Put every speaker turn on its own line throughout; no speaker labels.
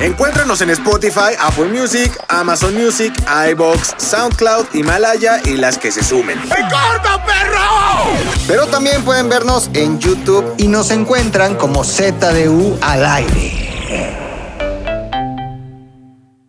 Encuéntranos en Spotify, Apple Music, Amazon Music, iBox, SoundCloud, Himalaya y las que se sumen.
Pero también pueden vernos en YouTube.
y nos encuentran como ZDU al aire.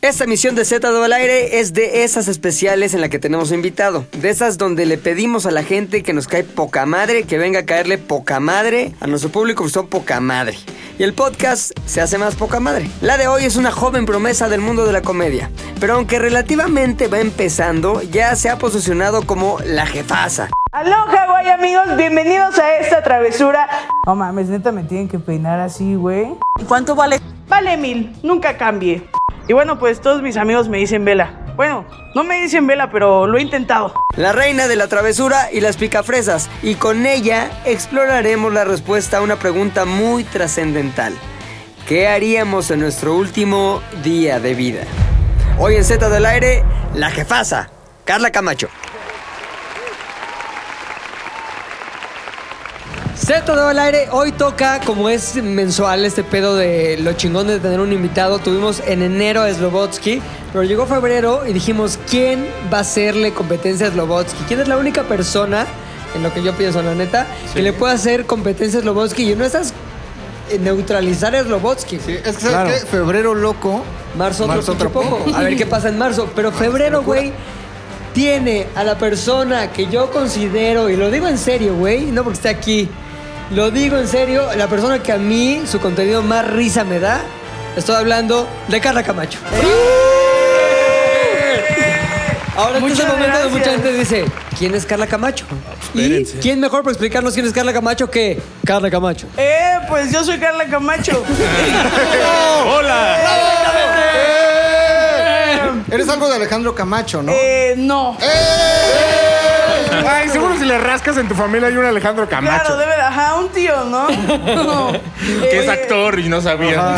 Esta emisión de Z al aire es de esas especiales en la que tenemos invitado. De esas donde le pedimos a la gente que nos cae poca madre, que venga a caerle poca madre a nuestro público, que son poca madre. Y el podcast se hace más poca madre. La de hoy es una joven promesa del mundo de la comedia. Pero aunque relativamente va empezando, ya se ha posicionado como la jefaza.
Aloha, guay amigos, bienvenidos a esta travesura. No mames, neta me tienen que peinar así, güey.
¿Y cuánto vale?
Vale mil, nunca cambie. Y bueno, pues todos mis amigos me dicen vela. Bueno, no me dicen vela, pero lo he intentado.
La reina de la travesura y las picafresas. Y con ella exploraremos la respuesta a una pregunta muy trascendental. ¿Qué haríamos en nuestro último día de vida? Hoy en Z del Aire, la jefaza, Carla Camacho. Z del Aire, hoy toca, como es mensual, este pedo de lo chingón de tener un invitado. Tuvimos en enero a Slobotsky, pero llegó febrero y dijimos, ¿quién va a hacerle competencia a Slobotsky? ¿Quién es la única persona, en lo que yo pienso, la neta, que le puede hacer competencia a Slobotsky? Y no estás neutralizar a Slobotsky. güey.
Es que, ¿sabes qué? Febrero loco.
Marzo otro,
Marzo
pinche
otro
poco.
poco.
A ver qué pasa en marzo. Pero febrero, güey, tiene a la persona que yo considero, y lo digo en serio, güey, no porque esté aquí, lo digo en serio, la persona que a mí su contenido más risa me da, estoy hablando de Carla Camacho. Ahora este es el
Muchas
momento donde mucha
gracias.
gente dice, ¿quién es Carla Camacho? ¿Y
espérense.
quién mejor para explicarnos quién es Carla Camacho que Carla Camacho?
Eh, pues yo soy Carla Camacho.
¡Hola!
Eres algo de Alejandro Camacho, ¿no? Eh,
Eh, no.
Ay, seguro si le rascas en tu familia hay un Alejandro Camacho.
Claro, debe de, ajá, un tío, ¿no? No.
que es
Eh,
actor y no sabía.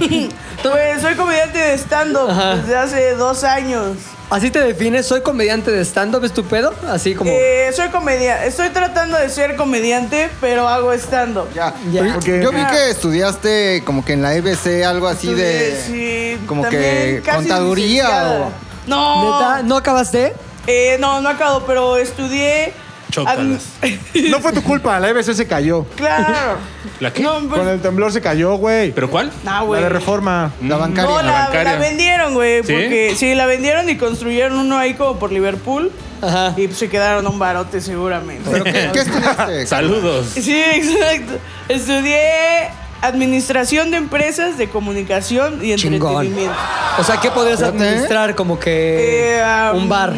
Pues soy comediante de stand-up desde hace dos años.
¿Así te defines? ¿Soy comediante de stand-up, estupendo? Así como...
Eh, soy comediante. Estoy tratando de ser comediante, pero hago stand-up.
Ya.
Ya.
Pero Yo yo vi que estudiaste como que en la EBC algo así de.
Sí,
como
también
que
casi
contaduría
licenciada.
o.
No,
¿Neta? ¿No acabaste?
eh, no, no acabo, pero estudié.
Chócalas.
admi-
No fue tu culpa, la EBC se cayó.
claro.
¿La qué?
No,
Con
pues,
el temblor se cayó, güey.
¿Pero cuál?
nah,
La
güey.
de reforma.
La bancaria.
No, la,
bancaria.
la vendieron, güey.
¿Sí?
Porque sí, la vendieron y construyeron uno ahí como por Liverpool.
Ajá.
Y pues, se quedaron un barote seguramente.
¿Pero qué, qué estudiaste?
Saludos.
Sí, exacto. Estudié administración de empresas, de comunicación y
Chingón.
entretenimiento.
O sea, ¿qué podrías
Fíjate.
administrar como que
Eh, um,
un bar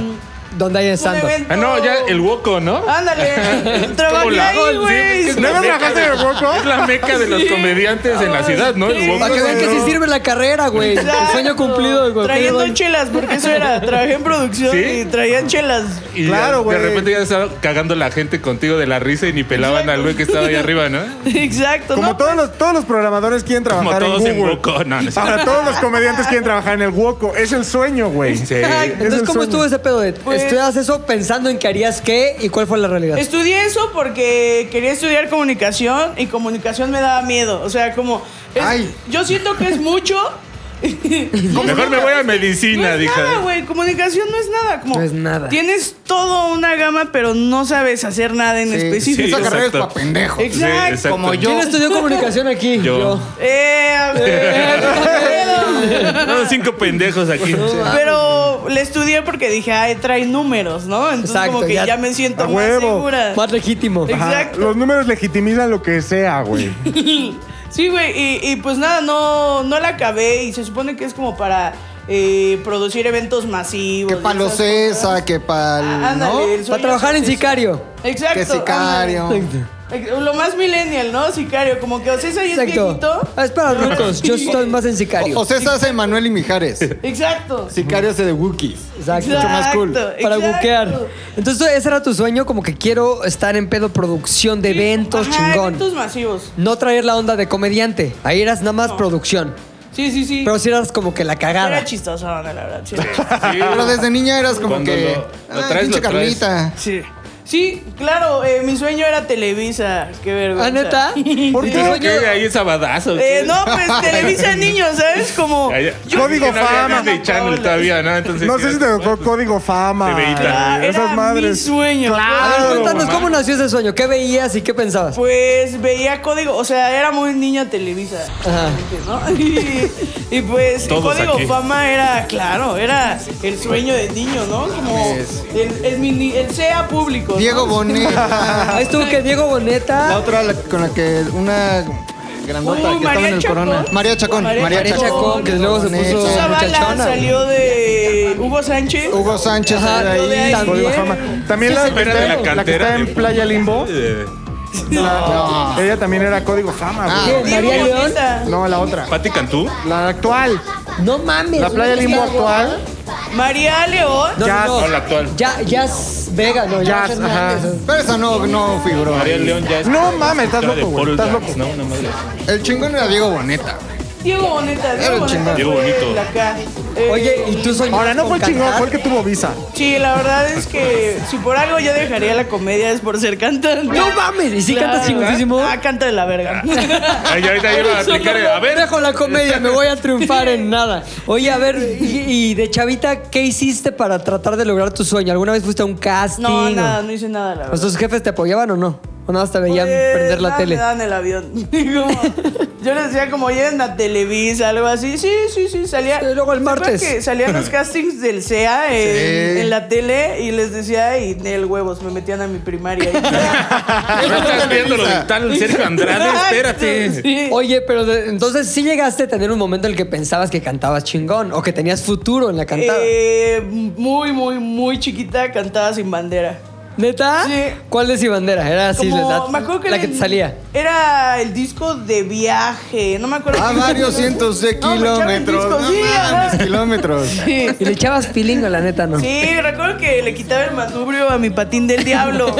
donde hay
Un
stand
evento-
Ah, no, ya el hueco, ¿no?
Ándale, trabajé
Hola.
Ah, ahí,
Sí,
güey.
es la
Sí.
meca
trabajaste en el Huoco?
Es la meca de los
Sí.
comediantes en la ciudad, ¿no? El
Para
hueco.
que vean que sí
no.
sirve la carrera, güey. El
Exacto.
sueño cumplido, güey.
Trayendo
Perdón.
chelas, porque eso era. Trabajé en producción
¿Sí?
y traían chelas.
Y
Claro,
de
güey.
repente ya estaba cagando la gente contigo de la risa y ni pelaban al güey que estaba ahí arriba, ¿no?
Exacto,
Como
¿no?
todos los, todos los programadores quieren
Como
trabajar en
todos
Google.
en hueco. No, no es
Ahora todos los comediantes quieren trabajar en el Huoco. Es el sueño, güey.
Sí.
Es
Entonces,
el
¿cómo
sueño.
estuvo ese pedo de
Pues-
estudias eso pensando en que harías qué y cuál fue la realidad?
Estudié eso porque quería estudiar comunicación y comunicación me daba miedo. O sea, como. es-
Ay.
Yo siento que es mucho.
Mejor me voy a medicina,
no es
dije.
nada, güey. Comunicación no es nada. Como
No es nada.
Tienes toda una gama, pero no sabes hacer nada en específico.
Esa carrera es
exacto.
para pendejos.
Sí,
Exacto.
exacto.
Como yo.
¿Quién estudió comunicación aquí?
Yo.
Eh, a ver,
No, cinco pendejos aquí.
Pero le estudié porque dije, ay, trae números, ¿no? Entonces
Exacto,
como que
ya-
ya, me siento
a
más
huevo.
segura.
Más legítimo.
Exacto.
Ajá, Los números legitimizan lo que sea, güey.
Sí, güey, y, y pues nada, no, no la acabé y se supone que es como para eh, producir eventos masivos.
Que para
y
los
esas cosas.
CESA, que para.
Ah, ándale,
¿No?
el sueño
Para trabajar
es
en
ese.
sicario.
Exacto.
Que sicario.
ándale. Lo más millennial, ¿no? Sicario, como que Ocesa ahí es viejito.
Exacto. Ah, es para ricos. Yo estoy más en sicario.
O, o sea, estás en Manuel y Mijares.
Exacto.
Sicario hace de Wookiees.
Exacto.
Mucho más cool.
Exacto,
Para
exacto.
buquear. Entonces, ese era tu sueño, como que quiero estar en pedo producción de eventos,
Ajá,
chingón.
Eventos masivos.
No traer la onda de comediante. Ahí eras nada más producción.
Sí, sí, sí.
Pero si eras como que la cagada.
Era chistoso, la verdad. Sí.
Sí.
Pero desde niña eras como
Cuando
que.
lo- lo
"Ah,
traes,
pinche
lo traes".
Carlita.
sí. Sí, claro, eh, mi sueño era Televisa. Qué vergüenza.
¿Ah, neta? ¿Por
¿Y
qué?
¿Pero qué ahí es abadazo?
Eh, no, pues Televisa Niños, ¿sabes? Como.
Allá-
Código
que no había
Fama.
Disney Channel todavía, ¿no? Entonces,
No sé si te tocó código fama.
Tebeita.
Era
Esas
mi
madres.
sueño.
A
Claro. Oh.
ver,
Claro,
cuéntanos
mamá.
cómo nació ese sueño. ¿Qué veías y qué pensabas?
Pues veía código, o sea, era muy niña Televisa,
Ajá.
¿no? Y, y pues
Todos
código
aquí.
fama era, claro, era el sueño del niño, ¿no? Como el, el, mini- el sea público. ¿no?
Diego Bonet.
Ahí estuvo que Diego
La
Boneta.
otra la- con la que una grandota que estaba
Uy, Uh, María
en el
Chacón.
corona. María Chacón.
María
María Chacón, que luego se
Boneta.
puso
Esa bala
muchachona.
salió de Hugo Sánchez.
Hugo Sánchez
Ajá,
era
lo de
ahí.
ahí.
Código
Bien.
fama. También
Sí,
la,
sí,
que
Pero
está
de
en-
la
la que
cantera.
está en
de-
Playa Limbo.
Eh,
No.
Ella también era código fama,
Ah.
güey.
Diego
María León.
Boneta.
No, la otra.
Pati Cantú.
La actual.
No mames.
La Playa Limbo actual.
María León.
No, no,
Jazz.
No,
no.
la actual.
Ya, Jazz Vega, no, Jazz
Jazz, ajá.
Hernández.
Pero esa no, no figuró.
María
ahí.
León ya es.
No mames, estás
Era de
loco, güey.
Paul
Estás
Dance,
loco.
¿no? Una madre así.
El chingón era Diego Boneta.
Diego Boneta.
Era
Diego Boneta.
chingón.
Diego
fue
Bonito.
el acá. Eh,
Oye, ¿y tú soñabas
Ahora no fue
con
el chingón,
cantar?
fue el que tuvo visa.
Sí, la verdad es que si por algo yo dejaría la comedia es por ser cantante.
¡No mames! ¿Y si cantas chingoncísimo? Ah.
Ah, canta de la verga.
Ay, ahorita yo lo aplicaré. A ver.
Dejo la comedia, me voy a triunfar en nada. Oye, a ver, y, y de chavita, ¿qué hiciste para tratar de lograr tu sueño? ¿Alguna vez fuiste a un casting?
No,
o-
nada, no hice nada, la
¿O
verdad.
sus jefes te apoyaban o no? ¿O nada más te veían
Pues,
prender la
nada,
tele?
Me daban el avión. Como- yo les decía como, oye, en la Televisa, algo así. Sí, sí, sí, salía.
Sí, luego el
¿se acuerdan
martes.
que salían los castings del CEA en,
Sí.
en la tele y les decía, y el huevos, me metían a mi primaria. "Ah,
No estás viendo lo de tal Sergio Andrade. Espérate.
Sí.
Oye, pero de- entonces sí llegaste a tener un momento en el que pensabas que cantabas chingón o que tenías futuro en la cantada.
Eh, muy, muy, muy chiquita cantaba sin bandera.
¿Neta?
sí.
¿Cuál de si bandera? Era así
Como-
la,
me acuerdo que
la
era
que te
el-
salía.
Era el disco de viaje, no me acuerdo.
A
qué-
Ah, varios cientos de
No, me echaron el
kilómetros.
disco,
No
sí,
mames,
ajá.
kilómetros.
Sí.
Y le echabas pilingo, la neta, ¿no?
Sí, recuerdo que le quitaba el manubrio a mi patín del diablo.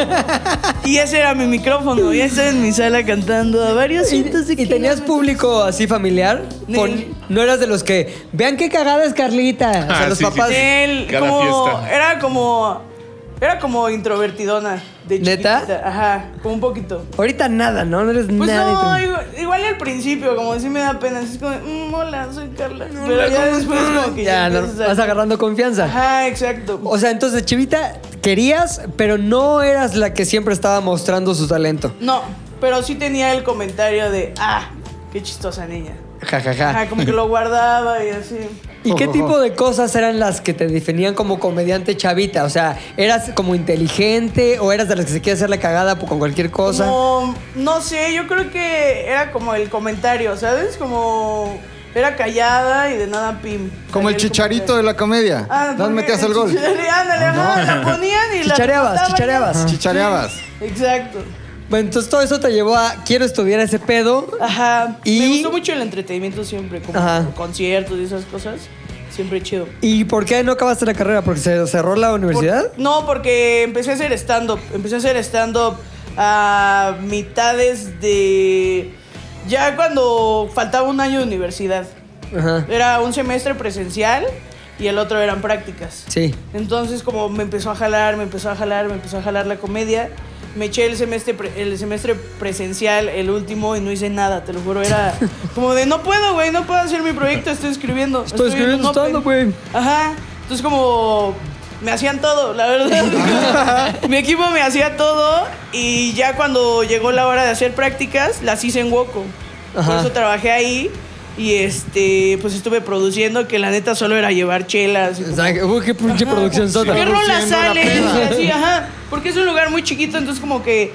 y ese era mi micrófono. Y estaba en mi sala cantando a varios
¿Y,
cientos de
y tenías público así familiar?
Ni-
Con- no eras de los que, vean qué cagada es Carlita. O sea,
Ah,
los
sí, sí.
papás.
Él,
Cada
como-
fiesta.
Era como. Era como introvertidona. De
¿Neta?
chiquita. Ajá, como un poquito.
Ahorita nada, ¿no? No eres
Pues
nada.
no,
intro-
igual, igual al principio, como sí me da pena. así Es como, "Mm, hola, soy Carla. Pero ya después, como que
ya, no,
empiezas a-
vas agarrando confianza.
Ajá, exacto.
O sea, entonces, Chivita, querías, pero no eras la que siempre estaba mostrando su talento.
No, pero sí tenía el comentario de, ah, qué chistosa niña.
Ja, ja, ja.
Ajá, como que lo guardaba y así.
¿Y qué tipo de cosas eran las que te definían como comediante chavita? O sea, ¿eras como inteligente o eras de las que se quiere hacer la cagada por- con cualquier cosa?
Como, no sé, yo creo que era como el comentario, ¿sabes? Como era callada y de nada pim.
Como el
Salía
chicharito de la comedia.
comentario. Ah,
¿Dónde
porque
metías el gol?
chichare- ándale, ajá, la ponían y la
Ah, Chichareabas,
botaban.
chichareabas.
Chichareabas.
Exacto.
Bueno, entonces todo eso te llevó a quiero estudiar ese pedo.
Ajá.
Y-
Me gustó mucho el entretenimiento siempre, como
Ajá.
conciertos y esas cosas. Siempre chido.
¿Y por qué no acabaste la carrera? ¿Porque se cerró la universidad?
Por- no, porque empecé a hacer stand-up. Empecé a hacer stand-up a mitades de. Ya cuando faltaba un año de universidad.
Ajá.
Era un semestre presencial y el otro eran prácticas.
Sí.
Entonces, como me empezó a jalar, me empezó a jalar, me empezó a jalar la comedia. Me eché el semestre, pre- el semestre presencial, el último, y no hice nada, te lo juro. Era como de, no puedo, güey, no puedo hacer mi proyecto, estoy escribiendo.
Estoy
en
escribiendo
un open".
stand-up, güey.
Ajá. Entonces, como, me hacían todo, la verdad. mi equipo me hacía todo, y ya cuando llegó la hora de hacer prácticas, las hice en Woco. Por
Ajá.
eso trabajé ahí, y este, pues estuve produciendo, que la neta solo era llevar chelas. y
O sea, uy, qué pinche producción sota.
¿Qué rola sale?
la peda.
Así, ajá. Porque es un lugar muy chiquito, entonces como que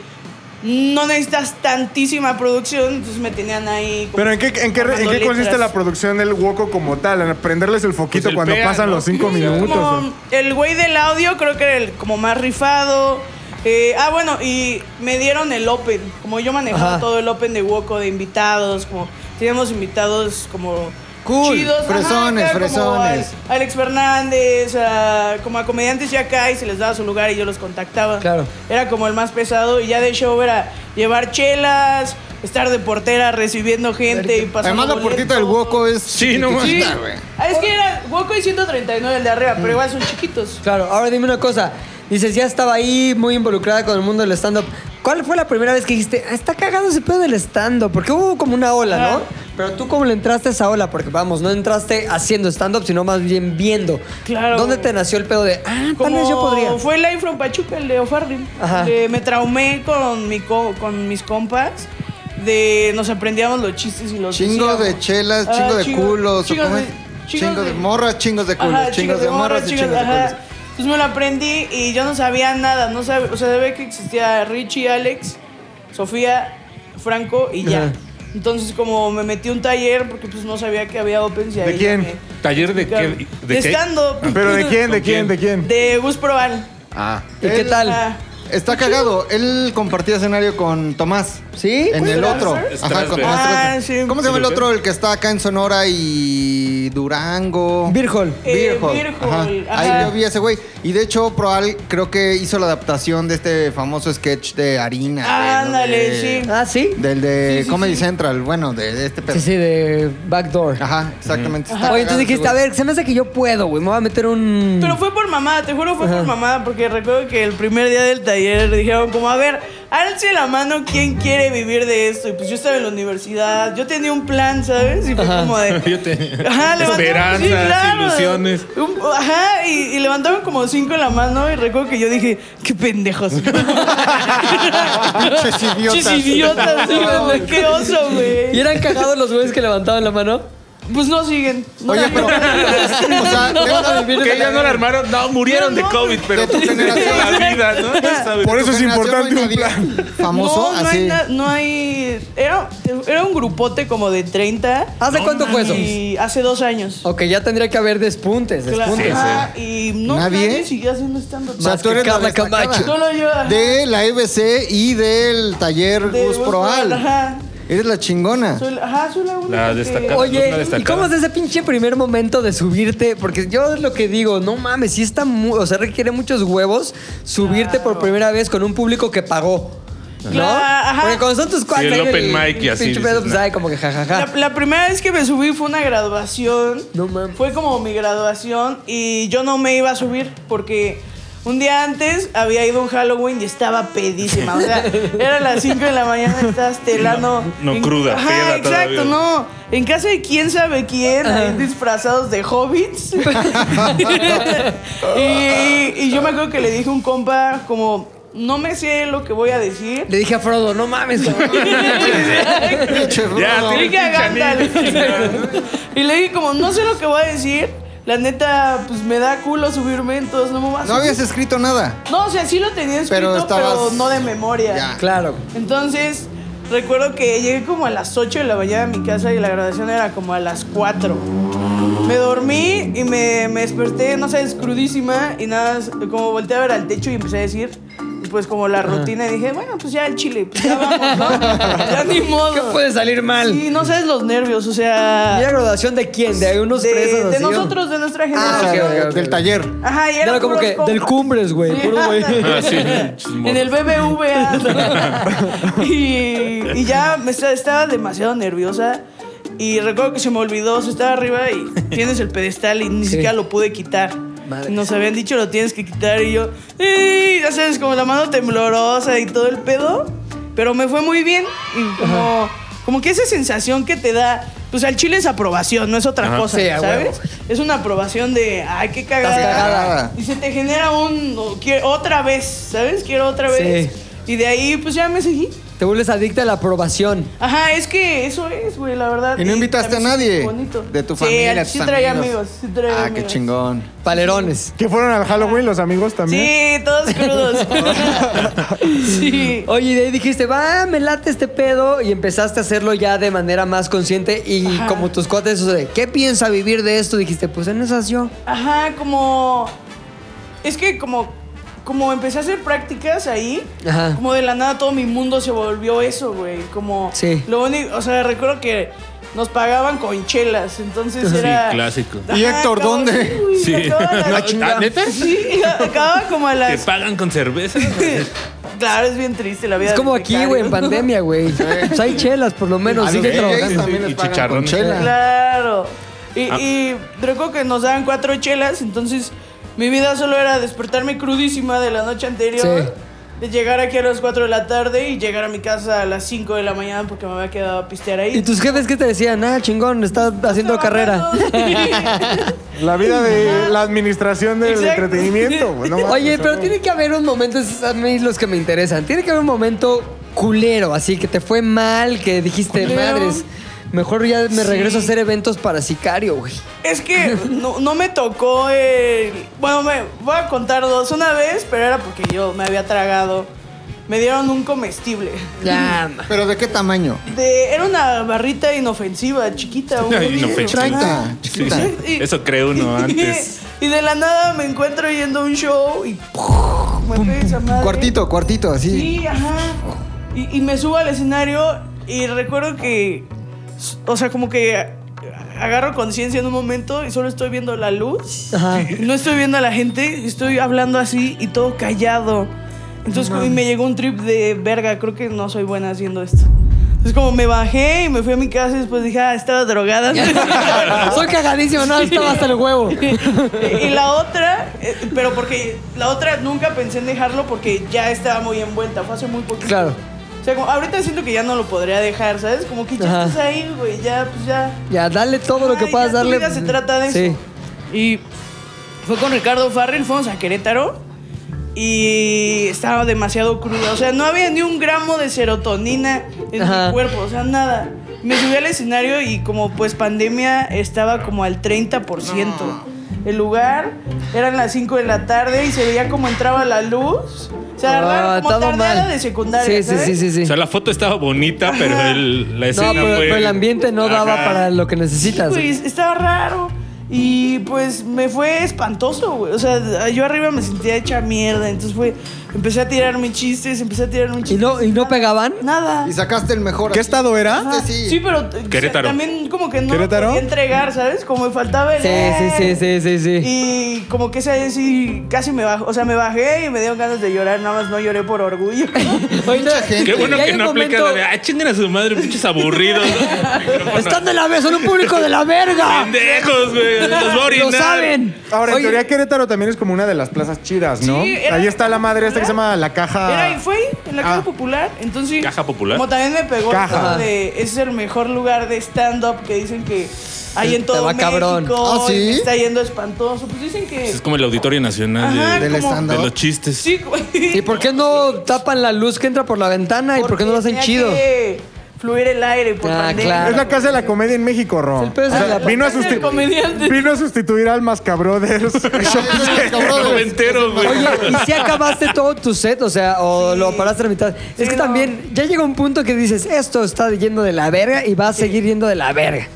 no necesitas tantísima producción, entonces me tenían ahí. como
Pero ¿en qué, en qué, en
armando
qué consiste
letras.
la producción del Woco como tal? En prenderles el foquito
Pues el
cuando
pea,
pasan
¿no?
los cinco
Sí,
minutos.
como el güey del audio creo que era el como más rifado. Eh, ah, bueno, y me dieron el Open. Como yo manejaba
Ajá.
todo el Open de Woco, de invitados, como teníamos invitados como
Cool,
chidos.
fresones,
acá como
fresones.
a Alex Fernández, a- como a comediantes ya acá y se les daba su lugar y yo los contactaba.
Claro.
Era como el más pesado y ya de show era llevar chelas, estar de portera recibiendo gente y pasando
Además, la
boletos.
puertita del hueco es.
Sí, no mames.
Sí.
chiquitita, güey.
Ah, Es que era Woco y 139 el de arriba,
Mm.
pero igual son chiquitos.
Claro, ahora dime una cosa. Dices, ya estaba ahí muy involucrada con el mundo del stand-up. ¿Cuál fue la primera vez que dijiste, "Ah, está cagado ese pedo del stand-up? Porque hubo como una ola, ¿no?
Claro.
Pero tú, ¿cómo le entraste a esa ola? Porque vamos, no entraste haciendo stand-up, sino más bien viendo.
Claro.
¿Dónde te nació el pedo de, ah, tal
Como
vez yo podría?
Fue el Live from Pachuca, el de O'Farrill.
Ajá.
Eh, me traumé con, mi co- con mis compas. De nos aprendíamos los chistes y los
Chingo
decíamos.
de chelas,
Ah,
chingo de
chingo-
culos.
chingos
¿cómo
de-
es?
chingos
Chingo de morras, chingos de culos.
Ajá,
Chingos de morras y chingos de
ajá.
culos.
Entonces me lo aprendí y yo no sabía nada. No sab- o sea, sabía que existía Richie, Alex, Sofía, Franco y ya.
Ajá.
Entonces como me metí a un taller porque pues no sabía que había Opens y ahí ya
quién?
me-
¿Taller de qué?
De,
qué?
stand-up.
¿Pero de quién? ¿De
¿Con quién?
quién? ¿De quién?
De Gus Proal.
Ah.
¿Y qué
Él
tal?
Ah,
Está cagado. Él compartía escenario con Tomás.
¿Sí?
En el otro. Ajá, con Tomás
Ah,
Strasberg.
sí.
¿Cómo se llama el otro? El que está acá en Sonora y Durango.
Virgol.
Eh,
Beer Hall.
Beer
Ajá.
Hall, ajá.
Ahí yo vi a ese güey. Y de hecho, Proal creo que hizo la adaptación de este famoso sketch de harina. güey, ¿no?
Ah, Ándale,
De-
sí.
Ah, ¿sí.
Del de
Sí, sí,
Comedy
sí.
Central. Bueno, de, de este pedo.
Sí, sí, de backdoor.
Ajá, exactamente. Está
Oye,
cagado
entonces
ese
dijiste, a
güey.
ver, se me hace que yo puedo, güey. Me voy a meter un...
Pero fue por mamada, te juro fue por mamada, porque recuerdo que el primer día del taller dijeron como, a ver, alce la mano quién quiere vivir de esto. Y pues yo estaba en la universidad, yo tenía un plan, ¿sabes? Y fue como de...
Yo te-
levantaron-
Esperanzas, ilusiones.
Un- ajá, y, y levantaron como cinco en la mano y recuerdo que yo dije, qué pendejos.
Pinches idiotas.
Pinches idiotas, sí, güey, qué oso, güey.
¿Y eran cagados los güeyes que levantaban la mano?
Pues no siguen. no
Oye, pero.
siguen.
o sea, de una-
Que ellos no la armaron. No, murieron de
No, no,
COVID, pero
de tu
tú generaste
generación.
la vida, ¿no? Ya sabes.
Por eso es
generación
importante
no hay
un plan.
nadie Famoso,
no, no
así.
hay. na- no hay- era, era un grupote como de 30.
¿Hace cuánto fue eso?
Y hace dos años.
Ok, ya tendría que haber despuntes,
Claro.
despuntes.
Ajá, Y no,
pues, ¿Nadie?
nadie, siguió haciendo stand-up.
O sea,
Más
tú
que
eres la
Carla
destacada.
Camacho.
Solo yo. ajá,
De la EBC y del taller
de
Gus
Gus
Proal.
Ajá.
Eres la chingona.
Soy la- ajá, soy la única.
La
que-
destacada. Una
Oye, ¿y
destacada.
cómo es ese pinche primer momento de subirte? Porque yo es lo que digo, no mames, sí está, mu- o sea, requiere muchos huevos subirte por primera vez con un público que pagó. ¿No?
Claro, ajá.
Porque cuando son tus cuatro.
el open mic y así,
Pinche
dices,
pedo, pues
nah.
ay, como que jajaja.
La, la primera vez que me subí fue una graduación.
No mames.
Fue como mi graduación y yo no me iba a subir porque un día antes había ido a un Halloween y estaba pedísima. O sea, era las 5 de la mañana y estabas telando.
No- no
En-
cruda,
Ajá,
peda
Exacto,
todavía.
no. En casa de quién sabe quién, ahí disfrazados de hobbits. y, y yo me acuerdo que le dije a un compa como, no me sé lo que voy a decir.
Le dije a Frodo, no mames, cabrón.
Pinche
Ya,
Frodo.
Le
tiene
dije a Gandalf. y le dije como, no sé lo que voy a decir. La neta, pues me da culo subirme, entonces no me voy a
No
subir.
habías escrito nada.
No, o sea, sí lo tenía escrito,
Pero
pero,
estabas-
no de memoria.
Ya.
claro.
Entonces, recuerdo que llegué como a las 8 de la mañana a mi casa y la graduación era como a las 4. Me dormí y me, me desperté, no sé, crudísima y nada, más, como volteé a ver al techo y empecé a decir, pues como la rutina y dije, bueno, pues ya el chile, pues ya vamos, ¿no? ya ni modo.
¿Qué puede salir mal?
Sí, no sabes los nervios, o sea.
¿Y la graduación de quién? ¿De unos
de,
presos
de
así, o?
nosotros, de nuestra
O sea,
ok,
generación.
ok,
Ah, del
ok.
taller.
Ajá, y
Ya
era
era como que del cumbres, güey, puro güey.
Ah, sí, pinches
En el
ah.
BBVA. y, y ya me esta- estaba demasiado nerviosa. Y recuerdo que se me olvidó, o sea, estaba arriba y tienes el pedestal y ni
Sí.
siquiera lo pude quitar.
Madre.
Nos habían dicho lo tienes que quitar y yo, "Ey", ya sabes, como la mano temblorosa y todo el pedo. Pero me fue muy bien y como, como que esa sensación que te da, pues al chile es aprobación, no es otra cosa,
Sí, a huevo.
¿sabes? Es una aprobación de, ay, qué cagada.
Estás cagada.
Y se te genera un, o- quie- otra vez, ¿sabes? Quiero otra vez.
Sí.
Y de ahí, pues ya me seguí.
Te vuelves adicta a la aprobación.
Ajá, es que eso es, güey, la verdad.
Y no invitaste a
también sí
nadie.
es bonito.
De tu
Sí,
familia.
Sí,
tus
traía
amigos.
amigos. Sí, traía
Ah,
amigos.
qué chingón.
Palerones.
¿Que fueron al Halloween los amigos también?
Sí, todos crudos. sí.
Oye, y de ahí dijiste, va, me late este pedo y empezaste a hacerlo ya de manera más consciente y como tus cuates, o sea, ¿qué piensa vivir de esto? Dijiste, pues en esas yo.
Ajá, como. Es que como. como empecé a hacer prácticas ahí,
Ajá.
como de la nada todo mi mundo se volvió eso, güey. Como
Sí.
lo único, o sea, recuerdo que nos pagaban con chelas, entonces era.
clásico.
¿Y Héctor,
acababa-
dónde?
Uy,
Sí.
acababa a las-
Ah, ¿neta?
Sí, acababa como a
¿Te
las.
pagan con cerveza?
claro, es bien triste la vida.
Es como
del
aquí,
becario.
güey, en pandemia, güey. Pues hay chelas, por lo
Ah,
menos.
A
Sigue
los DJs
trabajando.
también
Y
les pagan con
chicharrones.
chela.
Claro. Y,
Ah.
y recuerdo que nos daban cuatro chelas, entonces mi vida solo era despertarme crudísima de la noche anterior,
Sí.
de llegar aquí a las 4 de la tarde y llegar a mi casa a las 5 de la mañana porque me había quedado a pistear ahí.
¿Y tus jefes qué te decían? Ah, chingón, está haciendo carrera.
La vida de la administración del
Exacto.
entretenimiento. güey, no mames.
Oye, pero tiene que haber un momento, es a mí los que me interesan. Tiene que haber un momento culero, así que te fue mal, que dijiste,
Culero.
madres, mejor ya me
Sí.
regreso a hacer eventos para sicario, güey.
Es que no, no me tocó el... Bueno, me voy a contar dos. Una vez, pero era porque yo me había tragado. Me dieron un comestible.
Ya,
¿Pero de qué tamaño?
De, era una barrita inofensiva, chiquita. un
No,
bolillo.
inofensiva.
Chiquita,
Ajá.
chiquita.
Sí, y-
Eso creo uno antes.
Y de la nada me encuentro yendo a un show y ¡pum! me pega esa madre.
Cuartito, cuartito, así.
Sí, ajá. Y, y me subo al escenario y recuerdo que, o sea, como que agarro conciencia en un momento y solo estoy viendo la luz.
Ajá.
Y No estoy viendo a la gente, estoy hablando así y todo callado. Entonces y me llegó un trip de verga, creo que no soy buena haciendo esto. Entonces como me bajé y me fui a mi casa y después dije, ah, estaba drogada.
Soy cagadísimo, no, estaba hasta el huevo.
y la otra, eh, pero porque la otra nunca pensé en dejarlo porque ya estaba muy envuelta, fue hace muy poquito.
Claro.
O sea, como, ahorita siento que ya no lo podría dejar, ¿sabes? Como que ya
Ajá.
estás ahí, güey, ya, pues ya.
Ya, dale todo lo que
Ay,
puedas
ya tu
darle.
vida se trata de eso. Y fue con Ricardo Farrell, fuimos a Querétaro y estaba demasiado cruda. O sea, no había ni un gramo de serotonina en
Ajá.
mi cuerpo, o sea, nada. Me subí al escenario y como pues pandemia estaba como al 30%. El lugar eran las 5 de la tarde y se veía como entraba la luz. O sea,
Ah,
raro, como
estaba
tardeada
mal.
de secundaria,
Sí, sí,
¿sabes?
sí, sí, sí.
O sea, la foto estaba bonita, pero el- la escena
no, pero,
fue...
pero el ambiente no daba
Ajá.
para lo que necesitas.
Güey, estaba raro. Y pues me fue espantoso, güey. O sea, yo arriba me sentía hecha mierda. Entonces fue. Empecé a tirar mis chistes, empecé a tirar mis
¿Y
chistes.
no, ¿Y no pegaban?
Nada.
Y sacaste el mejor.
¿Qué
así.
estado era?
Ajá.
Este sí.
Sí, pero eh,
Querétaro.
también como que no lo
¿Querétaro?
podía entregar, ¿sabes? Como me faltaba el
Sí, sí, sí, sí, sí, sí.
Y como que ese sí casi me bajó, o sea, me bajé y me dieron ganas de llorar, nada más no lloré por orgullo.
Mucha gente.
Qué bueno
Y hay
que
un
no aplica la
momento-
de, ah, chinguen a su madre, pinches aburridos. ¿no?
¡Están de la vez! ¡Son un público de la verga!
Pendejos, güey. Los va a
¡Lo
orinar.
saben!
Ahora, en
Oye,
teoría, Querétaro también es como una de las plazas chidas, ¿no?
Sí, era-
Ahí está la madre esta que se llama La Caja.
Era, y fue ahí, en la Caja
Ah.
Popular. Entonces,
Caja Popular.
Como también me pegó
Caja.
el tema de, ese es el mejor lugar de stand-up que dicen que hay en
Te
todo
va
México.
cabrón.
Ah, ¿sí?
y me está yendo espantoso. Pues dicen que...
Es como el Auditorio Nacional de-
Ajá,
de,
Del
como-
stand-up.
los chistes.
Sí, güey.
¿Y por qué no tapan la luz que entra por la ventana? ¿Y por qué no lo hacen
tenía
chido?
que fluir el aire por
Ah,
pandemia.
claro.
Es la casa de la comedia en México, Ron.
El pedo es
O sea,
la-
vino, a
Casa del
susti-
comediante.
vino a sustituir al Mascabrothers.
Ah,
Noventero, güey.
Oye, ¿y si acabaste todo tu set? O sea, o lo paraste a la mitad.
Sí,
es que
no.
también ya llega un punto que dices, esto está yendo de la verga y va a seguir yendo de la verga.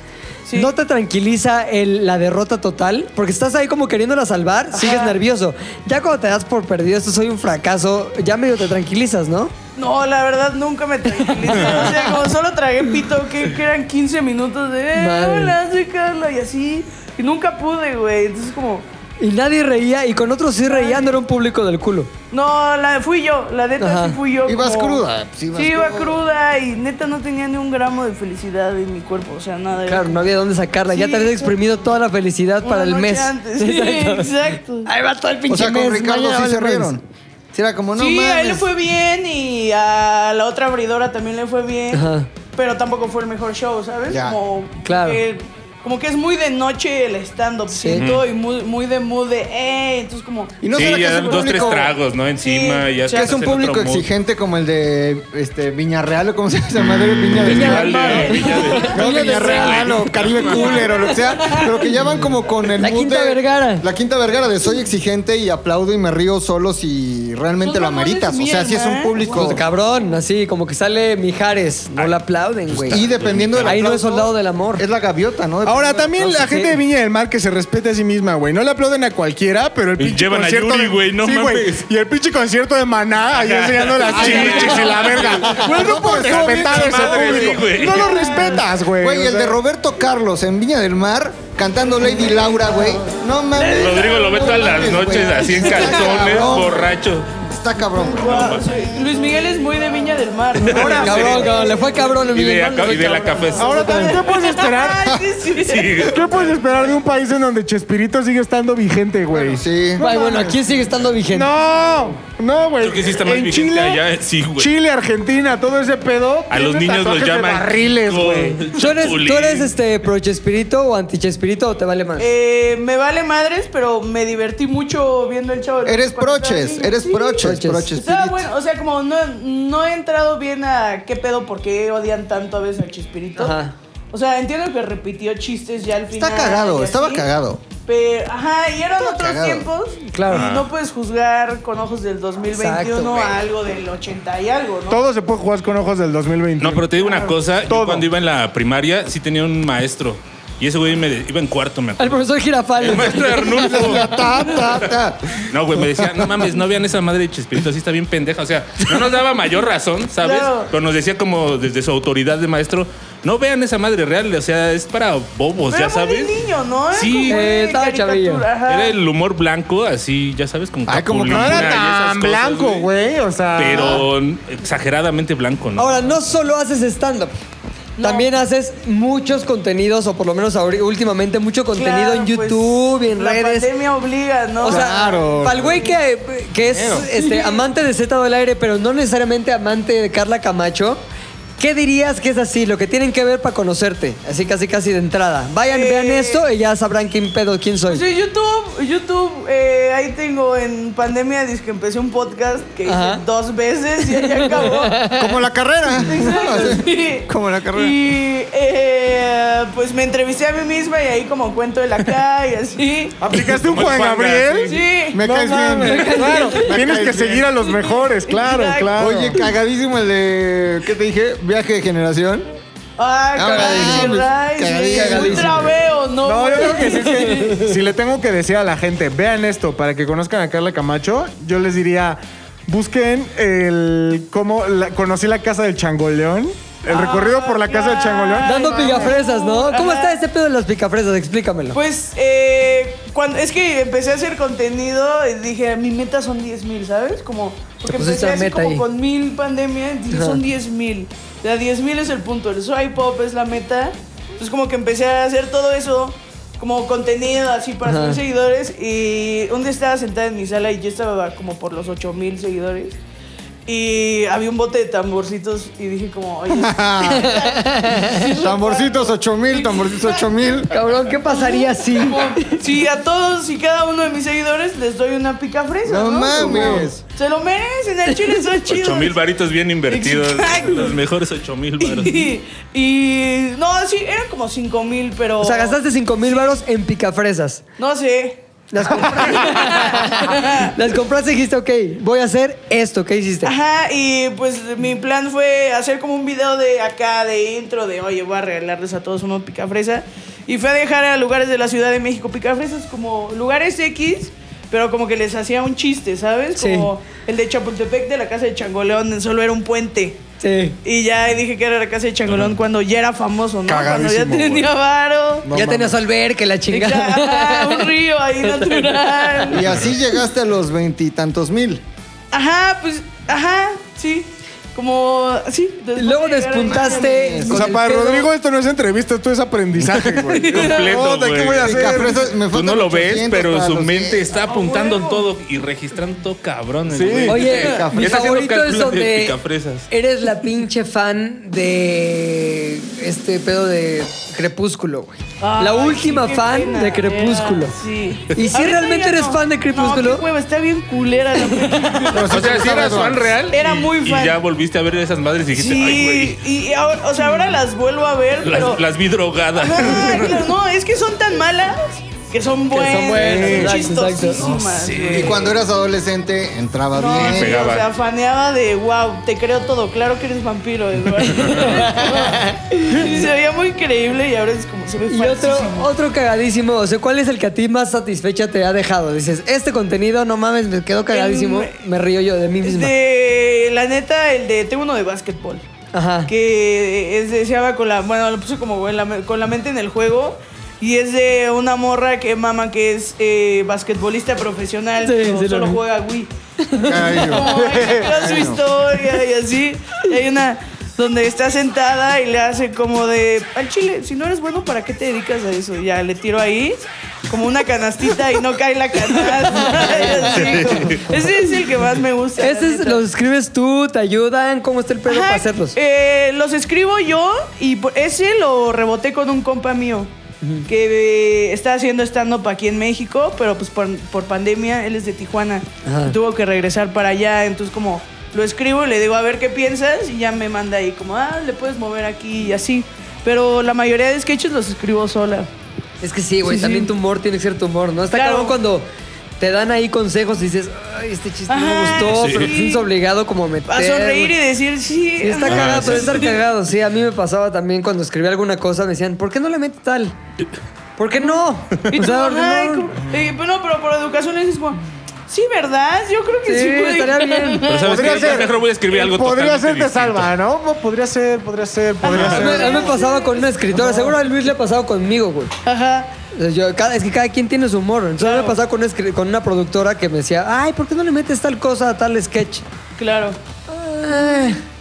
Sí.
¿No te tranquiliza el- la derrota total? Porque estás ahí como queriéndola salvar, sigues nervioso. Ya cuando te das por perdido, esto soy un fracaso, ya medio te tranquilizas, ¿no?
No, la verdad nunca me tranquilicé. O sea, como solo tragué pito, que, que eran 15 minutos de. Eh,
Madre.
hola, soy Carla, y así. Y nunca pude, güey. Entonces, como.
Y nadie reía, y con otros sí reían, no era un público del culo.
No, la fui yo, la neta
Ajá.
sí fui yo.
Ibas
como-
cruda, pues,
Sí,
ibas
iba
cruda.
cruda y neta no tenía ni un gramo de felicidad en mi cuerpo, o sea, nada. era
Claro,
como
no había dónde sacarla, ya
Sí,
te habías
exacto.
exprimido toda la felicidad
una
para el
noche
mes.
antes. Sí, exacto.
Ahí va todo el
O
pinche
sea,
mes.
con Ricardo
mañana
sí
vale
se
madres.
rieron. Si era como, no
sí, a él le
mames.
fue bien y a la otra abridora también le fue bien,
Ajá.
pero tampoco fue el mejor show, ¿sabes?
Ya.
Como
Claro.
que, como que es muy de noche el stand-up,
Sí.
siento, y muy, muy de mood de, eh, entonces como...
Y no
sí,
será que
ya
es un
dos, tres
público-
tragos, ¿no? Encima.
Sí,
ya
o sea,
que
estás
es un
en otro
público
mood.
exigente como el de este Viñarreal o como se llama esa madre Viña del
Viña
Mar.
del Mar.
Vale, Villa de-
No, Viñarreal o Caribe Cooler o lo que sea, pero que ya van como con el
La
mood
Quinta
de-
Vergara.
La Quinta Vergara de soy exigente y aplaudo y me río solo si y realmente
Los
lo
mamones
ameritas. O sea,
mierda,
si es un
¿eh?
público.
Pues, cabrón, así como que sale Mijares. No la aplauden, güey.
Y dependiendo del
Ahí no es
aplauso,
soldado del amor.
Es la gaviota, ¿no?
Ahora,
Dependiendo
también
del
la gente de Viña del Mar que se respete a sí misma, güey. No le aplauden a cualquiera, pero el
Y
pinche
llevan a
concierto
Yuri,
de-
güey, no
sí, güey.
mames.
Y el pinche concierto de Maná ahí enseñando las chiches y la verga. Güey, no puedes
estuvo bien
respetar
con
ese
madre, sí,
público.
güey.
No lo respetas, güey.
Güey,
o
el
sea.
de Roberto Carlos en Viña del Mar cantando Lady Laura, güey. No mames.
Rodrigo lo ve
No
todas
mames,
las noches
güey.
así en
Está
calzones,
cabrón,
borracho.
Está cabrón, güey.
Luis Miguel es muy de Viña del Mar. ¿no?
Cabrón, cabrón, le fue cabrón.
Y de,
Miguel.
acá- y de la cafecita.
Ahora también, ¿qué puedes esperar?
Ay, sí, sí.
Sí,
¿Qué puedes esperar de un país en donde Chespirito sigue estando vigente, güey?
Sí.
Ay, bueno, aquí sigue estando vigente.
No, no, güey.
Creo que sí está más
en
vigente
Chile,
allá, sí, güey.
Chile, Argentina, todo ese pedo.
a los
tiene
niños los
tatuajes de
llaman.
Barriles, güey.
¿Tú eres, ¿Tú eres este pro Chespirito o anti Chespirito o te vale más?
Eh, me vale madres, pero me divertí mucho viendo el chavo. del
Eres
Ocho cuando estaba
proches,
niño.
eres
Sí.
proches,
Proches.
proches.
Estaba
Spirit.
bueno, o sea, como no, no he entrado bien a qué pedo, por qué odian tanto a veces a Chespirito.
Ajá.
O sea, entiendo que repitió chistes ya al final.
Está cagado,
y
estaba
así,
cagado.
Pero, ajá, y eran otros
cagado.
tiempos.
Claro.
Y no puedes juzgar con ojos del 2021
Exacto, güey.
a algo del 80 y algo, ¿no?
Todo se puede jugar con ojos del 2021.
No, pero te digo una cosa.
Todo.
Yo cuando iba en la primaria sí tenía un maestro. Y ese güey me de- iba en cuarto, me
Al
acuerdo.
profesor Girafal.
El maestro Arnulfo.
Ta, ta, ta.
No, güey, me decía, no mames, no vean esa madre de Chespirito, así está bien pendeja. O sea, no nos daba mayor razón, ¿sabes?
Claro.
Pero nos decía como desde su autoridad de maestro, no vean esa madre real, o sea, es para bobos,
Pero
ya
muy de
sabes.
niño, ¿no? Era
Sí.
como muy
Eh, estaba
caricatura,
chavillo.
ajá.
Era el humor blanco, así, ya sabes, con
Ay, como que no
No
capulina
era
y esas
tan
cosas,
blanco, güey. O sea.
Pero exageradamente blanco, ¿no?
Ahora, no solo haces stand-up.
No.
También haces muchos contenidos, o por lo menos ahori- últimamente mucho contenido
Claro,
en
pues,
YouTube y en
la
redes.
pandemia obliga, ¿no?
O sea, para el güey que, que es este, amante de Z del aire, pero no necesariamente amante de Carla Camacho, ¿qué dirías que es así? Lo que tienen que ver para conocerte. Así casi casi de entrada. Vayan,
Eh.
vean esto y ya sabrán quién pedo, quién soy.
Pues Sí, YouTube, YouTube, eh, ahí tengo en pandemia, dice que empecé un podcast que hice
Ajá.
dos veces y ahí acabó.
Como la carrera.
Exacto, sí.
Como la carrera.
Y eh, pues me entrevisté a mí misma y ahí como cuento de la calle y así.
¿Aplicaste un
Como
Juan
el Juanga,
Gabriel?
Sí.
Me
No
caes
mames,
bien.
Claro,
Me
tienes
caes
que seguir a los mejores, claro,
Exacto.
claro.
Oye, cagadísimo el de. ¿Qué te dije? Viaje de generación.
Ah,
Ah,
cagadísimo.
cagadísimo,
Ay, sí,
cagadísimo.
Un trabeo, ¿no?
no, yo creo que sí, sí. Si le tengo que decir a la gente, vean esto para que conozcan a Carla Camacho, yo les diría, busquen el cómo la- conocí la casa del changoleón, el recorrido por la casa del changoleón.
Dando
Ay,
picafresas, ¿no? ¿Cómo
Ajá.
está ese pedo de las picafresas? Explícamelo.
Pues, eh, cuando, es que empecé a hacer contenido y dije, mi meta son 10 mil, ¿sabes? Como, porque
Te pusiste
empecé
la
así
meta
como
Pues ahí.
con mil pandemia, dije,
Ajá.
son 10 mil. La 10 mil es el punto, el swipe up es la meta. Entonces, como que empecé a hacer todo eso, como contenido así para
Ajá.
sus seguidores. Y un día estaba sentada en mi sala y yo estaba como por los 8 mil seguidores. Y había un bote de tamborcitos y dije como, oye,
Tamborcitos 8000, tamborcitos 8000.
Cabrón, ¿qué pasaría si...?
Si a todos y cada uno de mis seguidores les doy una pica fresa.
No
No,
mames.
Como, Se lo merecen, el chile son chidos.
8 mil varitos bien invertidos.
Exacto.
Los mejores 8 mil varos.
Y, y- no, sí, eran como 5 mil, pero.
O sea, gastaste 5 mil varos en picafresas.
No sé.
Las compraste. Las compraste y dijiste, ok, voy a hacer esto. ¿Qué hiciste?
Ajá, y pues mi plan fue hacer como un video de acá, de intro, de oye, voy a regalarles a todos uno picafresa. Y fui a dejar a lugares de la Ciudad de México picafresas, como lugares X, pero como que les hacía un chiste, ¿sabes?
Sí.
Como el de Chapultepec de la casa de Changoleón, solo era un puente.
Sí.
Y ya dije que era la casa de Changolón cuando ya era famoso, ¿no?
Cagadísimo,
cuando ya tenía varo.
ya tenías alberca, la
Exacto, un
chingada.
río ahí natural.
Y así llegaste a los veintitantos mil.
Ajá, pues, ajá, sí. Como, sí. después de
Luego
llegar a-
despuntaste.
O
con
sea,
el
para
pedo.
Rodrigo esto no es entrevista, esto es aprendizaje, güey.
Completo,
Puta, ¿Qué
güey.
voy a hacer?
Picafresas, me
Tú
faltan
no lo
800
ves, pero
para
su
los
mente
diez.
está apuntando todo y registrando todo cabrón. el
Ah, Sí.
güey.
Oye,
Está
mi
haciendo
favorito es
cálculos de
donde
picafresas.
eres la pinche fan de este pedo de Crepúsculo, güey.
Ay,
la última
sí, qué
fan
pena,
de Crepúsculo.
era, sí.
¿Y si
Ahorita
realmente
ya
eres
no.
fan de Crepúsculo?
No, qué hueva, está bien culera la película.
O sea, si eras fan real.
Era
y-
muy fan.
Y ya volviste a ver esas madres y dijiste, ay,
Sí,
güey.
y ahora, o sea, ahora las vuelvo a ver,
Las,
pero...
las vi drogadas.
Ajá, claro, no, es que son tan malas que son buenas, que son
buenas, exacto, exacto.
chistosísimas. güey.
Y cuando eras adolescente entraba
No,
bien.
sí, o
pegaba.
sea, faneaba de wow, te creo todo, claro que eres vampiro, Eduardo. se veía muy creíble y ahora es como se ve
Y otro,
falsísimo.
otro cagadísimo, o sea, ¿cuál es el que a ti más satisfecha te ha dejado? Dices, este contenido, no mames, me quedo cagadísimo,
El-
me río yo de mí misma.
De, la neta, el de tengo uno de básquetbol.
Ajá.
Que es, se llama con la. Bueno, lo puse como en la me- con la mente en el juego. Y es de una morra que mama que es eh, basquetbolista profesional,
Sí,
pero
sí, lo
solo
vi.
juega Wii.
Ay, yo.
como explica su historia y así. Y hay una donde está sentada y le hace como de al chile, si no eres bueno, ¿para qué te dedicas a eso? Y ya le tiro ahí como una canastita y no cae la canasta. y así, como- ese es el que más me gusta. la
Ese es,
neta.
los escribes tú, te ayudan, ¿cómo está el pedo
Ajá,
para hacerlos?
eh, los escribo yo y por- ese lo reboté con un compa mío que eh, está haciendo stand-up aquí en México, pero pues por, por pandemia él es de Tijuana.
Ajá.
y Tuvo que regresar para allá, entonces como lo escribo, le digo a ver qué piensas y ya me manda ahí como, ah, le puedes mover aquí y así. Pero la mayoría de sketches los escribo sola.
Es que sí, güey, también tu humor tiene que ser tu humor, ¿no? Está
Claro.
cabrón cuando te dan ahí consejos y dices, ay, este chiste no me
Ajá,
gustó,
sí.
pero te sientes obligado como a meter.
A sonreír y
güey.
decir, sí.
Sí, está
ajá".
cagado, pero estar cagado, sí. A mí me pasaba también cuando escribía alguna cosa, me decían, ¿por qué no le metes tal? ¿Por qué no?
Y
O
tú,
sea,
ay,
no.
como- eh, pero no, pero por educación le dices como, sí, ¿verdad? Yo creo que
Sí,
sí, güey".
estaría bien.
Pero sabes
Podría
qué? Ya
ser.
mejor voy a escribir algo
Podría ser,
totalmente
te salva, ¿no? Podría ser, podría ser, podría
A mí, a
ser.
mí me pasaba con una escritora, seguro a Luis le ha pasado conmigo, güey.
Ajá.
O sea, yo- cada- es que cada quien tiene su humor. Entonces
Claro.
me pasaba con una, escri- con una productora que me decía, ay, ¿por qué no le metes tal cosa a tal sketch?
Claro.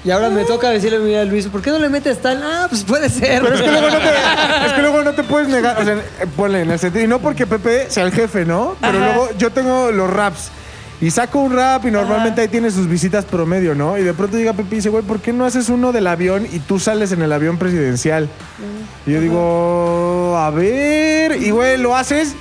Y ahora me toca decirle mira, a Luis, ¿por qué no le metes tal? Ah, pues puede ser.
Pero es que, luego no te, es que luego no te puedes negar. O sea, eh, ponle en el sentido. Y no porque Pepe sea el jefe, ¿no? Pero
Ajá.
luego yo tengo los raps. Y saco un rap y normalmente ahí tiene sus visitas promedio, ¿no? Y de pronto llega Pepe y dice, güey, ¿por qué no haces uno del avión y tú sales en el avión presidencial?
Mm.
Y yo digo, a ver. Y, güey, lo haces.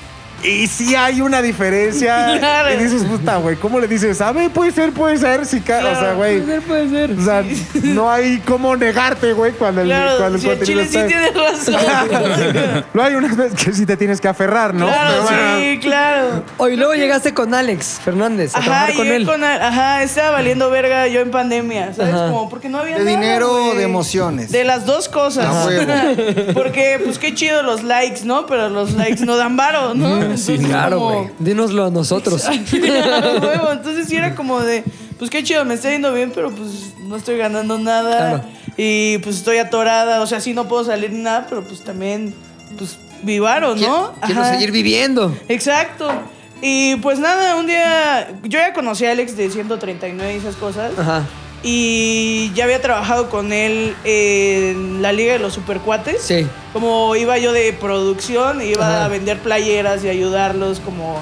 Y sí hay una diferencia.
Claro.
Y dices, puta, güey, ¿cómo le dices? A ver, puede ser, puede ser. Sí, ca- O sea,
Claro.
güey.
Puede ser, puede ser.
O sea, no hay cómo negarte, güey, cuando el, cuando
Claro,
el
si el
contenido
chile sí
está-
tiene razón.
no hay unas veces que sí te tienes que aferrar, ¿no?
Claro,
Pero bueno,
sí, claro.
Hoy luego llegaste con Alex Fernández a
Ajá,
trabajar con
llegué
él.
con al- ajá, estaba valiendo verga yo en pandemia, ¿sabes?
Ajá.
Como porque no había
¿De
nada,
dinero o
güey.
de emociones?
De las dos cosas.
A huevo.
Porque, pues qué chido los likes, ¿no? Pero los likes no dan varo, ¿no? Entonces,
Claro,
como-
güey. Dínoslo a nosotros.
A huevo, Entonces sí era como de, pues qué chido, me está yendo bien, pero pues no estoy ganando nada.
Claro.
Y pues estoy atorada, o sea, sí no puedo salir ni nada, pero pues también, pues vivaro, ¿no?
Quiero
Ajá.
seguir viviendo.
Exacto. Y pues nada, un día yo ya conocí a Alex de 139 y esas cosas.
Ajá.
Y ya había trabajado con él en la Liga de los Supercuates.
Sí.
Como iba yo de producción, iba
Ajá.
a vender playeras y ayudarlos como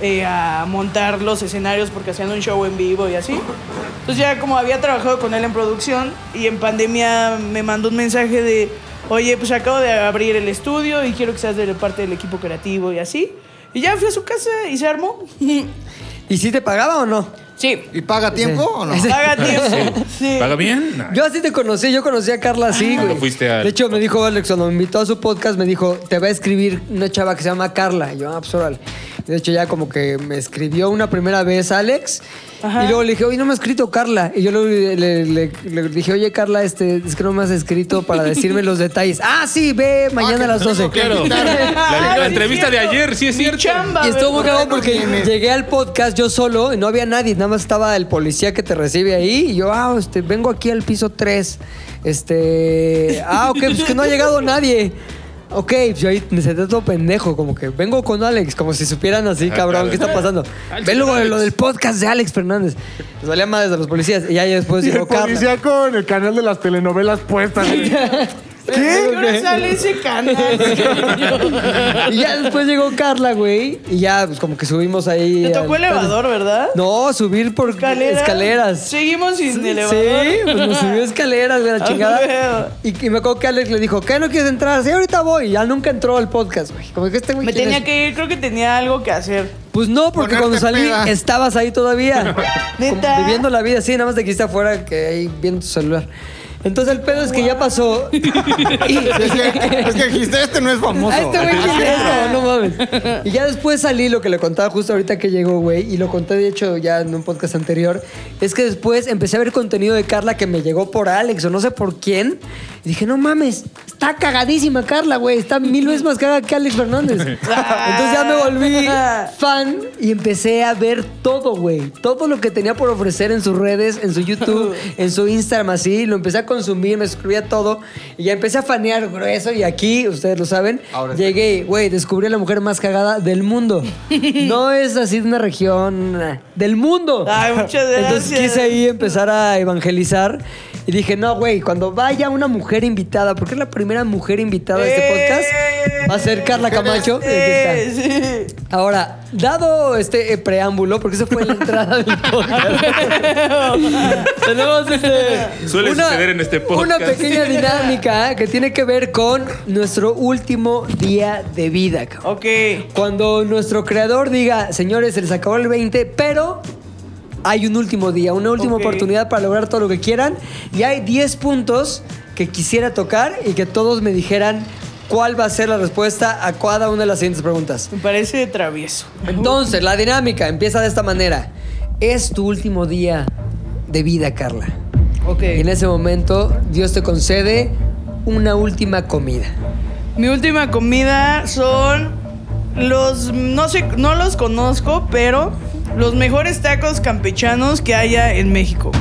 eh, a montar los escenarios porque hacían un show en vivo y así. Entonces ya como había trabajado con él en producción y en pandemia me mandó un mensaje de, oye, pues acabo de abrir el estudio y quiero que seas de parte del equipo creativo y así. Y ya fui a su casa y se armó.
¿Y si te pagaba o no?
sí.
¿Y paga tiempo o no?
Haga tiempo. Sí.
¿Paga bien? No.
Yo así te conocí, yo conocí a Carla así,
Cuando
güey.
Ah, fuiste al-
De hecho, me dijo Alex, cuando me invitó a su podcast, me dijo, te va a escribir una chava que se llama Carla. Y yo, ah, pues órale. De hecho, ya como que me escribió una primera vez Alex.
Ajá.
Y luego le dije, oye, no me ha escrito Carla. Y yo le, le- le- le dije, oye, Carla, este, es que no me has escrito para decirme los detalles. Ah, sí, ve mañana a las 12.
Claro. La,
Ah,
la
sí,
entrevista de
cierto.
ayer, sí es
Mi
cierto.
chamba,
Y estuvo muy
¿verdad?
cagado porque llegué al podcast yo solo y no había nadie, nada más estaba el policía que te recibe ahí y yo, ah, este, vengo aquí al piso 3. Este, ah, ok, pues que no ha llegado nadie. Ok, pues yo ahí me senté todo pendejo, como que vengo con Alex, como si supieran así,
Ah,
cabrón,
claro.
¿qué está pasando?
Alex
Ve luego
Fernández.
lo del podcast de Alex Fernández. Les valía madres a los policías y ya después
y el
llegó Carla.
policía con el canal de las telenovelas puestas.
¿Qué?
¿Qué?
hora sale ese canal?
Y ya después llegó Carla, güey, y ya pues como que subimos ahí.
Te tocó
al-
elevador, ¿verdad?
No, subir por
Escaleras.
escaleras.
Seguimos sin elevador.
Sí, pues nos subió escaleras de la
Ah,
chingada.
huevo.
Y, y me acuerdo que Alex le dijo, ¿qué no quieres entrar? Sí, ahorita voy. Y Ya nunca entró al podcast, güey. Como que este güey.
Me
¿quién
tenía
es?
que ir, creo que tenía algo que hacer.
Pues no, porque
Ponerte
cuando salí
peda.
estabas ahí todavía. Como
¿Neta?
viviendo la vida, sí, nada más te quise afuera que ahí viendo tu celular. Entonces el pedo es que ya pasó.
Es que, es que dijiste, este no es famoso.
A este güey
Ah,
¿quién es? no, no mames. Y ya después salí lo que le contaba justo ahorita que llegó, güey, y lo conté de hecho ya en un podcast anterior, es que después empecé a ver contenido de Carla que me llegó por Alex o no sé por quién, y dije, no mames, está cagadísima Carla, güey, está mil veces más cagada que Alex Fernández. Entonces ya me volví fan y empecé a ver todo, güey, todo lo que tenía por ofrecer en sus redes, en su YouTube, en su Instagram, así, lo empecé a consumir, me suscribía a todo, y ya empecé a fanear grueso, y aquí, ustedes lo saben,
Ahora sí.
llegué Llegué, güey, descubrí a la mujer más cagada del mundo. No es así de una región eh, del mundo.
Ah,
Ay, muchas gracias.
Entonces quise ahí empezar a evangelizar y dije, no, güey, cuando vaya una mujer invitada, porque es la primera mujer invitada a este podcast, va a ser Carla Camacho. Y "Ah, aquí está.
Eh, sí.
Ahora, dado este eh, preámbulo, porque eso fue la entrada del podcast. Tenemos este,
Suele suceder en este podcast.
Una pequeña dinámica ¿eh? que tiene que ver con nuestro último día de vida. cabrón.
Ok.
Cuando nuestro creador diga, señores, se les acabó el 20, pero hay un último día, una última
Ok.
oportunidad para lograr todo lo que quieran. Y hay 10 puntos que quisiera tocar y que todos me dijeran cuál va a ser la respuesta a cada una de las siguientes preguntas.
Me parece travieso.
Entonces, la dinámica empieza de esta manera. Es tu último día de vida, Carla.
Ok.
Y en ese momento, Dios te concede una última comida.
Mi última comida son los no sé no los conozco, pero los mejores tacos campechanos que haya en México.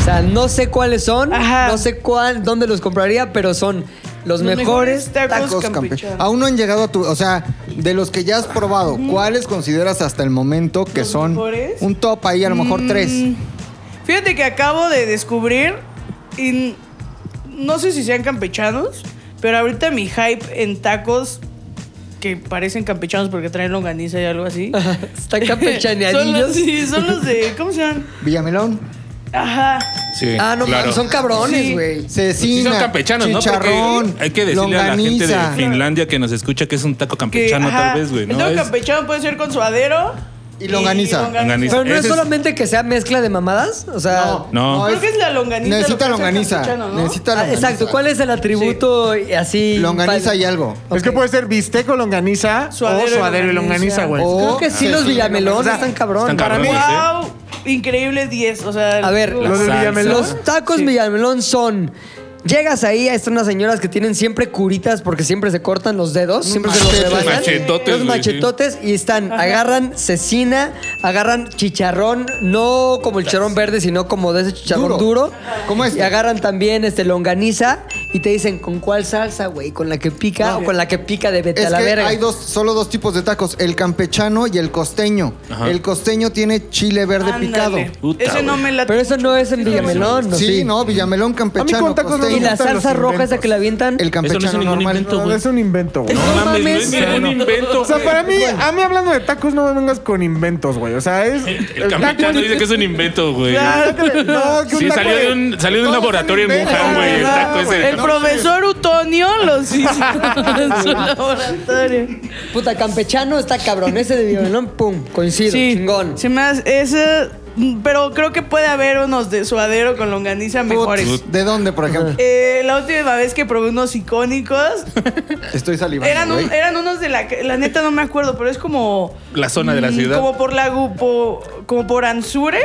O sea, no sé cuáles son,
Ajá.
no sé cuál, dónde los compraría, pero son los, mejores.
Tacos campechanos. Aún no han llegado a tu. O sea, de los que ya has probado, ¿cuáles consideras hasta el momento que
¿Los
son
mejores?
un top ahí, a lo mejor tres?
Fíjate que acabo de descubrir y n- no sé si sean campechanos, pero ahorita mi hype en tacos que parecen campechanos porque traen longaniza y algo así.
Están
Son los,
campechaneadillos.
sí, son los de ¿cómo se llaman?
Villamelón,
Ajá.
Sí,
Ah, no,
claro.
mames, son cabrones,
Sí.
güey.
cecina,
Sí, son campechanos, ¿no?
chicharrón,
Porque hay que decirle a la gente de
longaniza.
Finlandia que nos escucha que es un taco
que,
campechano,
ajá,
tal vez, güey.
El
¿no?
taco
Es-
campechano puede ser con suadero
Y longaniza.
Longaniza.
Pero no es
Ese es-
solamente que sea mezcla de mamadas, o sea...
No,
No.
no,
Creo que es la longaniza. lo que
Necesita
hace
longaniza.
campechano, ¿no?
Necesita
Ah,
longaniza.
exacto, ¿cuál es el atributo así?
Longaniza
infal-
y algo.
Es que puede ser bistec o longaniza
Suadero
o
y
suadero y
longaniza.
longaniza, güey.
O-
Oh, Creo que sí,
Sí,
los
sí,
Villamelón
o sea,
están cabrón.
están
Para mí,
Cabrones,
wow, increíble 10. O sea,
A ver,
Los de
salsa.
Villamelón.
Los tacos Villamelón son. Llegas ahí, están unas señoras que tienen siempre curitas porque siempre se cortan los dedos, siempre se los
machete.
rebajan.
Machetotes,
Los
güey, sí.
machetotes y están, agarran cecina, agarran chicharrón, no como el chicharrón verde, sino como de ese chicharrón
Duro.
duro.
¿Cómo es?
Y agarran también este longaniza y te dicen con cuál salsa, güey, con la que pica o con la que pica de vete
Es
a la
que
verga.
hay dos, solo dos tipos de tacos, el campechano y el costeño.
Ajá.
El costeño tiene chile verde
Ándale.
picado.
Puta,
Ese no
güey.
me la.
Pero eso no es en Villamelón, ¿no?
sí, no, Villamelón
A mí
campechano,
con tacos no me
costeño.
Y la
gustan los
salsa roja esa
inventos.
que la avientan.
El campechano
ningún
normal.
invento,
No, es un invento, güey.
No mames, no es
mames.
ningún invento.
O sea,
güey.
para mí, a mí hablando de tacos, no me vengas con inventos, güey. O sea, es.
El campechano dice que es un invento, güey.
No, que un
Sí,
taco
salió de un, salió
Todos
de un
son
laboratorio en
inventos,
Wuhan, güey. El
Ah,
taco ese.
el profesor Utonio los hizo en su laboratorio.
Puta, campechano está cabrón. Ese de Villamelón, pum, coincido, chingón.
Se me hace. Ese, pero creo que puede haber unos de suadero con longaniza mejores.
¿De dónde, por ejemplo?
Eh, la última vez que probé unos icónicos
Estoy salivando.
eran, un-
güey.
eran unos de la. La neta no me acuerdo, pero es como.
La zona de la
Mm,
ciudad.
Como por la gu- po- como por Anzures,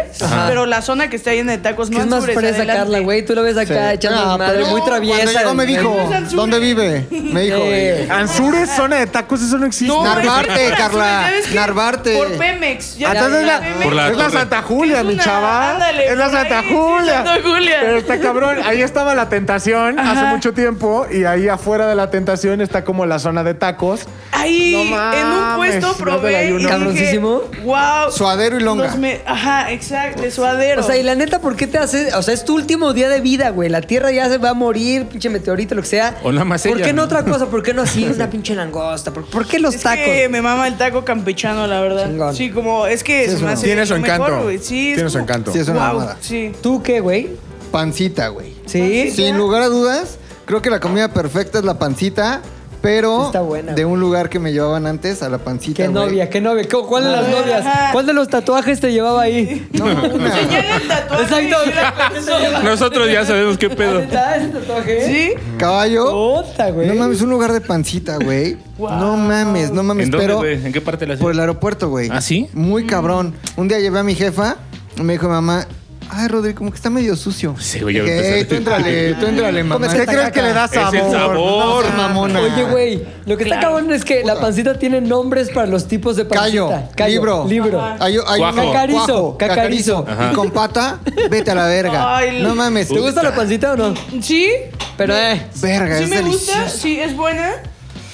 pero la zona que está llena de tacos
¿Qué es más
Anzures,
fresa,
adelante.
Carla, güey? Tú la ves acá
Sí.
echando
Ah,
madre,
pero
muy traviesa.
Cuando llegó me
güey.
dijo,
Anzures.
¿dónde vive? Me dijo.
Eh,
Ansures, zona de tacos, eso no existe.
No, es
Narvarte,
que es por
Carla,
Anzures, ¿sabes qué?
Narvarte.
Por Pemex. ya
Ah, entonces
sabes,
es la-
Pemex.
Por la
es la
torre.
Santa Julia,
Es
mi
una-
chava.
ándale,
es
por
la
ahí,
Santa
sí,
Julia.
Santa Julia.
Pero está cabrón. Ahí estaba la tentación hace mucho tiempo. Y ahí afuera de la tentación está como la zona de tacos.
Ahí,
No
en un
mames,
puesto
no te la
probé
ayuno.
y
Cabroncísimo.
dije, wow.
Suadero y longa.
los me- ajá, exacto, de suadero.
O sea, y la neta, ¿por qué te haces? O sea, es tu último día de vida, güey. La tierra ya se va a morir, pinche meteorito, lo que sea.
O nada más
¿Por
ella,
qué no,
¿no?
otra cosa? ¿Por qué no así una pinche langosta? ¿Por, por qué los
es
tacos?
que me mama el taco campechano, la verdad.
Chingón.
Sí, como, es que se me hace
Tiene su
lo Ah, mejor,
encanto.
güey. Sí, es
Tiene su
como-
encanto.
Sí, es una
wow,
mamada.
Sí.
¿Tú qué, güey?
Pancita, güey.
¿Sí?
Sin lugar a dudas, creo que la comida perfecta es la pancita pero
Está buena,
de
güey.
un lugar que me llevaban antes a la pancita.
¿Qué
güey.
novia? ¿Qué novia? ¿Cu- ¿Cuál de las
Ajá.
novias? ¿Cuál de los tatuajes te llevaba ahí?
No, una.
Señala el tatuaje.
Exacto.
y la persona.
Nosotros ya sabemos qué pedo.
¿Está ese tatuaje?
¿Sí?
Caballo.
Puta, güey.
No mames, un lugar de pancita, güey. No mames, no mames,
¿En dónde,
pero
güey? ¿En qué parte de la
por el
ciudad?
aeropuerto, güey.
¿Ah, sí?
Muy cabrón. Un día llevé a mi jefa, me dijo mi mamá, ay, Rodrigo, como que está medio sucio.
Sí, güey, ya
Dije,
empezaste.
"Ey, tú entrale, tú entrale, mamá.
¿Qué crees que le da sabor?
Es el sabor.
Ah, mamona.
Oye, güey, lo que está cabrón es que la pancita tiene nombres para los tipos de
Callo,
pancita.
libro.
Libro.
Hay- hay-
Cuajo.
Cacarizo,
cuajo,
cacarizo.
Ajá.
Y con pata, vete a la verga.
Ay,
no mames.
¿Te gusta la pancita o no?
¿Sí?
Pero, eh.
Verga,
Sí
es
me gusta,
delicioso.
sí, es buena.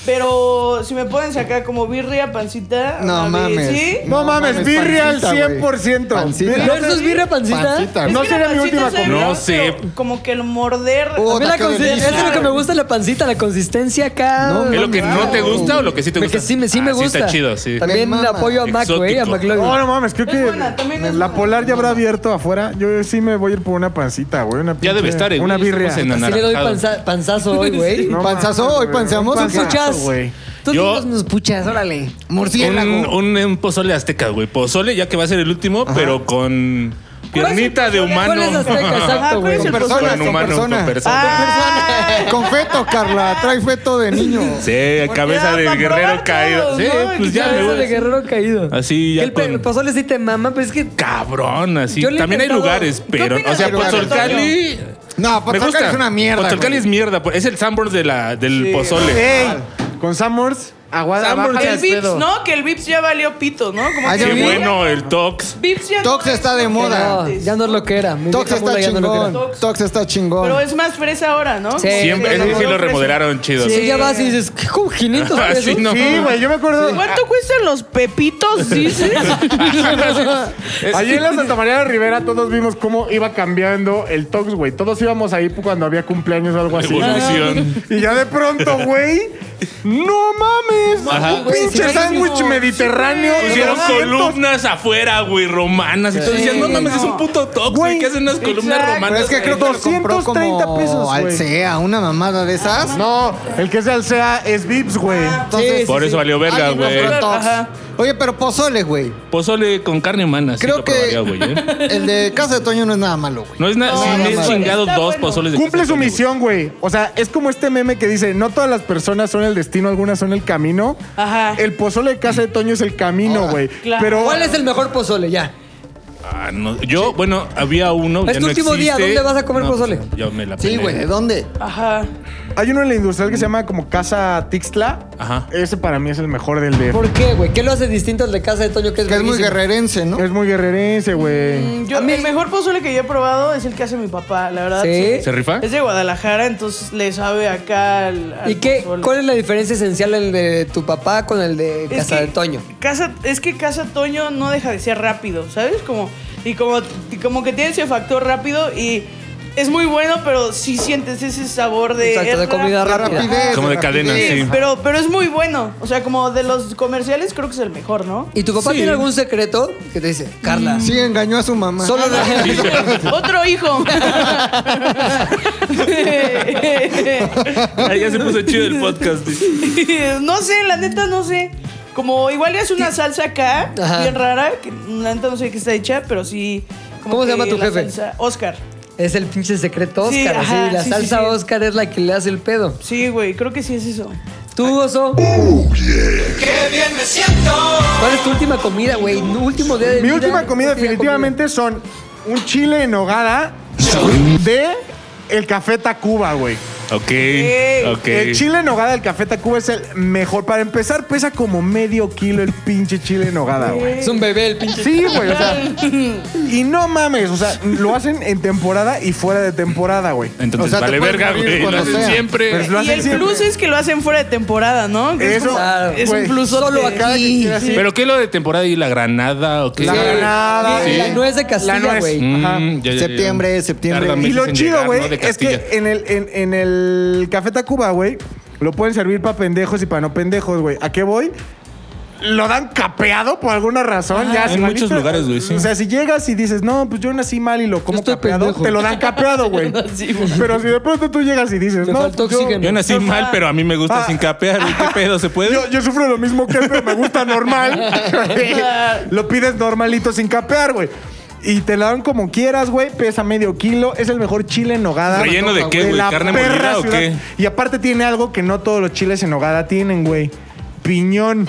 Pero si me pueden sacar como birria, pancita.
No
mami,
mames.
¿Sí?
No mames, birria al
pancita, güey.
100%.
Pancita.
Birria-
¿Versus birria pancita?
Pancita,
Es
No
que la
sería mi
pancita
última
se ve,
comida. No sé.
pero Como que el morder.
Oh,
A mí la
qué
consi-
delicia.
eso es lo que me gusta de la pancita, la consistencia acá.
No,
¿Es lo que no te gusta o lo que sí te gusta?
que sí, me, sí me
Ah,
gusta.
está chido, sí.
También
Me mama.
apoyo a Mac, güey, a
Exótico.
McLovin.
No, no mames, creo
Es
que
buena, también es
la
buena.
polar ya habrá abierto afuera. Yo sí me voy a ir por una pancita, güey. Una
Ya
pinche-
debe estar, eh, güey.
Una birria.
Estamos en
Sí le doy
anaranjado.
panza- panzazo hoy, güey.
No
¿Panzazo?
mames,
¿Hoy
güey.
panseamos
Un
o qué?
panzazo,
Puchas.
güey.
Tú
Yo-
dinos nos puchas, órale.
Un,
Murciélago.
un, un pozole azteca, güey. Pozole, ya que va a ser el último, pero con piernita de
pozole?
humano.
¿Cuál es azteca?
Ajá,
Exacto,
¿cuál
güey.
es el
Con
Con
personas, con
humano,
personas.
con persona.
Ah,
Con feto, Carla. Trae feto de niño.
Sí, cabeza
ya,
del
pa'
guerrero
probar
caído.
todos,
Sí,
¿no?
pues ya
Ya
me
ves
Cabeza
voy.
de guerrero caído.
Así ya
El pe-
con-
el pozole sí te mama, pero es que...
Cabrón, así.
Yo le he
También hay
intentado-
lugares,
¿Qué
pero.
opinas
O sea,
del
Pozolcali.
No,
Me
Pozolcali
gusta.
es una mierda.
Pozolcali es
güey.
mierda. pues, Es el Sanborns de la, del pozole.
Ey, con Samors, aguada,
Sanborns.
bájale
el
al
Vips,
pedo.
¿no? Que el Vips ya valió pito, ¿no? Como
Ah,
que
ya
Qué
vi.
bueno el Tox.
Vips ya
Tox
no es
está de
lo que
moda.
era
No,
antes.
ya no es lo que era. Mi
Tox
vieja
está
mula ya no es lo que era.
chingón. Tox está
Pero
chingón.
es más fresa ahora, ¿no?
Sí.
Siempre,
Como
ese
que
sí lo
fresa.
remodelaron chido.
Sí, ya vas y dices, ¿qué con 500
Ah,
pesos?
sí, no.
Sí, güey, yo me acuerdo.
¿Cuánto cuestan los pepitos, dices?
Allí en la Santa María de Rivera todos vimos cómo iba cambiando el Tox, güey. Todos íbamos ahí cuando había cumpleaños o algo así.
Evolución.
Y ya de pronto, güey, no mames.
Ajá.
Un pinche sándwich mediterráneo.
Pusieron
200
columnas afuera, güey, romanas. Y todos decían, no mames, es un puto Tox, güey. ¿Qué hacen unas columnas
Exacto.
romanas?
Pero es que creo que lo compró
230
como
pesos, güey.
al CEA, una mamada de esas.
No, el que sea el sea es Vips, güey.
Entonces,
Por eso valió verga,
alguien
güey.
compró Tox.
Ajá.
Oye, pero pozole, güey.
Pozole con carne humana. sí
Creo
lo
que
probaría, güey, ¿eh?
el de Casa de Toño no es nada malo, güey.
No es nada. sí,
no,
me he
no,
chingado
está
dos
bueno.
pozoles de
Cumple
queso,
su
güey.
misión, güey. O sea, es como este meme que dice, no todas las personas son el destino, algunas son el camino.
Ajá.
El pozole de casa de Toño es el camino, güey.
Claro.
Pero
¿Cuál es el mejor pozole? Ya.
Ah, no. Yo, bueno, había uno.
Es
ya
tu
no
último día,
existe.
¿dónde vas a comer
No,
pozole?
pues, Yo me la
Sí,
pelé.
güey, ¿de dónde?
Ajá.
hay uno en la industrial que se llama como Casa Tixtla.
Ajá.
Ese para mí es el mejor del de.
¿Por qué, güey? ¿Qué lo hace distinto al de casa de Toño que es
Que es muy
buenísimo?
guerrerense, ¿no?
Es muy guerrerense, güey.
Yo, el mejor pozole que yo he probado es el que hace mi papá, la verdad.
¿Sí?
¿Se rifa?
Es de Guadalajara, entonces le sabe acá al, al
¿Y qué,
pozole.
cuál es la diferencia esencial el de tu papá con el de
Es
Casa
que
de Toño?
Casa, es que Casa Toño no deja de ser rápido, ¿sabes? Como, y como, y como que tiene ese factor rápido y es muy bueno, pero sí sientes ese sabor de.
Exacto, de
es
comida
rápido.
rápida.
Rapidez,
Como de
rapidez.
cadena, sí.
Pero, pero es muy bueno. O sea, como de los comerciales, creo que es el mejor, ¿no?
¿Y tu papá
Sí.
tiene algún secreto que te dice,
Mm.
Carla?
Sí, engañó a su mamá.
Solo
Otro hijo.
Ahí ya se puso chido el podcast. sí.
no sé, la neta no sé. Como igual es una salsa acá,
Ajá.
bien rara, que la neta no sé de qué está hecha, pero sí. como
¿Cómo se
que
llama tu
la
jefe?
salsa- Oscar.
es el pinche secreto Oscar. Sí,
Sí, ajá,
la
sí, sí,
salsa
sí.
Oscar es la que le hace el pedo.
Sí, güey, creo que sí es eso.
¿Tú,
Oh,
oso? ¿Cuál es tu última comida, güey? Último día de
Mi
vida,
última comida definitivamente son un chile en hogada de el Café Tacuba, güey.
Ok, ok.
El chile en hogada del Café Tacuba es el mejor. Para empezar, pesa como medio kilo el pinche chile en hogada, güey.
Es un bebé el pinche.
Sí, güey, o sea. Y no mames, o sea, lo hacen en temporada y fuera de temporada, güey.
Entonces,
O sea, te
vale
puedes
verga,
morir
güey. Lo
cuando
hacen
sea.
siempre.
Pero es pues Lo
y
hacen
el
siempre.
plus es que lo hacen fuera de temporada, ¿no? Que es
Eso, ah,
como-
Claro,
es un
güey.
plus.
Solo acá.
Y-
y-
sí.
¿Pero qué es lo de temporada y la granada o qué?
La
Sí.
granada.
Sí.
La nuez de
La
Castilla,
nuez.
güey.
Mm,
Ajá.
ya, ya, ya.
Septiembre, septiembre.
Tarda
Y
meses
lo
en
chido,
llegar,
güey,
¿no? De
es que
Castilla.
en el, en, en el Café Tacuba, güey, lo pueden servir para pendejos y para no pendejos, güey. ¿A qué voy? lo dan capeado por alguna razón.
Ah,
ya,
en
si
muchos
valiste-
lugares, güey, sí.
O sea, si llegas y dices, no, pues yo nací mal y lo como
estoy
capeado,
pendejo.
te lo dan capeado, güey. Pero si de pronto tú llegas y dices,
Me
no,
faltó
pues yo,
oxígeno".
Yo nací mal, pero a mí me gusta
Ah.
sin capear. güey. ¿Qué pedo? ¿Se puede?
yo, yo sufro lo mismo que él, pero me gusta normal. lo pides normalito sin capear, güey. Y te la dan como quieras, güey. Pesa medio kilo. Es el mejor chile en nogada.
¿Relleno de qué, güey?
la
¿Carne
perra
molida o
ciudad.
qué?
Y aparte tiene algo que no todos los chiles en nogada tienen, güey. Piñón.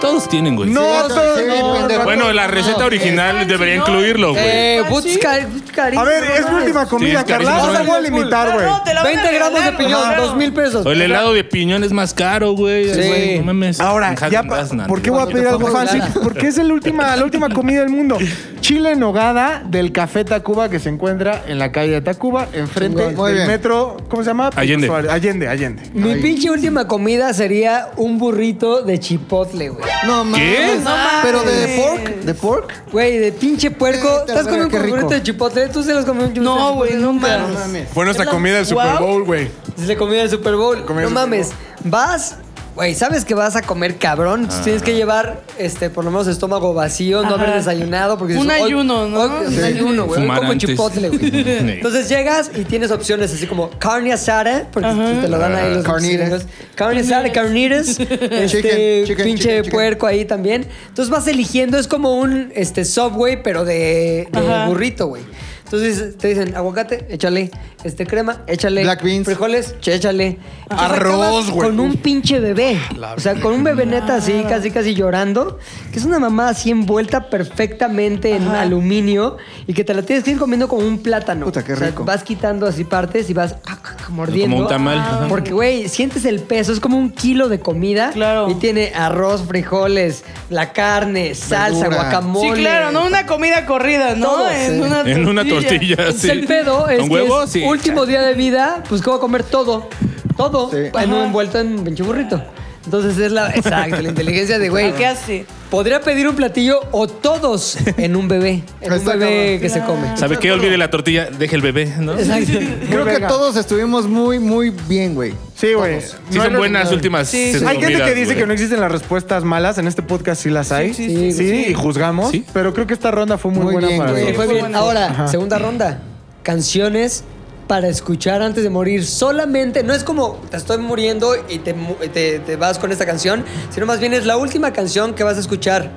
Todos tienen, güey.
No,
sí,
todos
sí,
no,
pendejo.
no,
Pues Bueno, la receta original
Está
debería
chingón.
incluirlo, güey.
Eh,
¿Ah,
putz,
sí?
cari- putz,
A
carísimo,
ver, es
no
mi última
mames.
comida,
es
Carla.
carísimo,
No la
güey.
voy a limitar, güey.
"Ah, te la van a
20 gramos de
regalar,
piñón,
claro.
2 mil pesos.
O el helado de piñón es más caro, güey.
Sí.
Güey, No mames.
Ahora,
En Häagen-Dazs,
ya pa-
no,
¿por qué
no.
voy a
Cuando
pedir
te
algo
pongas
fancy?
nada.
Porque es el última, la última comida del mundo. Chile en nogada del Café Tacuba que se encuentra en la calle de Tacuba, enfrente
Chingón. Muy
del
bien.
metro, ¿cómo se llama?
Allende.
Suárez. Allende, Allende.
Mi pinche última comida sería un burrito de chipotle, güey.
No mames.
No mames.
Pero de pork, de pork.
Güey, de pinche puerco.
Eh, te
¿Estás
la verga,
comiendo
qué
un burrito
rico.
de chipotle? ¿Tú se los comes un burrito de
No, güey,
chipotle?
no
Nunca.
mames.
Fue nuestra
Es la-
comida del Super
Wow.
Bowl, güey.
Es la comida del Super Bowl.
Comida del
no
Super
mames. Vas, güey, sabes que vas a comer cabrón. Entonces Tienes que llevar, este, por lo menos estómago vacío, no
Ajá.
haber desayunado. Porque
Un
dices, hoy-
ayuno, ¿no?
hoy-
Sí.
Un ayuno, güey. Hoy
Fumar
Como
antes.
chipotle, güey. Entonces llegas y tienes opciones así como carne asada, porque te lo dan ahí los
Carnitas.
gringos. Carne asada, carnitas, este,
Chicken, chicken,
pinche
chicken, chicken.
puerco ahí también. Entonces vas eligiendo, es como un este, subway, pero de, de
Ajá.
burrito, güey. Entonces te dicen aguacate, échale, este crema, échale,
Black beans.
frijoles, che, échale. Entonces,
Arroz,
acabas
güey.
Con un pinche bebé. O sea, con un bebé neta así, casi casi llorando, que es una mamá así envuelta perfectamente en
Ajá.
aluminio y que te la tienes que ir comiendo como un plátano.
Puta, qué
O sea,
rico.
vas quitando así partes y vas ah, ah, ah, mordiendo.
Como un tamal. Ajá.
Porque, güey, sientes el peso, es como un kilo de comida.
Claro.
Y tiene arroz, frijoles, la carne, salsa,
Verdura.
guacamole.
Sí, claro, no una comida corrida, ¿no?
Todo,
en,
sí.
una
En una tortilla,
Entonces,
sí.
el pedo es
¿Con
que
huevo?
es
Sí.
último día de vida, pues que voy a comer todo, todo,
Sí.
en un envuelto en un pinche burrito. Entonces es la, exacto, la inteligencia de güey.
¿A ¿Qué hace?
Podría pedir un platillo o todos en un bebé, en un
Está
bebé
cabrón.
que se come.
¿Sabe qué? Olvide la tortilla, deje el bebé, ¿no? Sí
Exacto.
Creo que
verga.
todos estuvimos muy, muy bien, güey.
Sí, güey. No
son
hay-
buenas últimas
Sí, sí.
Hay gente que
comidas,
dice
güey.
que no existen las respuestas malas. En este podcast sí las hay.
sí,
Sí,
sí,
y juzgamos.
Sí.
Pero creo que esta ronda fue muy,
Muy
buena
bien,
para
güey.
nosotros.
Ah, Fue bien.
buena.
Ahora, segunda ronda. Canciones para escuchar antes de morir. Solamente, no es como te estoy muriendo y te, mu- te- te vas con esta canción, sino más bien es la última canción que vas a escuchar.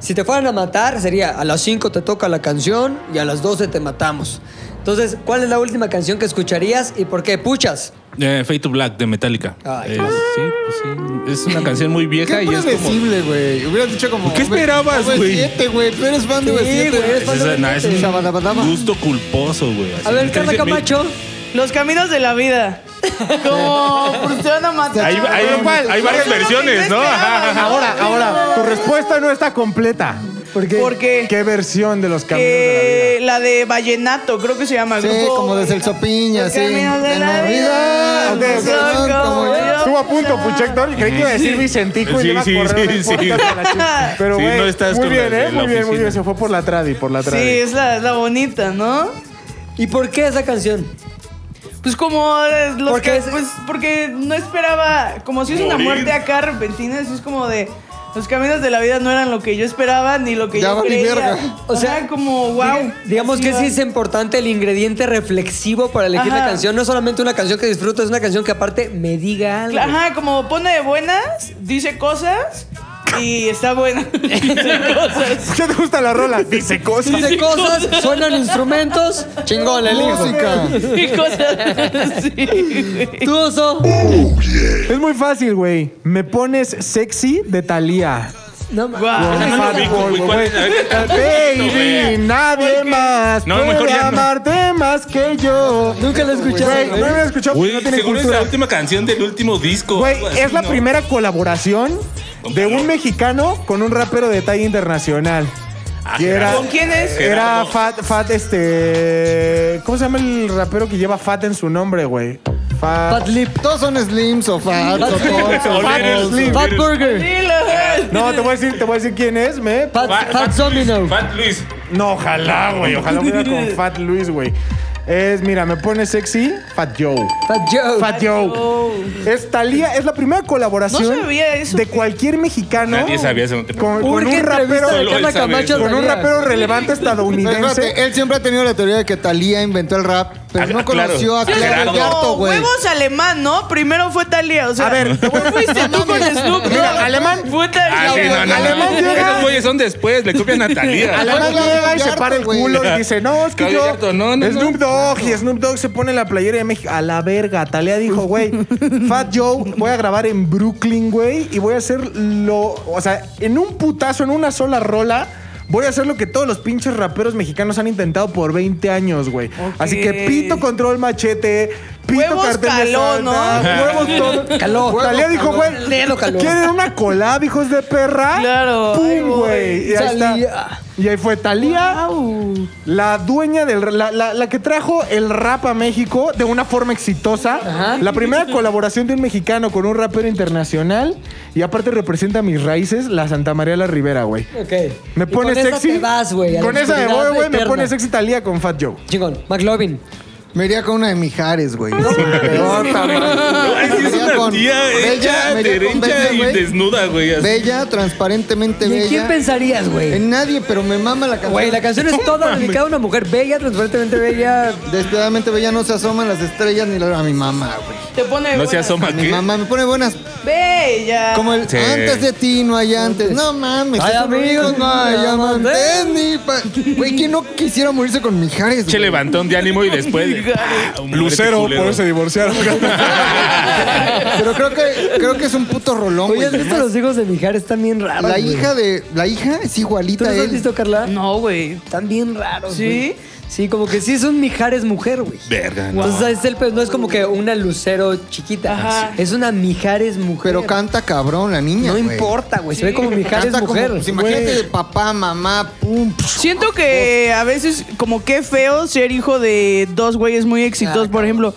Si te fueran a matar, sería a las 5 te toca la canción y a las 12 te matamos. Entonces, ¿cuál es la última canción que escucharías y por qué? Puchas.
Eh, Fade to Black de Metallica.
Ay,
Eh, sí, pues sí. Es una canción muy vieja
Qué
y es como.
predecible, güey. Hubieras dicho como.
¿Qué esperabas,
como
güey?
siete, güey. Tú eres fan de
Sí,
V7,
güey, eres
Es,
fan
es- no, es un
Shabadabadaba.
gusto culposo, güey. así.
A ver, Carla
Entonces,
Camacho.
Los caminos de la vida. Como, pues te van a matar.
Hay, hay- hay varias
Eso es lo que
versiones,
yo
¿no?
esperaba,
Ajá, ajá.
Ahora, ahora, tu respuesta no está completa. ¿Por qué?
Porque-
¿Qué versión de los caminos de la vida?
Eh, la de Vallenato, creo que se llama.
Sí,
grupo-
como de Celso Piña,
Los
sí.
caminos de
En
la
la vida,
vida.
de
son
Celso,
como
como yo.
yo.
Estuvo a punto, Puchector. Creí que iba a decir Vicentico y
Sí,
le iba a
sí,
correr
sí,
el
sí.
podcast a la chingada. Pero,
Sí,
güey,
no estás
muy
con
bien,
la de la
¿eh? Muy bien, muy
oficina.
bien. Se fue por la tradi, por la
Sí,
tradi.
es la, es la bonita, ¿no?
¿Y por qué esa canción?
Pues como eh, los
Porque
que-
es-
pues, porque no esperaba, como si es una
Morir.
muerte acá repentina, así es como de los caminos de la vida no eran lo que yo esperaba ni lo que
Ya
yo
valí
creía.
verga.
O
O sea,
sea,
como wow.
Diga- Digamos que sí es importante el ingrediente reflexivo para elegir la
Ajá.
canción. No es solamente una canción que disfruto, es una canción que aparte me diga algo.
Ajá, como pone de buenas, dice cosas y está buena. dice cosas.
¿Qué te gusta la rola? Dice cosas.
Dice cosas, suenan instrumentos. Chingón, el
Música.
Y cosas. Sí, güey.
Tú, oso.
Es muy fácil, güey. Me pones sexy de Thalía.
No, ma-
Guau.
Con
Ah, no la
Fat
ubico,
Boy,
güey.
güey.
¿Cuál es? A ver,
Baby,
güey.
nadie más
No, mejor
puede
ya no.
amarte más que yo.
Nunca la he escuchado.
Güey, no
güey.
me he escuchado porque no
Güey,
tiene
seguro es
cultura.
la última canción del último disco.
Güey,
algo así,
es la
Pues, ¿no?
primera colaboración
Con
de
Carlos.
un mexicano con un rapero de talla internacional.
Ah,
Y era-
Gerardo.
¿Con quién es?
Era
Gerardo.
Fat, Fat, este. ¿Cómo se llama el rapero que lleva Fat en su nombre, güey? Fat.
Fat Lip.
Todos son slims o fat o tops o
Oler el
famosos.
slim.
Fat Burger.
Sí, lo-
No, te voy a decir, te voy a decir quién es, me.
Fat,
Fat-
Fat Domino.
Fat Luis.
No, ojalá, güey. Ojalá fuera con Fat Luis, güey. Es, mira, me pone sexy Fat Joe.
Fat Joe.
Fat Joe. Es Thalía, es la primera colaboración
No sabía eso.
de cualquier mexicano.
Nadie sabía eso, no te
con, con
Urge
un
entrevista de
rapero.
Solo
Carla
él sabe
Camacho
eso.
Con un
Thalía.
rapero relevante
Pero espérate,
estadounidense.
él siempre ha tenido la teoría de que Talía inventó el rap, pero
Ah,
no
claro.
conoció a
Sí,
Claudio
Gerardo.
Yarto,
Como
güey.
huevos alemán, ¿no? Primero fue Talía, o sea.
A ver, te voy
¿cómo fuiste tú con Snoop?
Mira, alemán.
Fue Thalía,
Ah, sí,
güey.
no, no, no.
Alemán llega-
Esos güeyes son después, le copian a Talía.
Alemán
Claudio
llega y se
Yarto,
para el
güey.
culo y dice, no, es que
Claudio
yo...
Yarto, no, no,
Snoop Dogg. Y Snoop Dogg se pone la playera de México. A la verga. Talía dijo, güey, Fat Joe, voy a grabar en Brooklyn, güey. Y voy a hacer lo... O sea, en un putazo, en una sola rola... Voy a hacer lo que todos los pinches raperos mexicanos han intentado por 20 años, güey. Así que pito control machete, pito
Huevos
cartel de
caló, ¿no?
Santa, Huevos todo.
Caló.
Talía dijo, güey,
Dedo caló.
¿quieren una collab, hijos de perra?
Claro, ahí
¡Pum,
voy.
güey! Y ahí está.
Thalía.
Y ahí fue Talía,
Au.
la dueña del ra- la, la- la que trajo el rap a México de una forma exitosa. La primera colaboración de un mexicano con un rapero internacional. Y aparte representa mis raíces, la Santa María la Rivera, güey.
Ok.
Me
Y
pone
con esa
sexy.
te vas, güey. a la
Con esa me
oscuridad
voy, güey. Me
eterna.
pone sexy Talía con Fat Joe.
Chingón. McLovin.
Me iría con una de Mijares, güey. Otra,
Ay, sí, es
Me iría
una
con
tía
Bella,
hecha,
me iría con
derecha
Bella,
y
güey.
desnuda, güey. así.
Bella, transparentemente
¿Y
bella.
en quién pensarías, güey?
En nadie, pero me mama la canción.
Güey, la canción es toda dedicada a una mujer bella, transparentemente bella.
Despiadadamente bella no se asoman las estrellas ni la- a mi mamá, güey.
Te pone.
No se
buena.
asoma
A mi
aquí.
mamá me pone buenas.
Bella.
Como el
Sí.
antes de ti, no hay antes. No mames.
Hay
esos
amigos,
ruidos, no hay amantes ni pa- Güey, ¿quién no quisiera morirse con Mijares?
Che
güey?
levantón de ánimo y después. ah, un
Lucero,
culero.
por eso se divorciaron.
Pero creo que, creo que es un puto rolón,
Oye,
güey.
¿has visto los hijos de Mijares? Están bien raros.
La
güey.
hija de. La hija es
¿Tú
igualita
los
a
has
él.
visto, Carla?
No, güey.
Están bien raros,
¿Sí?
güey. Sí, como que sí es un Mijares mujer, güey.
Verga, no.
Entonces, es el pe- no es como que una lucero chiquita. Ah,
Ajá.
Es una Mijares mujer.
Pero canta cabrón la niña.
No
güey.
importa, güey. Se ve como Mijares
Canta como-
mujer.
pues, imagínate de papá, mamá, pum. psh.
Siento que a veces, como qué feo ser hijo de dos güeyes muy exitosos. Por ejemplo,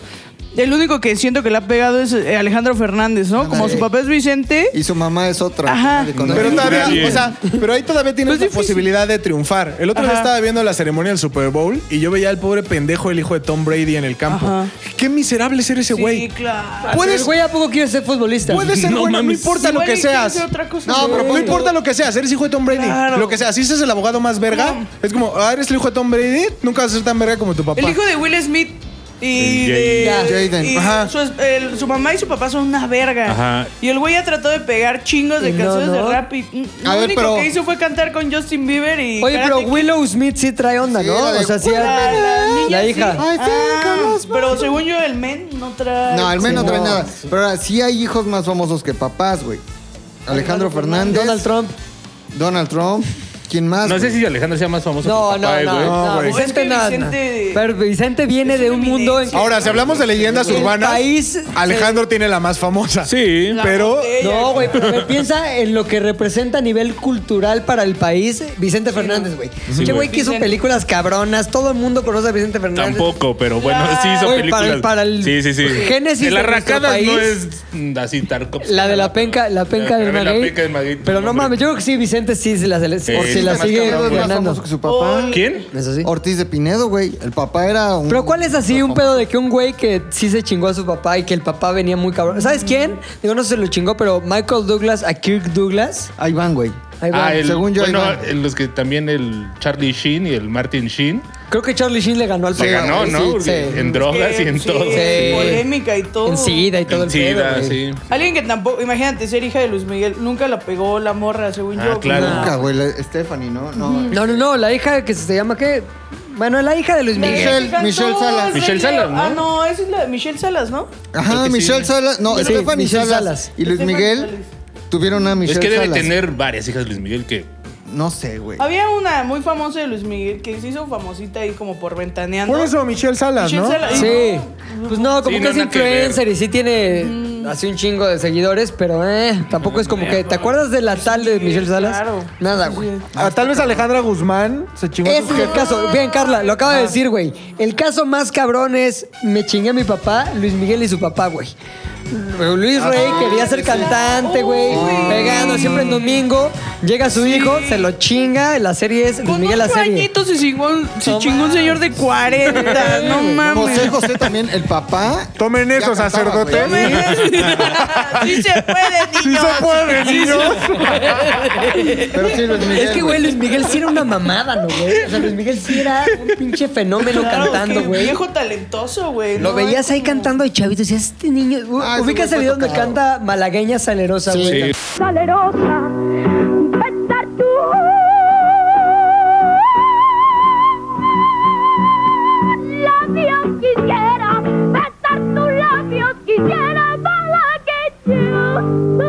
el único que siento que le ha pegado es eh, Alejandro Fernández, ¿no? Como
Ándale.
su papá es Vicente.
Y su mamá es otra.
Ajá.
Con-
Pero todavía,
Bien.
o sea, pero ahí todavía tienes
Pues
la
difícil.
posibilidad de triunfar. El otro día
Ajá.
estaba viendo la ceremonia del Super Bowl y yo veía al pobre pendejo, el hijo de Tom Brady en el campo.
Ajá.
Qué miserable ser ese güey.
Sí, claro.
Puedes,
Puedes,
güey, ¿a poco quieres ser futbolista?
puedes ser
No
bueno, no
mames.
importa lo
Igual
que
y quiere
seas.
hacer otra cosa,
no,
güey.
pero no importa lo que seas, eres hijo de Tom Brady.
Claro.
Lo que sea, si eres el abogado más verga, es como, ah, eres el hijo de Tom Brady, nunca vas a ser tan verga como tu papá.
El hijo de Will Smith y
El
de
Jaden.
y
Ajá.
Su, es- el- su mamá y su papá son una verga.
Ajá.
Y el güey ha tratado de pegar chingos de
Y no,
canciones
¿no?
de rap y mm, lo
A ver,
único
pero-
que hizo fue cantar con Justin Bieber y
Oye, pero
Karate Kid.
Willow Smith sí trae onda,
Sí,
¿no?
la de-
o sea, sí.
Willow-
la, la niña
la
sí.
hija.
I think I
Ah,
lost my-
pero según yo el men no trae
No, al
Sí,
menos no trae
no.
nada. Pero ahora sí hay hijos más famosos que papás, güey. Alejandro Fernández,
Donald Trump.
Donald Trump. ¿Quién más?
No sé
güey?
si Alejandro sea más famoso
No,
que
no,
papá,
no.
güey.
no,
güey.
Es que
Vicente nada.
Vicente-
Pero Vicente viene
Es
de un
una
mundo en.
eminencia.
Ahora, si hablamos de leyendas
El
urbanas,
país-
Alejandro tiene la más famosa.
Sí.
La
pero-
botella.
No, güey, pero a ver, piensa en lo que representa a nivel cultural para el país Vicente Fernández, güey. Che, güey, que hizo
Vicente.
películas cabronas. Todo el mundo conoce a Vicente Fernández.
Tampoco, pero bueno, sí hizo
Güey,
películas.
para- para el
sí, sí, sí.
génesis
El
de nuestro
arracadas no
país.
es mm, así Tarkovsky.
La de la penca, la penca del
La
maguey.
penca del maguey.
Pero no
hombre.
mames, yo creo que sí, Vicente sí se la, se la-
Sí,
o
sí,
se la
Más que
sigue
Alejandro es más
ganando.
famoso que su
Oh,
papá.
¿Quién?
Eso sí.
Ortiz de Pinedo, güey. El papá era un.
Pero ¿cuál es así un pedo de que un güey que sí se chingó a su papá y que el papá venía muy cabrón? ¿Sabes quién? Digo, no se lo chingó, pero Michael Douglas a Kirk Douglas.
Ahí van, güey.
Ahí va.
Ah, el,
según yo, ahí
bueno,
va.
en los que también el Charlie Sheen y el Martin Sheen
Creo que Charlie Sheen le ganó al
se
papá.
ganó,
güey.
¿no?
Sí,
Porque
sí.
En drogas y en
Sí,
todo.
Polémica y todo.
En SIDA y todo
En
el pedo,
SIDA,
güey.
sí.
Alguien que tampoco, imagínate, ser hija de Luis Miguel, nunca la pegó la morra, según
Ah,
yo.
claro.
Nunca, güey. la- Stephanie, ¿no? No.
No, no, no, la hija que se llama qué? Bueno, la hija de Luis
La
Miguel.
que
Michelle-
cantó
Michelle Salas.
Rey
Michelle
León.
Salas, ¿no?
Ah, no, esa es la de Michelle Salas, ¿no?
Ajá,
Creo que
Michelle
sí.
Salas. No,
Sí,
Stephanie
Michelle
Salas,
Salas.
Y Luis
Stephanie
Miguel
Salas.
tuvieron a Michelle
es que debe
Salas.
tener varias hijas Luis Miguel que
No sé, güey.
Había una muy famosa de Luis Miguel que se hizo famosita ahí como por ventaneando.
Por eso Michelle Salas,
Michelle
¿no?
Salas.
Sí. Pues no, como que
Sí, no,
es
nada que ver.
influencer y sí
Mm.
tiene así un chingo de seguidores, pero eh, tampoco es como que. ¿Te acuerdas de la tal de Michelle Salas?
claro.
Nada, güey.
Ah, tal vez Alejandra Guzmán se chingó. a
Es
su
el
jefe.
caso. Bien, Carla, lo
Ah.
acaba de decir, güey. El caso más cabrón es me chingué a mi papá, Luis Miguel y su papá, güey.
Ah.
Luis Rey quería ser cantante, güey, pegando siempre en domingo. Llega su
Sí.
hijo, se lo chinga, la serie es Luis
Con
Miguel la
ocho
serie.
añitos se chingó, un- se
No
chingó un
mames.
señor de 40. no
José
mames.
José también, el papá.
Tomen
ya
eso,
cantaba,
sacerdote.
güey.
sí se puede, niños.
Sí se puede, niños.
Pero sí, Luis Miguel.
Es que, güey, Luis Miguel sí era una mamada, ¿no, güey? O sea, Luis Miguel sí era un pinche fenómeno
Claro,
cantando,
qué
güey.
Viejo talentoso, güey.
Lo
¿no?
veías ahí cantando de chavito y decías, este niño... U-
Ah, ese güey
ubicas
fue
el video donde
tocado.
canta malagueña salerosa, güey.
salerosa, besar tú. Labios quisiera, besar tus labios quisiera para que yo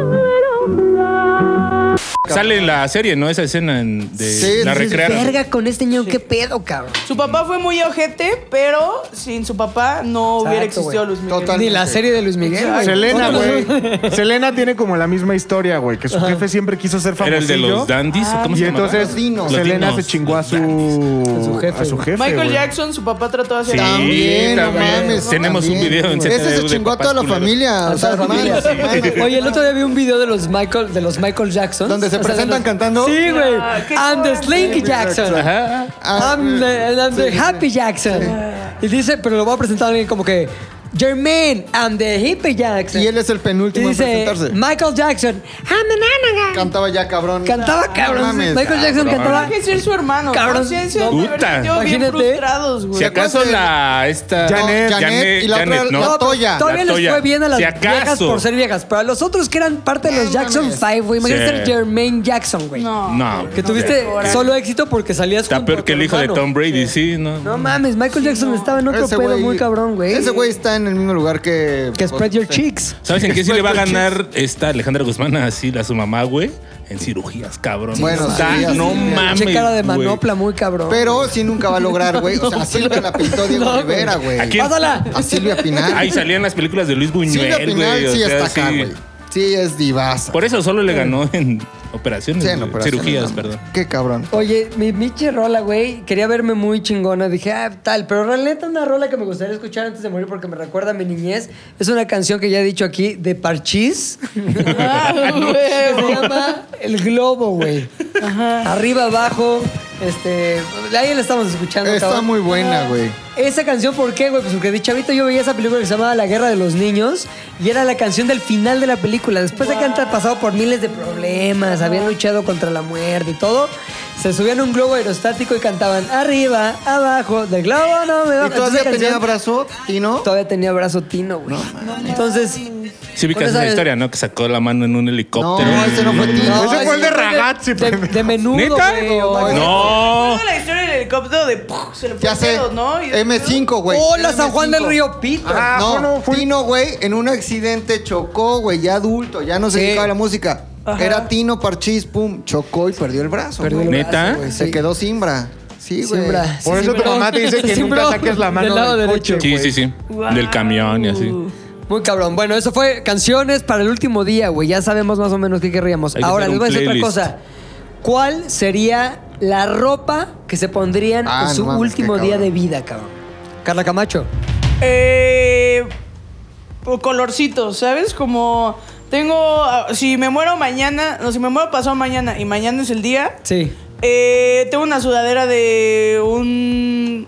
salerosa.
Sale en la serie, ¿no? Esa escena en- de
Sí,
la
sí, sí,
recrearon.
Verga con este niño, qué pedo, cabrón.
Su papá fue muy ojete, pero sin su papá no hubiera
Exacto,
existido
güey.
Luis Miguel.
Total.
Ni la serie de Luis Miguel, güey.
Selena,
Otro-
güey. Selena tiene como la misma historia, güey, que su jefe siempre quiso ser famoso.
Era el de los dandies. ¿o ¿Cómo
Ah, Y
se llamaba?
entonces
Los dinos.
Selena
Los dinos,
se chingó a
los
su,
dandies.
a su jefe.
jefe, güey.
Michael
güey.
Jackson, su papá trató de hacer.
También, no
también.
mames.
Tenemos un
también,
video en
güey. Ese se
CTDU de
chingó a
papás
toda la
culeros.
familia. O sea,
Hasta familia.
hermanos, hermanos.
Oye, el otro día vi un video de los Michael, de los Michael Jackson.
Donde se presentan cantando.
Sí, güey.
Ah, qué
I'm the Slinky Jackson.
Ajá.
Ah,
I'm the, and I'm the Happy Jackson. Y dice, pero lo voy a presentar a alguien como que, Jermaine, I'm the Hippie Jackson.
Y él es el
Y
penúltimo en
dice,
presentarse.
Michael Jackson, I'm the Nanaga.
Cantaba ya, cabrón.
Cantaba
No
cabrón.
mames,
Michael Jackson
cabrón.
cantaba.
Tiene que ser su hermano.
Cabrón.
¿no? Sí, sí, de haber
Puta.
sido bien
Imagínate.
frustrados, güey.
Si acaso
acuerdas de-
la. Esta.
No, Janet. y la otra-
¿no?
la otra- Toya.
Todavía
La
les
Toya.
fue bien a las
Si acaso.
viejas por ser viejas. Pero a los otros que eran parte de los
No
Jackson
mames.
5, güey. Imagínate
Sí.
ser Jermaine Jackson, güey.
No.
Que tuviste solo éxito porque salías
Está
junto a
peor
tu
que el hijo de
hermano.
Tom Brady, sí, ¿no?
No mames, Michael Jackson estaba en otro
Ese
pedo
güey-
muy cabrón, güey.
Ese güey está en el mismo lugar que. pues,
Que spread your
Sí.
cheeks.
¿Sabes en qué sí le va a ganar esta Alejandra Guzmán así a su mamá, güey? En cirugías, cabrón.
Bueno,
Está-
sí, así
no
es.
mames.
Che cara de
güey.
manopla muy cabrón.
Pero sí nunca va a lograr, güey. O sea, así lo que la pintó Diego
No,
Rivera, güey.
¿A quién?
Pásala.
A Silvia Pinal.
Ahí salían las películas de Luis
Silvia
Buñuel,
Pinal
güey. o
sí
sea,
está acá,
sí.
güey. Sí, es divasa.
Por eso solo le ganó en operaciones,
Sí, en
güey.
operaciones,
cirugías,
no,
perdón.
Qué cabrón.
Oye, mi pinche rola, güey, quería verme muy chingona. Dije, ah, tal, pero realmente una rola que me gustaría escuchar antes de morir porque me recuerda a mi niñez. Es una canción que ya he dicho aquí de Parchís. que se llama El Globo, güey. Arriba, abajo. Este, ahí la estamos escuchando.
Está
cabrón.
muy buena, güey.
Esa canción, ¿por qué, güey? Pues porque de chavito yo veía esa película que se llamaba La Guerra de los Niños y era la canción del final de la película. Después de que han tra- pasado por miles de problemas, habían luchado contra la muerte y todo, se subían a un globo aerostático y cantaban arriba, abajo, del globo no me bajo.
¿Y todavía
Entonces, esa
tenía
canción-
abrazo, Tino?
Todavía tenía brazo tino, güey. Entonces...
Sí, vi que
con
esa
esa-
historia, ¿no? Que sacó la mano en un helicóptero.
No, ese no fue Tino.
Ese fue el de
yo creo que
Ragazzi,
de,
pendejo.
de menudo,
¿Neta?
güey, o-
No.
Toda la historia del helicóptero de. ¡puf! Se le fue
Ya
el
sé.
pedo, ¿no? Y-
M5, güey.
Hola,
Era
San Juan
M5.
del Río Pito.
Ah,
No,
fue, no, fue-
Tino, güey, en un accidente chocó, güey, ya adulto, ya no se
Sí.
dedicaba a la música. Era Tino Parchís, pum, chocó y perdió el brazo.
Perdió el
güey.
¿Neta? brazo,
Güey, Se quedó simbra. Sí, güey.
Siembra.
Por eso tu
Siembró.
mamá te dice que nunca
Siembró
saques la mano
del lado
del
derecho.
Sí, sí, sí. Del camión y así.
Muy cabrón. Bueno, eso fue canciones para el último día, güey. Ya sabemos más o menos qué querríamos.
Hay que
Ahora
hacer
les
un
voy a decir otra
playlist.
cosa. ¿Cuál sería la ropa que se pondrían
Ah,
en
no
su
mames,
último
qué
día de
cabrón.
vida, cabrón? Carla Camacho.
Eh, o colorcitos, ¿sabes? Como tengo, ah, si me muero mañana, no, si me muero pasado mañana y mañana es el día,
Sí.
eh, tengo una sudadera de un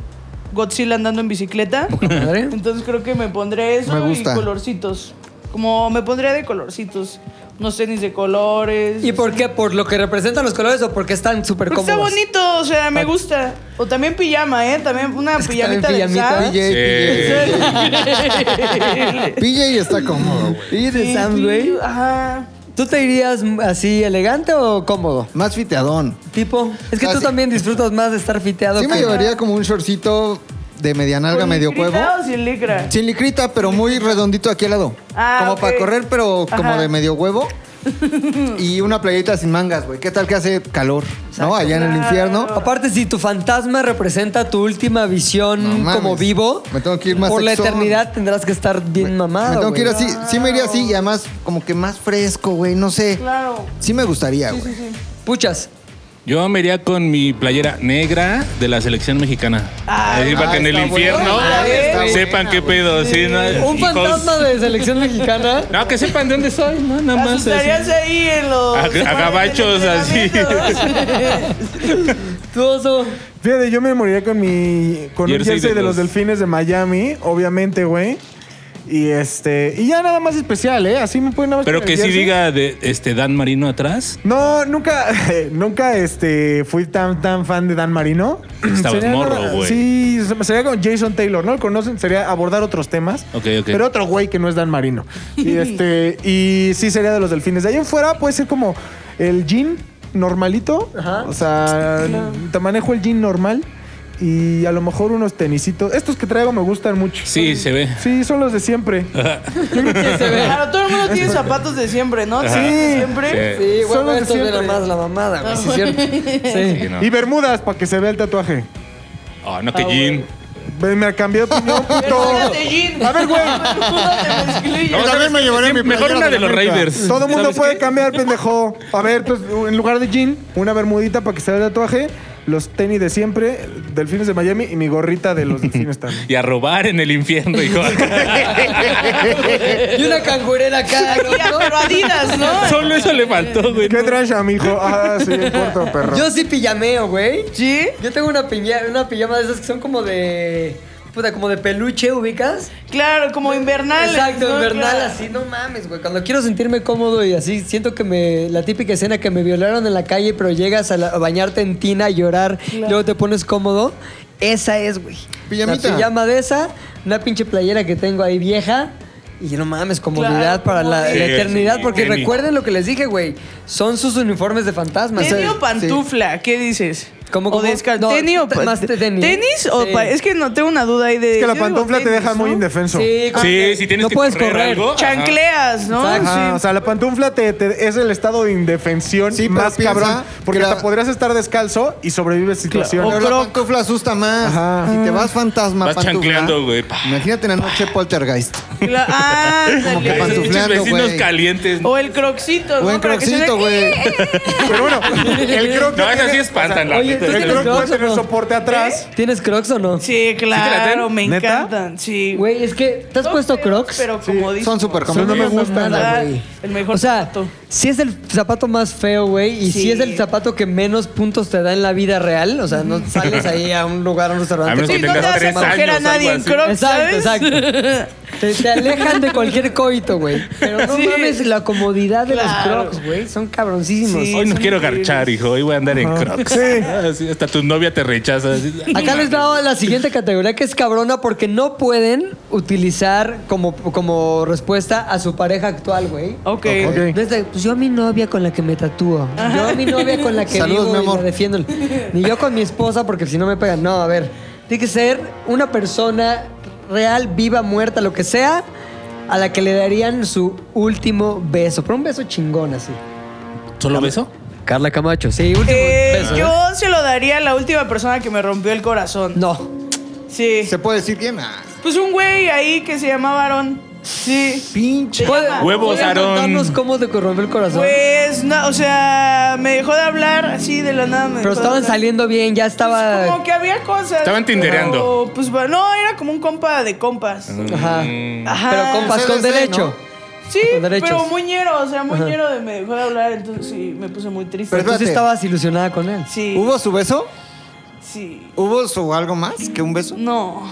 Godzilla andando en bicicleta.
Madre.
Entonces creo que me pondré eso
Me gusta.
y colorcitos. Como me pondré de colorcitos, unos tenis de colores.
¿Y por qué? ¿Por lo que representan los colores o porque están súper
Porque está
cómodos?
bonito, o sea,
Ah.
me gusta. O también pijama, ¿eh? También una pijamita de
pijamita.
Sam.
PJ,
Eh,
PJ. PJ está cómodo, güey.
¿Y de
Sí,
Sam, güey?
sí, Ajá.
¿Tú te irías así elegante o cómodo?
Más fiteadón.
Tipo, es que tú
Así.
también disfrutas más de estar fiteado.
Ah, Sí me
que-
llevaría como un shortcito de medianalga
¿Con
medio
licrita
cuevo.
o sin licra?
Sin licrita, pero muy redondito aquí al lado.
Ah,
como
ok.
para correr, pero como
Ajá.
de medio huevo. Y una playita sin mangas, güey. ¿Qué tal que hace calor? ¿No? Allá en el infierno.
Aparte, si tu fantasma representa tu última visión
No mames.
como vivo,
Me tengo que ir más
por la
sexón.
eternidad tendrás que estar bien mamado.
me tengo que ir
güey.
así. Sí me iría así y además como que más fresco, güey. No sé.
Claro.
Sí me gustaría, güey.
Puchas.
Yo me iría con mi playera negra de la selección mexicana. Así para que en el
está buena,
infierno
ah, está
sepan
buena,
qué pedo. sí, no,
Un
hijos.
fantasma de selección mexicana.
No, que sepan de dónde soy, ¿no? Nada más.
Estarías
así.
ahí en los.
A- a gabachos, así.
Tú, oso.
Fíjate, yo me moriría con mi. con un
Jersey
jersey
de
de los
los-
delfines de Miami, obviamente, güey. Y este. Y ya nada más especial, ¿eh? Así me pueden nada más
Pero
con el
que sí
jersey.
diga de este Dan Marino atrás.
No, nunca, nunca este, fui tan, tan fan de Dan Marino.
Estabas
Sería-
morro, güey.
Sí, sería con Jason Taylor, ¿no? Lo conocen, sería abordar otros temas.
Ok, ok.
Pero otro güey que no es Dan Marino. Y, este, y sí sería de los delfines. De ahí en fuera puede ser como el jean normalito. O sea, te manejo el jean normal. Y a lo mejor unos tenisitos. Estos que traigo me gustan mucho.
Sí, se ve.
Sí, son los de siempre.
Claro, todo el mundo tiene zapatos de siempre, ¿no?
Ajá.
Siempre.
Sí,
Son
bueno,
los de
esto ve
siempre.
nada más la mamada, güey. Sí, es cierto.
Sí,
Sí.
no.
Y bermudas para que se vea el tatuaje.
Ah, no, que Jean.
Ve, Me cambié de opinión, puto.
A ver, güey.
No,
Yo también
¿sabes
me
qué?
llevaré
Sí,
mi
Mejor
playera
una
de
de los
América.
Raiders.
Todo el mundo
¿Sabes
puede
qué?
cambiar, pendejo. A ver, entonces, en lugar de jean, una bermudita para que se vea el tatuaje, los tenis de siempre, delfines de Miami y mi gorrita de los delfines también.
Y a robar en el infierno, hijo.
Y una cangurera acá, ¿no?
Pero Adidas, ¿no?
Solo eso le faltó, güey.
¿Qué traes, mijo? Ah, sí, en corto, perro.
Yo sí pijameo, güey.
Sí.
Yo tengo una, piña- una pijama de esas que son como de. Puta, como de peluche, ¿ubicas?
Claro, como invernal.
Exacto,
¿no?
invernal,
Claro.
así, no mames, güey. Cuando quiero sentirme cómodo y así, siento que me. La típica escena que me violaron en la calle, pero llegas a, la- a bañarte en tina, a llorar, luego te pones cómodo. Esa es, güey.
Pijamita.
Una pijama de esa, una pinche playera que tengo ahí vieja. Y no mames, comodidad
Claro,
para la,
comodidad.
la eternidad.
Sí,
porque
Kenny.
recuerden lo que les dije, güey. Son sus uniformes de fantasmas.
Tenis
Sí.
o pantufla, ¿qué dices?
¿Cómo,
¿O
cómo?
descar-
No,
¿Tenis o
te-
pa-
más te- tenis.
¿Tenis o
Sí.
pa- Es que no tengo una duda ahí de.
Es que
yo
la
digo
pantufla te
tenis,
deja muy
¿no?
indefenso.
Sí, como
Sí,
que
si tienes
no
que
puedes
correr
correr.
algo. Ajá.
Chancleas, ¿no?
Ajá,
Sí.
O sea, la pantufla te, te- es el estado de indefensión
Sí, pero
más
piensa
cabrón. Porque
que la-
hasta podrías estar descalzo y sobrevives situaciones.
Pero la pantufla asusta más.
Ajá.
Si te vas fantasma,
Vas
pantufla.
chancleando, güey.
Imagínate en la noche poltergeist.
La- ah, ándale.
que
Esos pinches
pantufleando,
vecinos
güey.
calientes.
O el croxito,
Buen
¿no? Para que
croxito,
suene-
güey.
Pero bueno, el croc.
No, esas
tiene-
sí espantan, la
oye,
neta.
tú
El
tienes
croc puede
crocs o
tener
no?
soporte atrás.
¿Tienes crocs o no?
Sí, claro, me
¿Neta?
encantan. Sí.
Güey, es que ¿te has
Son
puesto
feos,
crocs?
Pero como dices.
Son súper
Son-
cómodos.
no me gustan,
Ah,
güey.
El mejor
O sea,
zapato.
si es el zapato más feo, güey, y
Sí.
si es el zapato que menos puntos te da en la vida real, o sea, no sales ahí a un lugar, a un
A
restaurante.
menos que
Sí, no te
tengas
vas a
tres
coger a
años.
nadie en
algo así.
crocs,
Exacto,
¿sabes?
exacto. Te, te alejan de cualquier coito, güey. Pero no
Sí.
mames la comodidad de
Claro.
los crocs, güey. Son cabroncísimos.
Sí.
Hoy no
son
quiero
increíbles.
garchar, hijo. Hoy voy a andar en crocs. Así, hasta tu novia te rechaza. así.
Acá les dado la siguiente categoría que es cabrona porque no pueden utilizar como, como respuesta a su pareja actual, güey.
Ok.
Ok.
Desde, pues yo a mi novia con la que me tatúo. Yo a mi novia con la que
Saludos,
vivo
mi
y
amor.
la defiendo. Ni yo con mi esposa porque si no me pegan. No, a ver. Tiene que ser una persona real, viva, muerta, lo que sea, a la que le darían su último beso. Pero un beso chingón así.
¿Solo beso?
Carla Camacho. Sí, último
Eh,
beso.
yo se lo daría a la última persona que me rompió el corazón.
No.
Sí.
¿Se puede decir quién? Ah,
Pues un güey ahí que se llamaba Aarón. Sí.
pinche.
¿Puede-
Huevos,
¿pueden
Aarón.
contarnos cómo te corrompió el corazón?
Pues, no, o sea, me dejó de hablar así de la nada. me
Pero
dejó de
estaban
hablar.
saliendo bien, ya
Pues
estaba.
Como que había cosas.
Estaban
pero,
tindereando.
Pues bueno, no, era como un compa de compas.
Mm.
Ajá.
Ajá.
Pero compas
CDC,
con derecho.
Sí,
con derechos.
pero muñero, o sea, muñero de me dejó de hablar, entonces sí, me puse muy triste.
Pero tú sí
espérate.
estabas ilusionada con él.
sí.
¿Hubo su beso?
Sí.
¿Hubo su algo más que un beso?
No.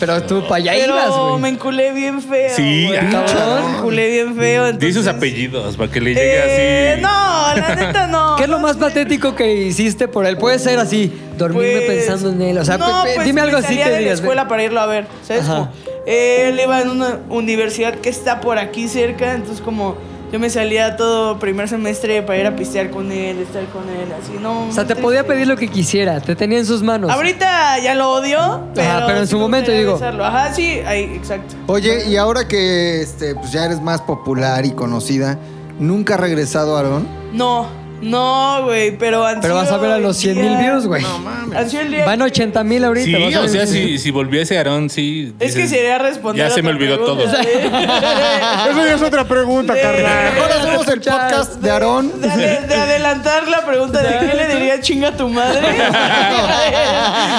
Pero tú para allá
pero
ibas, güey.
me enculé bien feo.
Sí,
güey.
ah,
me enculé bien feo.
Di
Entonces,
sus apellidos para que le llegue
Eh,
así.
no, la neta no.
¿Qué es lo más patético que hiciste por él? Puede ser así, dormirme
Pues,
pensando en él. O sea,
no,
pe- pe-
pues,
dime
me
algo así
salía
que
de la
digas.
escuela para irlo a ver, ¿sabes?
Ajá.
Como, eh, él iba en una universidad que está por aquí cerca, entonces como yo me salía todo primer semestre para ir a pistear con él, estar con él, así, no.
O sea, te
triste.
podía pedir lo que quisiera, te tenía en sus manos.
Ahorita ya lo odio, pero,
pero en
sí
su
me
momento,
gustaría
digo.
besarlo. Ajá, sí, ahí, exacto.
Oye, y ahora que este, pues ya eres más popular y conocida, ¿nunca ha regresado Aarón?
No, No, güey, pero han
Pero vas a ver a los 100 mil views, güey.
Han sido el día
Van 80 mil ahorita.
Sí,
vas a
o
ver.
sea, si, si volviese Aarón, sí.
Es que
dices,
sería responder.
Ya se me olvidó todo.
¿eh?
Eso ya es otra pregunta, carnal.
Ahora hacemos el podcast de Aarón.
De, ade- de adelantar la pregunta de qué le diría chinga a tu madre.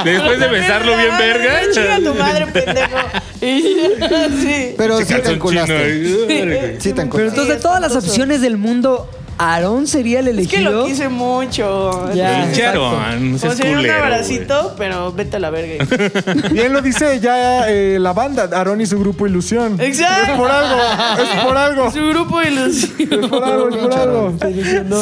Después de besarlo bien verga.
Chinga a tu madre, pendejo. Y- sí.
Pero sí te
Calzón
enculaste.
chino.
Sí te
Pero
enculaste.
entonces, de todas las opciones del mundo, Aarón sería el
Es que
elegido.
lo quise mucho.
Ya.
Pinche Aarón, no
O
seas
sea, un
culero,
abracito, pero vete a la verga.
Bien lo dice ya eh, la banda, Aarón y su grupo Ilusión.
Exacto.
Es por algo, es por algo.
Su grupo de
Es por algo, es por algo.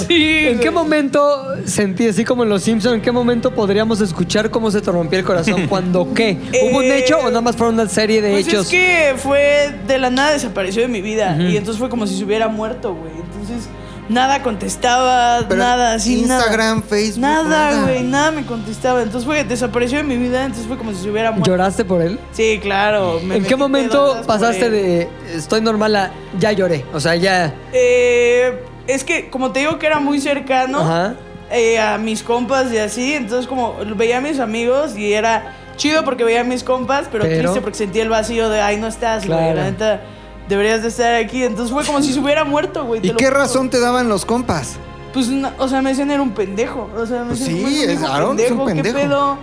Sí,
¿En qué
güey.
momento sentí, así como en Los Simpsons, en qué momento podríamos escuchar cómo se te rompió el corazón? ¿Cuándo qué? ¿Hubo un
Eh,
hecho o nada más fue una serie de
Pues
hechos?
es que fue de la nada desapareció de mi vida y entonces fue como si se hubiera muerto, güey. Entonces nada contestaba,
Pero
nada, así
Instagram,
nada.
Facebook,
nada,
nada.
güey, nada me contestaba. Entonces fue desapareció de mi vida, entonces fue como si se hubiera muerto.
¿Lloraste por él?
Sí, claro. me
¿En
metí
qué momento
pedotas por
pasaste
él.
de estoy normal a ya lloré? O sea, ya.
Eh, es que como te digo que era muy cercano.
Ajá.
eh, a mis compas y así. Entonces, como veía a mis amigos y era chido porque veía a mis compas, pero,
Pero-
triste porque sentía el vacío de, ay, no estás, güey,
Claro.
la neta, deberías de estar aquí. Entonces, fue como si se hubiera muerto, güey. te
¿Y
lo
qué
juro.
razón te daban los compas?
Pues, no, o sea, me decían era un pendejo. O sea, me
Pues
decían,
sí,
"Güey,
es-
dijo
Aarón es un
¿qué
pendejo".
pedo?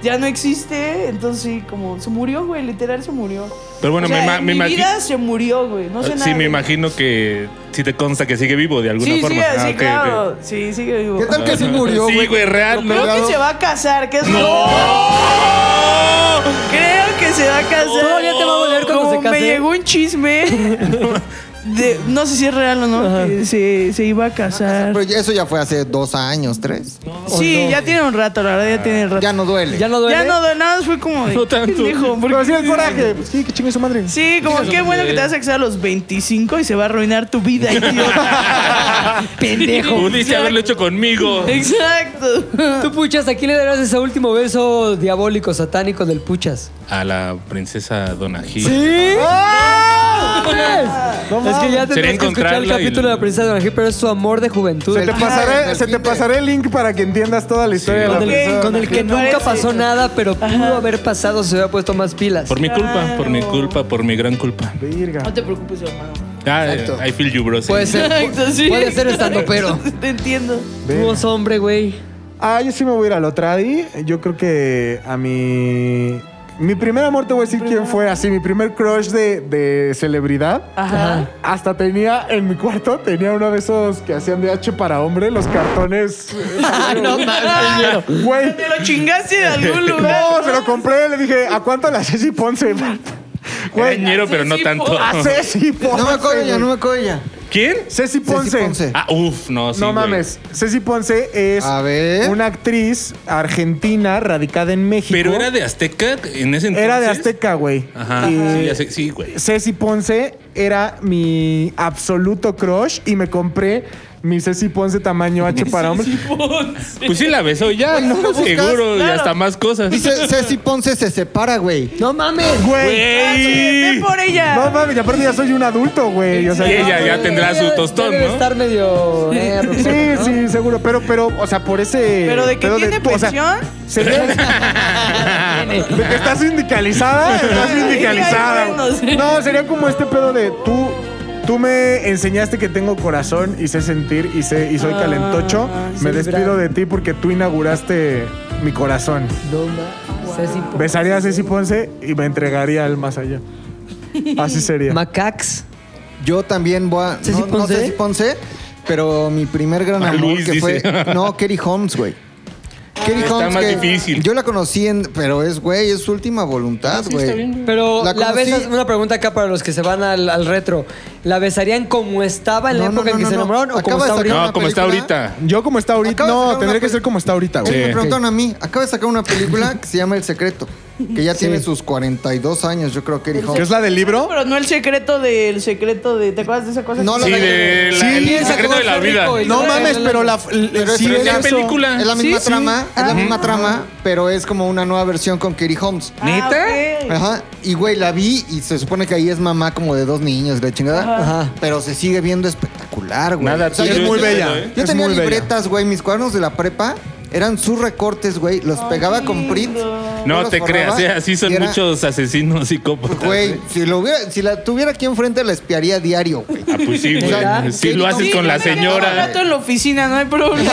Ya no existe, entonces sí, como se murió, güey, literal se murió.
Pero bueno,
O sea,
me, ma-
en
me
mi
imagino.
vida se murió, güey, no sé nada.
sí, me
güey.
imagino que sí te consta que sigue vivo de alguna
Sí,
forma.
sigue,
Ah,
sí,
ok,
claro.
ok.
Sí, sigue vivo.
¿Qué tal que sí murió,
Sí,
güey?
güey, real, ¿no?
Creo que se va a casar, que es
¡No!
Creo que se va a casar.
Todavía te va a doler cuando
Como
se case.
Me llegó un chisme. de- no sé si es real o no. que se, se iba a
Ah,
casar.
Pero ya- eso ya fue hace dos años, tres.
pues,
Sí, ya tiene un rato, la
Ah.
verdad, ya tiene un rato.
Ya no duele.
¿Ya no duele?
Ya no de nada, fue como de.
No tanto.
pendejo, ¿por
Pero
qué?
sí el coraje. Pues sí, que chingue su madre.
Sí, como qué bueno que te vas a casar a los 25 y se va a arruinar tu vida, idiota.
Pendejo.
Pudiste haberlo hecho conmigo.
Exacto.
Tú, Puchas, ¿a quién le darás ese último beso diabólico, satánico del Puchas?
A la princesa Donají.
¿Sí?
¡Ah!
es
No
que ya
mames.
tendrás
Sería
que escuchar el
encontrarla y-
capítulo de la princesa de Donají, pero es su amor de juventud.
Se te pasaré, se te pasaré el link para que entiendas toda la historia
Sí.
de la
Con el,
persona.
con el que
Me
nunca
parece.
pasó nada, pero pudo haber pasado si se hubiera puesto más pilas.
Por mi culpa, por mi culpa, por mi gran culpa.
Virga.
No te preocupes, hermano.
Ah, I feel you, bro. sí.
Puede ser,
Exacto, sí.
puede ser estando pero.
Te entiendo.
Tú, vos, hombre, güey.
Ah, yo sí me voy a ir al Otradi. Yo creo que a mi. Mi primer amor te voy a decir quién fue, así, mi primer crush de, de celebridad.
Ajá.
Hasta tenía, en mi cuarto, tenía uno de esos que hacían de H para hombre, los cartones.
No mames,
Güey,
Ah, Te lo chingaste de algún lugar.
no, se lo compré, le dije, ¿a cuánto la Ceci Ponce?
Era
Güey,
ñero, pero no
sí,
tanto.
a Ceci Ponce.
No me acuerdo ya, no me acuerdo ya.
¿Quién?
Ceci Ponce.
Ceci Ponce.
Ah, uff, no, sí.
no
güey.
mames, Ceci Ponce es
A ver.
una actriz argentina radicada en México.
Pero era de Azteca en ese entonces.
Era de Azteca, güey.
Ajá.
Y
Sí, ya sé- Sí, güey.
Ceci Ponce era mi absoluto crush y me compré mi Ceci Ponce tamaño H para hombre.
Pues sí la besó ya, ¿no?
¿Lo buscas?
Seguro, y
Claro.
hasta más cosas.
Dice Ceci Ponce se separa, güey.
No mames.
Güey.
¡Güey!
Ve por ella.
No mames, y aparte ya soy un adulto, güey. O sea,
Y ella
Ah,
ya tendrá su
Debe-
tostón,
debe
¿no?
estar medio. eh, roto,
Sí,
¿no?
sí, seguro. Pero, pero, o sea, por ese.
Pero de que
pedo
tiene
o sea,
pensión.
se ve- de que está sindicalizada, está sindicalizada.
Ay, bueno, sí.
No, sería como este pedo de tú. Tú me enseñaste que tengo corazón y sé sentir y sé y soy
Ah,
calentocho. Me despido de ti porque tú inauguraste mi corazón.
No mames. Ceci Ponce.
Besaría a Ceci Ponce y me entregaría al más allá. Así sería.
Macax.
Yo también voy a.
¿Ceci
no, no
Ponce?
Ceci Ponce, pero mi primer gran
A
amor
Luis,
que
dice.
fue. No, Kerry Holmes, güey. Kerry
Está
Holmes.
más
que
difícil.
Yo la conocí en. Pero es, güey, es su última voluntad, güey.
Pero
La
la,
conocí-
besas, una pregunta acá para los que se van al, al retro. ¿La besarían como estaba en la
No, no,
época en
no,
que
no,
se
no.
enamoraron o como
Acaba de
está
sacar
ahorita?
una
No, como está
película.
ahorita.
Yo como está ahorita.
Acaba de sacar
No,
una
tendría que
peli-
ser como está ahorita,
Ellos
güey.
me preguntaron a mí. Acaba de sacar una película que se llama El Secreto, que ya tiene sus 42 años, yo creo, Kerry
¿Qué
Holmes.
es la del libro?
Pero no el secreto del secreto de. ¿Te acuerdas de esa cosa?
No,
que-
la
Sí, de la-
Sí,
el
esa
secreto de la
cosa
vida.
rico,
No mames, pero la.
Pero
sí,
es
es
La
eso.
película.
Es la misma
Sí, sí.
trama, es la
Ah.
misma trama, pero es como una nueva versión con Kerry Holmes.
Ah, ok.
Ajá. Y güey, la vi y se supone que ahí es mamá como de dos niños, la chingada.
Ajá.
pero se sigue viendo espectacular, güey.
Nada,
O sea,
tío,
yo-
es muy bella.
Yo
Es
tenía
muy bella.
libretas, güey, mis cuadernos de la prepa. Eran sus recortes, güey. Los pegaba con Prit. yo
No
los
te creas,
forraba
¿eh? así son
y era-
muchos asesinos psicópatas.
Güey, si, lo hubiera- si la tuviera aquí enfrente, la espiaría diario, güey.
Ah, pues sí,
¿Verdad?
güey. Si lo haces
Sí,
con
yo
la
me quedo un
señora.
rato en la oficina, no hay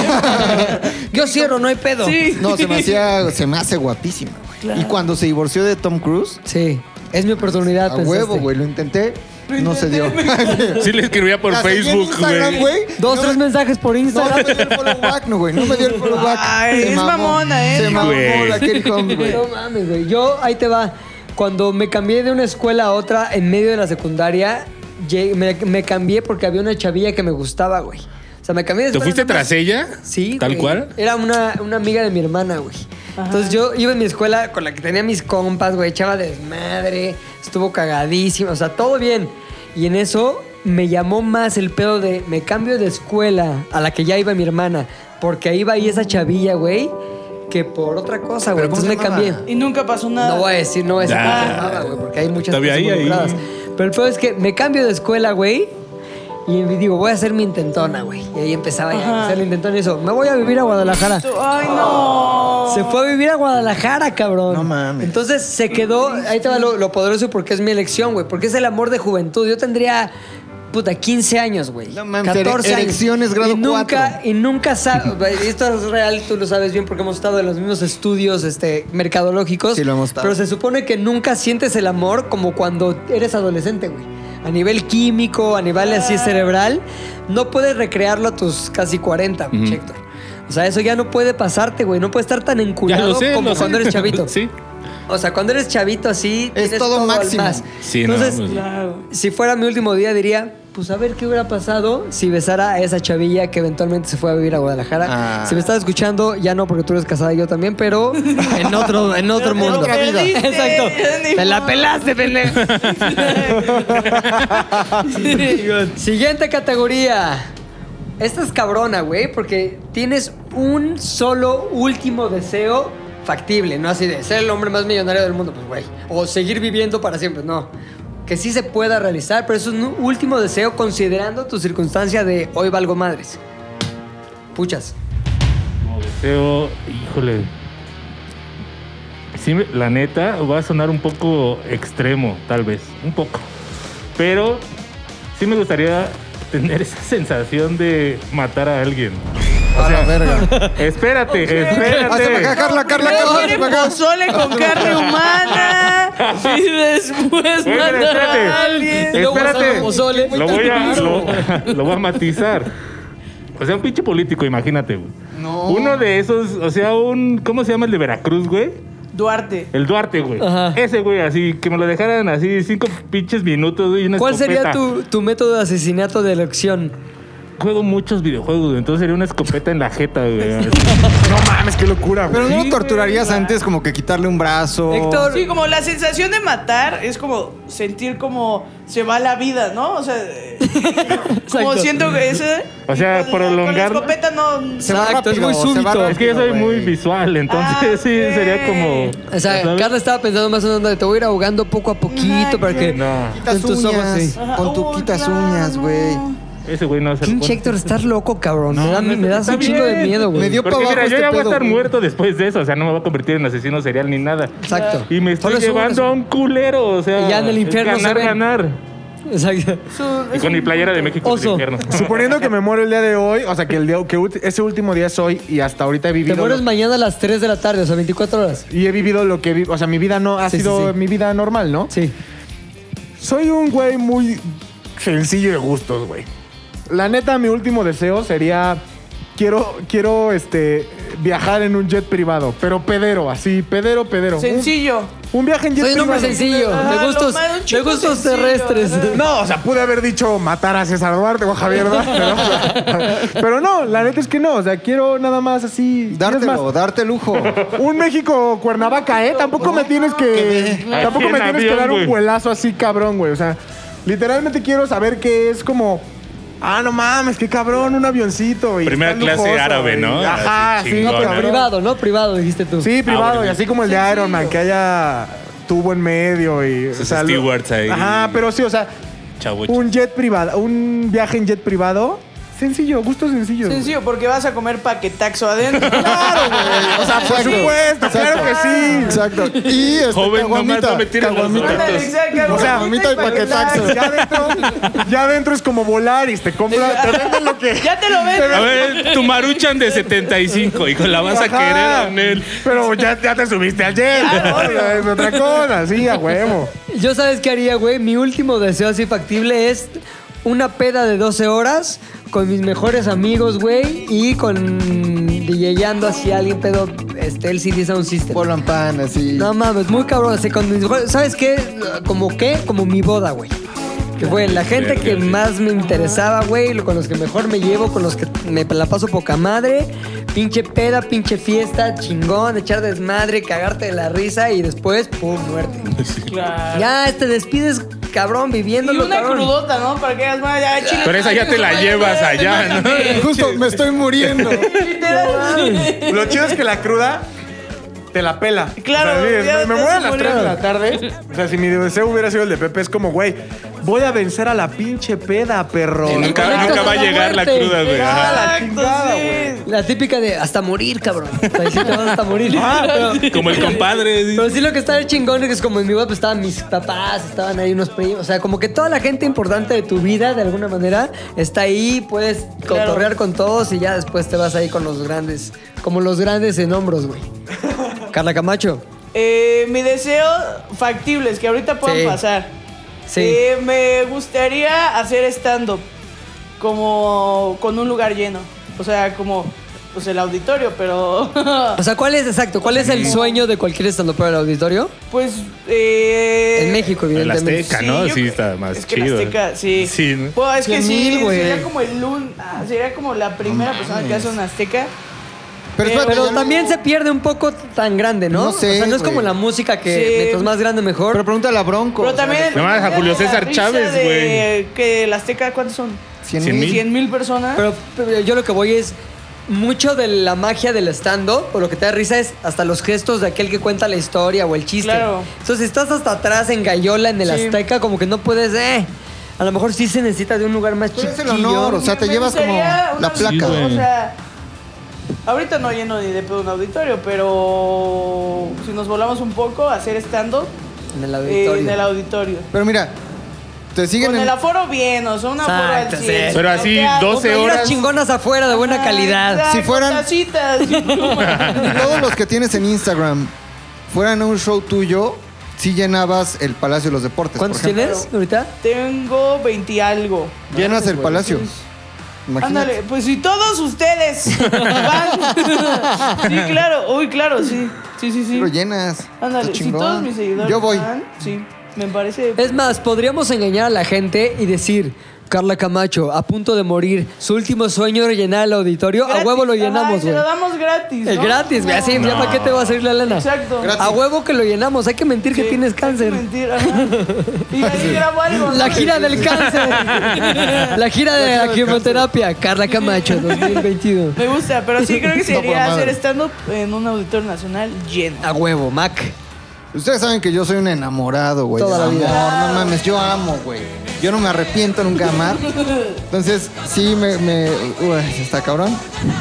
problema.
Yo cierro, no hay pedo.
Sí.
No, se me, hacía, se me hace guapísima, güey.
Claro.
Y cuando se divorció de Tom Cruise,
Sí, es mi oportunidad.
a
pensaste.
huevo, güey, lo intenté. No se dio.
Ah, Sí le escribía por
La seguí en
Facebook,
Instagram,
güey.
Dos, tres mensajes por
No
Instagram.
me dio el follow back, no, güey. No me dio el follow back.
Ay,
Se
es
mamó.
mamona, ¿eh?
Se mamó
Güey.
la Kelly Holmes, güey.
No mames, güey. Yo, ahí te va. Cuando me cambié de una escuela a otra en medio de la secundaria, llegué- me, me cambié porque había una chavilla que me gustaba, güey. O sea, me cambié de
¿Te
escuela
fuiste
nada más-
tras ella?
Sí.
¿Tal
güey.
cual?
Era una, una amiga de mi hermana, güey. Entonces yo iba en mi escuela con la que tenía mis compas, güey, echaba desmadre, estuvo cagadísimo, o sea, todo bien. Y en eso me llamó más el pedo de me cambio de escuela a la que ya iba mi hermana, porque ahí iba ahí esa chavilla, güey, que por otra cosa, güey.
¿Pero cómo
Entonces me
se llamaba?
cambié.
Y nunca pasó nada.
No voy a decir, no voy a decir
Ah.
cómo se llamaba, güey, porque hay muchas
Todavía
cosas
ahí, ahí.
involucradas. Pero el peor es que me cambio de escuela, güey, y digo, voy a hacer mi intentona, güey. Y ahí empezaba ya a hacer la intentona y eso, me voy a vivir a Guadalajara.
Ay, no.
Se fue a vivir a Guadalajara, cabrón.
No mames.
Entonces se quedó, ahí te va lo, lo poderoso porque es mi elección, güey, porque es el amor de juventud. Yo tendría, puta, 15 años, güey.
No mames, ere- erecciones
años.
grado
y nunca,
cuatro.
y nunca sabes, esto es real, tú lo sabes bien porque hemos estado en los mismos estudios este, mercadológicos.
Sí, lo hemos estado.
Pero se supone que nunca sientes el amor como cuando eres adolescente, güey. A nivel químico, a nivel así cerebral, no puedes recrearlo a tus casi 40, güey, Héctor. O sea, eso ya no puede pasarte, güey. No puedes estar tan
Ya
enculado
lo sé,
como
lo sé.
cuando eres chavito.
Sí.
O sea, cuando eres chavito así,
Es
tienes
todo
al
máximo.
más.
Sí, no,
Entonces,
pues,
Claro.
si fuera mi último día, diría, pues a ver qué hubiera pasado si besara a esa chavilla que eventualmente se fue a vivir a Guadalajara.
Ah.
Si me estás escuchando, ya no, porque tú eres casada y yo también, pero en otro, en otro
Pero te lo
mundo.
perdiste,
Exacto.
ya ni
Te la
modo.
pelaste, pendejo. Siguiente categoría. Esta es cabrona, güey, porque tienes un solo último deseo factible, no así de ser el hombre más millonario del mundo, pues, güey. O seguir viviendo para siempre, no. Que sí se pueda realizar, pero es un último deseo considerando tu circunstancia de hoy valgo madres. Puchas.
Pero, híjole. Sí, me- la neta, va a sonar un poco extremo, tal vez. Un poco. Pero sí me gustaría tener esa sensación de matar a alguien.
A la verga.
Espérate,
Hazte para acá,
espérate.
Carla, Carla, Carla, hazte
Primero
para acá.
pozole con carne humana y después
Oigan,
mandar
Eh, espérate. Eh.
a alguien.
Luego
Espérate.
asado pozole.
Lo voy a, lo, lo voy a matizar. O sea, un pinche político, imagínate, güey.
No.
Uno de esos, o sea, un. ¿Cómo se llama el de Veracruz, güey?
Duarte.
El Duarte, güey.
Ajá.
Ese, güey, así, que me lo dejaran así cinco pinches minutos güey, y una
¿Cuál
escopeta.
sería tu, tu método de asesinato de elección?
Juego muchos videojuegos, güey, entonces sería una escopeta en la jeta, güey. así.
No mames, qué locura, güey.
Pero no lo torturarías antes como que quitarle un brazo.
Héctor,
Sí, como la sensación de matar es como sentir como se va la vida, ¿no? O sea, eh, como
Exacto.
siento que ese.
O sea,
y con la-
prolongar-
Con la escopeta no.
Se va
Exacto, es muy
rápido, se va
súbito.
es que yo soy
güey.
muy visual, entonces
Ah,
sí,
ok.
sería como.
O sea,
¿sabes?
Carla estaba pensando más en onda de te voy a ir ahogando poco a poquito
Ay,
para que.
No,
Quitas
Con tus
uñas,
ojos, sí.
Ajá,
Con tu
uy,
quitas
claro,
uñas,
no.
güey.
ese güey no se lo
Pinche
pone.
Héctor, estás loco, cabrón. me, da- me das un
Está
chingo de
bien.
miedo, güey.
Me dio-
Porque
pa'
mira,
abajo
yo
este
ya voy a
pedo,
estar
güey.
muerto después de eso. O sea, no me va a convertir en asesino serial ni nada.
Exacto.
Y me estoy
Solo es uno,
llevando a un culero. O sea,
Y ya en el infierno
es ganar,
se ven.
ganar.
Exacto.
Y con mi playera de México en el
Oso.
infierno.
Suponiendo que me muero el día de hoy, o sea, que, el día, que ulti- ese último día es hoy y hasta ahorita he
Te
vivido...
mueres
lo-
mañana a las 3 de la tarde, o sea, 24 horas.
y he vivido lo que... vi- o sea, mi vida no ha
Sí, sí,
sido
sí.
mi vida normal, ¿no?
Sí.
Soy un güey muy sencillo de gustos, güey. La neta, mi último deseo sería... Quiero, quiero, este, viajar en un jet privado, pero pedero, así, pedero, pedero. Un-
Sencillo.
Un, viaje en jet
Soy un
privado.
hombre sencillo,
Ah,
de
lo
gustos,
malo, un
de
chico
gustos
sencillo,
terrestres.
¿verdad?
No, o sea, pude haber dicho matar a César Duarte o a Javier Duarte. ¿no? Pero no, la neta es que no. O sea, quiero nada más así. es
Dártelo,
más,
darte lujo.
un México Cuernavaca, ¿eh? Tampoco me tienes que.
Así
Tampoco me
en
tienes que
avión,
dar un
güey.
vuelazo así, cabrón, güey. O sea, literalmente quiero saber qué es como. Ah, no mames, qué cabrón, un avioncito. Y
Primera
está
clase árabe,
güey.
¿no?
Ajá,
Así
sí,
chingona. Ah,
cabrón.
Privado, ¿no? Privado, dijiste tú.
Sí, privado,
bueno.
y así como el de Iron Man, que haya tubo en medio y.
Sus
lo-
stewards ahí.
Ajá, pero sí, o sea,
Chavo.
Un jet privado, un viaje en jet privado. Sencillo, gusto sencillo.
Sencillo, porque vas a comer paquetaxo adentro.
Claro, güey. O sea, por supuesto, claro que sí.
Exacto. Y este,
Joven, no más,
caguamita,
no me tires los
caguamita.
datos.
O sea, caguamita y paquetaxo.
Ya adentro, ya adentro es como Volaris, te compra, te venden lo que.
Ya te lo ven.
A ver, tu maruchan de 75, hijo, la vas a
Ajá.
querer, Anel.
Pero ya, ya te subiste al jet. es otra cosa, sí, a huevo.
Yo sabes qué haría, güey. Mi último deseo así factible es una peda de 12 horas con mis mejores amigos, güey, y con DJando así a alguien pedo este LCD Sound System.
Polo and pan, así.
No mames, muy cabrón, así con mis mejores- ¿Sabes qué? Como qué? Como mi boda, güey. Que fue la gente que más me interesaba, güey, lo- con los que mejor me llevo, con los que me la paso poca madre. Pinche peda, pinche fiesta, chingón, echar desmadre, cagarte de la risa y después, pum, muerte.
Claro.
Ya, te despides, cabrón,
Y
viviéndolo,
una
cabrón.
crudota, ¿no? Para que hagas más. Ya, chile,
Pero esa ya te la llevas allá, ¿no?
Justo, me estoy muriendo.
Literal.
Lo chido es que la cruda te la pela.
Claro,
O sea, sí,
ya
me, me
te
muero a
hace
las
morir.
3 de la tarde. O sea, si mi deseo hubiera sido el de Pepe, es como, güey, voy a vencer a la pinche peda, perro.
Y nunca,
Conectas
nunca
con
va a
la
llegar la
muerte. Ah,
cruda, güey. Ajá.
Exacto,
chingada,
sí.
La típica de hasta morir, cabrón. O sea, sí te vas hasta morir. pero,
Como el compadre.
pero sí lo que está de chingón es que es como en mi web estaban mis papás, estaban ahí unos primos. O sea, como que toda la gente importante de tu vida, de alguna manera, está ahí, puedes cotorrear con todos y ya después te vas ahí con los grandes. Como los grandes en hombros, güey. Carla Camacho.
Eh, mi deseo factible es que ahorita puedan
Sí.
pasar.
Sí.
Eh, me gustaría hacer stand-up. Como con un lugar lleno. O sea, como pues el auditorio, pero.
O sea, ¿cuál es exacto? ¿Cuál es el sueño de cualquier estandopero del auditorio?
pues. eh,
En México,
El
evidentemente.
Azteca, ¿no?
yo
Sí,
cre-
está más
es que el
chido.
Azteca, sí.
Sí, ¿no?
Pues, es que
100
sí,
mil, güey.
sería como el un, ah, sería como la primera persona que hace un azteca.
Pero, espérate,
Pero
ya-
también se pierde un poco tan grande, ¿no?
No sé,
O sea, no es
güey.
como la música que
Sí.
mientras más grande mejor.
Pero pregúntale a Bronco.
Pero también.
Nomás a Julio César
la risa
Chávez,
de
güey.
Que el azteca, ¿cuántos son?
Cien
Cien
mil.
mil.
100 mil personas.
Pero, pero yo lo que voy es. Mucho de la magia del stand-up, o lo que te da risa es hasta los gestos de aquel que cuenta la historia o el chiste.
Claro.
Entonces, si estás hasta atrás en Gallola, en el
Sí.
Azteca, como que no puedes, eh. A lo mejor sí se necesita de un lugar más
Pero
chiquillo.
es el honor, o sea, te
Me
llevas como
gustaría
la
una-
placa.
O sea, ahorita no lleno ni de pedo un auditorio, pero si nos volamos un poco, hacer stand-up
En el
eh,
auditorio.
en el auditorio.
Pero mira, te siguen
Con
en...
el aforo bien, o sea, un aforo al
Exacto,
100,
sí.
Pero así,
bloqueado,
Con
12
playeras
horas.
chingonas afuera de buena calidad.
Si fueran-
Todos
Todos los que tienes en Instagram fueran a un show tuyo, si llenabas el Palacio de los Deportes.
¿Cuántos
por ejemplo.
tienes ahorita?
Tengo 20 y algo.
Llenas el Palacio.
Pues, Ándale,
Imagínate.
pues si todos ustedes van. sí, claro, uy, claro, sí. Sí, sí, sí.
Lo llenas.
Ándale,
Está
si
chingón.
todos mis seguidores
Yo voy.
van, sí, me parece.
Es más, podríamos engañar a la gente y decir, Carla Camacho, a punto de morir, su último sueño era llenar el auditorio, a
gratis.
huevo lo
Ajá,
llenamos,
se
güey.
lo damos gratis.
Es
¿no?
gratis, güey, así, ya para qué te va a salir la lana.
Exacto.
A huevo que lo llenamos, hay que mentir que
Sí,
tienes
hay
cáncer.
mentir, ajá. Y ahí grabo algo. ¿no?
La gira del cáncer. La gira de la quimioterapia. Carla Camacho, 2022.
Me gusta, pero sí creo
No,
que
por
sería
la madre.
hacer stand-up en un auditorio nacional lleno.
A huevo, Mac.
Ustedes saben que yo soy un enamorado, güey.
Toda la
del
vida.
amor, no mames, yo amo, güey. Yo no me arrepiento nunca de amar. Entonces, sí, me. me uy, está cabrón.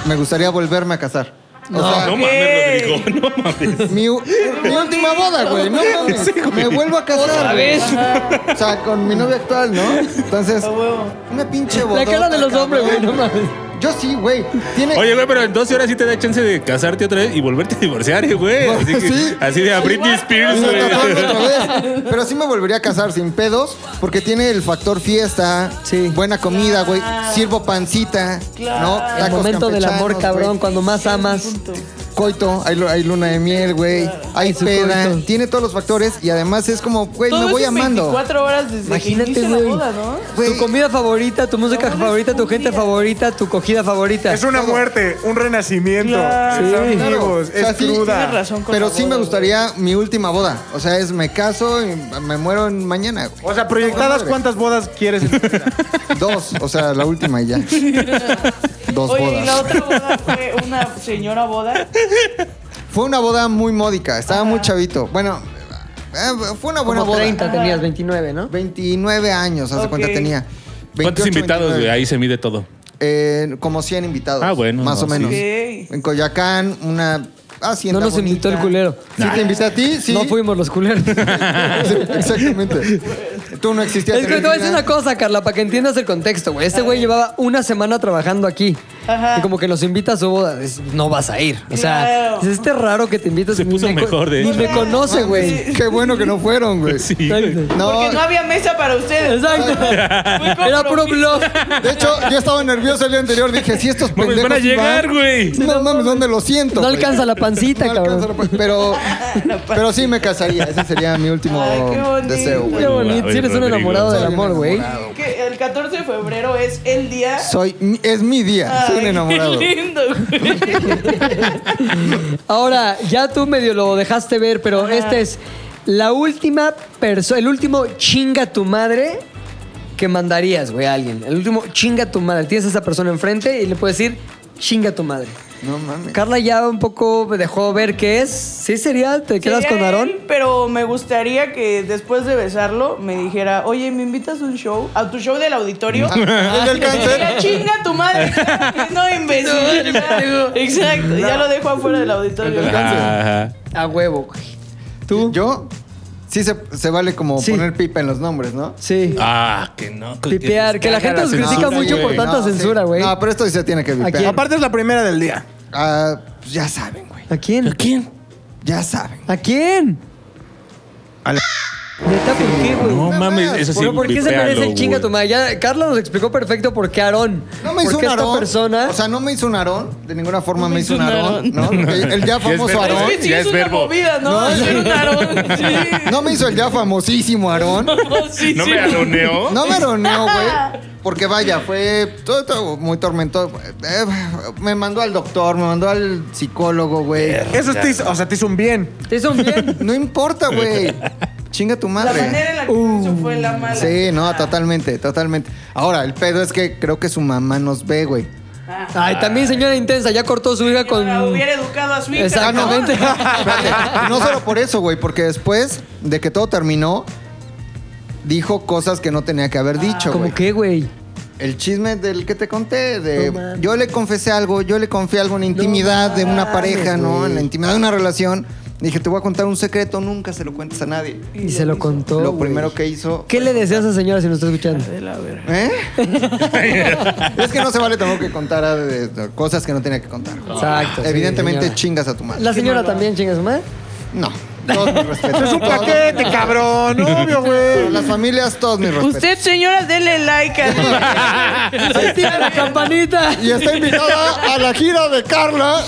Me gustaría volverme a casar. O sea,
Ah, No mames, Rodrigo, no mames.
mi, u- mi última boda, güey. No mames. Me vuelvo a casar. güey. O sea, con mi novia actual, ¿no? Entonces,
A huevo.
una pinche boda.
La cara de los hombres, güey, no mames.
Yo sí, güey. Tiene.
Oye, güey, pero en 12 horas sí te da chance de casarte otra vez y volverte a divorciar, eh, güey. Así, que-
Sí.
así de a Britney Spears,
Me
güey.
tatuaron otra vez. Pero sí me volvería a casar sin pedos, porque tiene el factor fiesta,
Sí.
buena comida, güey. Sirvo pancita, ¿no?
El
Tacos
momento del amor,
campechanos,
cabrón,
güey.
cuando más amas.
Coito, hay, lu- hay luna de miel, güey. Hay
Hay su
peda.
coito.
Tiene todos los factores y además es como, güey,
Todo
me voy
eso en
amando.
24 horas desde
Imagínate,
que inicia
güey.
la boda, ¿no?
Güey,
Tu comida favorita, tu música
Todo es
favorita, tu
un
gente
día.
favorita, tu cogida favorita.
Es una muerte, un renacimiento.
Claro.
Es
Sí.
amigos,
Claro. O sea,
es
sí,
cruda.
Tienes razón con
pero
la
sí
boda,
me
güey.
gustaría mi última boda. O sea, es me caso y me muero en mañana, güey.
O sea, proyectadas, ¿cuántas bodas quieres? en tu vida?
Dos, o sea, la última y ya. Dos
Oye,
bodas.
y la otra boda fue una señora boda.
Fue una boda muy módica, estaba muy chavito. Bueno, eh, fue una buena
Como
boda.
30 tenías, 29, ¿no?
29 años, hace
Ok.
cuenta tenía.
¿Cuántos
28,
invitados,
29?
güey? Ahí se mide todo.
Eh, como 100 invitados.
Ah, bueno,
Más
no,
o menos.
sí.
En Coyacán, una hacienda
No nos invitó el
bonita.
culero.
Sí, te invité a ti, sí.
No fuimos los culeros.
Sí, exactamente. Tú no existías.
Es que te voy a decir una cosa, Carla, para que entiendas el contexto, güey. Este güey llevaba una semana trabajando aquí.
Ajá.
Y como que nos invita a su boda. Es- no vas a ir. O sea,
Claro.
es este raro que te invitas.
Se
ni
puso
me co-
mejor, de
Ni
hecho.
me conoce, güey.
Qué bueno que no fueron, güey.
Sí, güey.
Exacto.
No,
Porque no había mesa para ustedes.
Exacto. Era puro blog.
de hecho, yo estaba nervioso el día anterior. Dije, si estos
Mames,
pendejos
pues van a llegar, güey.
No mames, ¿dónde lo siento?
No
güey?
alcanza la pancita,
No alcanza
cabrón.
la- Pero, pero sí me casaría. Ese sería mi último
Ay, qué bonito.
deseo,
Qué
güey.
bonito.
Ay,
Si eres un
Rodrigo.
enamorado del
Soy un
amor, güey.
enamorado.
Que el 14 de febrero es el día.
Soy, es mi día. Soy un
Ay,
enamorado.
Qué lindo, güey.
Ahora, ya tú medio lo dejaste ver, pero esta es la última persona, el último chinga tu madre que mandarías, güey, a alguien. El último chinga tu madre. Tienes a esa persona enfrente y le puedes decir chinga tu madre.
No mames.
Carla ya un poco me dejó ver qué es. ¿Sí sería? ¿Te quedas
Sería
con Aarón?
él, Pero me gustaría que después de besarlo me dijera, oye, ¿me invitas a un show? ¿A tu show del auditorio?
El del
Mira,
cáncer.
chinga tu madre. No, imbécil. Exacto. Ya lo dejo afuera del auditorio.
Ajá.
A huevo, güey.
¿Tú? ¿Yo? Sí se, se vale como
Sí.
poner pipa en los nombres, ¿no?
Sí.
Ah, que no.
Pipear, que la gente nos
No,
critica
Ah, sí,
mucho por
güey.
tanta
No, sí.
censura, güey.
No, pero esto sí se tiene que
quién?
vipear.
Aparte es la primera del día.
Ah, pues ya saben, güey.
¿A quién?
¿A quién?
Ya saben.
¿A quién?
A la-
¿Neta por qué, güey?
No mames, eso sí.
Pero Pues ¿por qué se
pipéalo,
merece el chinga
güey.
tu madre? Ya Carla nos explicó perfecto por qué Aarón.
No me hizo
Porque
un
esta
arón.
persona.
O sea, no me hizo un arón. De ninguna forma me hizo un arón. ¿no? Porque El ya
Ya es
famoso
verdad.
arón.
Es que sí
Ya
es,
es
una
verbo.
movida, ¿no?
No,
Hacer un arón. Sí.
No me hizo el ya famosísimo arón.
Sí,
¿No
sí.
me aloneó?
No me aroneó, güey. Porque vaya, fue todo, todo muy tormentoso. Eh, me mandó al doctor, me mandó al psicólogo, güey.
Eso te hizo, o sea, te hizo un bien.
Te hizo un bien.
No importa, güey. Chinga tu
La manera
madre.
en la que eso fue la mala.
Sí, no, totalmente, totalmente. Ahora, el pedo es que creo que su mamá nos ve, güey.
Ay, también señora intensa, ya cortó su hija con.
Ahora, hubiera educado a su hija.
Exactamente.
Ah, ¿no?
Ah, Espérate, No solo por eso, güey, porque después de que todo terminó, dijo cosas que no tenía que haber
Ah,
dicho, güey.
¿Cómo qué, güey?
El chisme del que te conté, de
No mames.
yo le confesé algo, yo le confié algo en la intimidad de una
mames,
pareja, ¿no?
güey.
En la intimidad de una relación. Dije, te voy a contar un secreto, nunca se lo cuentes a nadie.
Y se lo contó.
lo
güey.
primero que hizo.
¿Qué le deseas a esa señora si nos está escuchando?
¿Eh? es que no se vale tampoco que contara de- de cosas que no tenía que contar.
Exacto. sí,
Evidentemente
señora.
chingas a tu madre.
La señora también, chinga su madre.
No. Todos mis respetos.
Es un
Todos-
paquete, cabrón. Obvio,
Para
güey.
las familias, todos mis respetos.
Usted, señora, denle like al
¡Tira la campanita!
Y está invitada a la gira de Carla,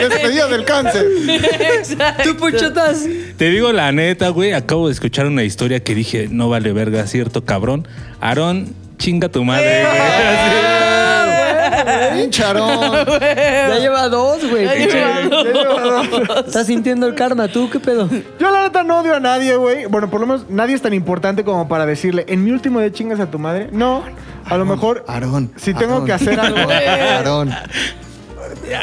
despedida del cáncer.
Exacto.
¡Tú puchotas!
Te digo la neta, güey. Acabo de escuchar una historia que dije, no vale verga, cierto, cabrón. Aarón, chinga tu madre.
Charón.
Ya lleva dos, güey.
lleva
Estás sintiendo el karma, ¿tú qué pedo?
Yo la neta no odio a nadie, güey. Bueno, por lo menos nadie es tan importante como para decirle, en mi último día chingas a tu madre. No, a lo mejor...
Aarón.
Si tengo
Aarón.
que hacer algo...
Aarón.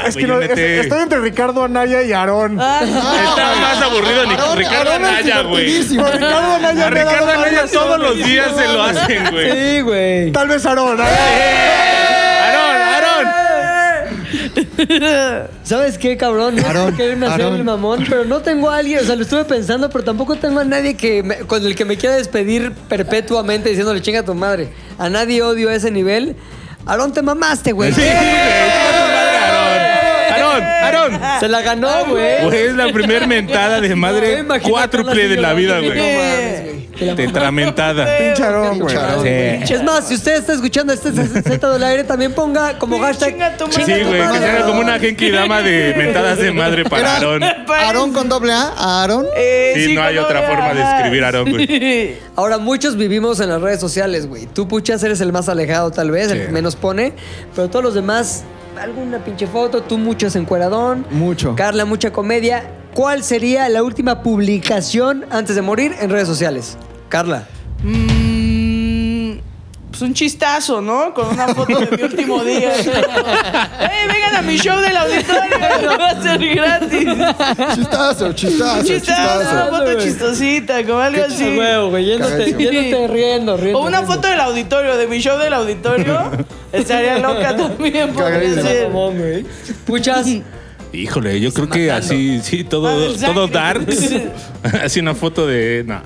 Es que no, es- estoy entre Ricardo Anaya y Aarón.
Está más aburrido ni
Aarón-
Ricardo
Ah, Aarón es
Anaya, güey.
divertidísimo.
Con Ricardo Anaya
A
me ha dado
Ricardo
más
Anaya
risa.
todos los días se lo hacen, güey.
Sí, güey.
Tal vez Aarón. ¿eh?
¡Aarón, Aarón!
¿Sabes qué, cabrón? No
Aarón,
es quererme hacer
Aarón.
el mamón, pero no tengo a alguien, o sea, lo estuve pensando, pero tampoco tengo a nadie que me- con el que me quiera despedir perpetuamente diciéndole chinga a tu madre. A nadie odio a ese nivel. Aarón, te mamaste, güey.
Sí, güey. Chinga tu madre, Aarón. Aarón, Aarón.
Se la ganó, güey.
Güey, es la primer mentada de
No,
madre
imagínate
cuádruple de la vida, güey. Tetramentada.
Pinche Aarón, güey.
Charón.
Sí.
Es más, si usted está escuchando este Z del aire, también ponga como
Chinga
hashtag
tu madre.
Sí, güey, que
madre.
sea como una Genki Dama de mentadas de madre para Aarón.
Aarón con doble A. Aarón.
Eh,
Sí, no hay
cuando
otra
vea,
forma de
ajá.
escribir Aarón, güey.
Sí.
Ahora, muchos vivimos en las redes sociales, güey. Tú, Puchas, eres el más alejado, tal vez, el que menos pone. Pero todos los demás, alguna pinche foto. Tú, muchas encueradón.
Mucho.
Carla, mucha comedia. ¿Cuál sería la última publicación antes de morir en redes sociales? Carla.
Mm, pues un chistazo, ¿no? Con una foto de mi último día. ¡Eh, vengan a mi show del auditorio! ¡Lo va a ser gratis!
Chistazo, chistazo,
Un chistazo, una
chistazo.
foto chistosita, como algo
Ah,
así.
huevo, güey, yéndote,
Cagadísimo.
yéndote riendo, riendo.
O una
riendo.
foto del auditorio, de mi show del auditorio. Estaría loca también, podría
Cagadísimo.
ser.
Mamón, güey. Puchas.
Híjole, yo creo que así, sí,
Ah,
todo,
el sangre.
todo darks. así una foto de. No.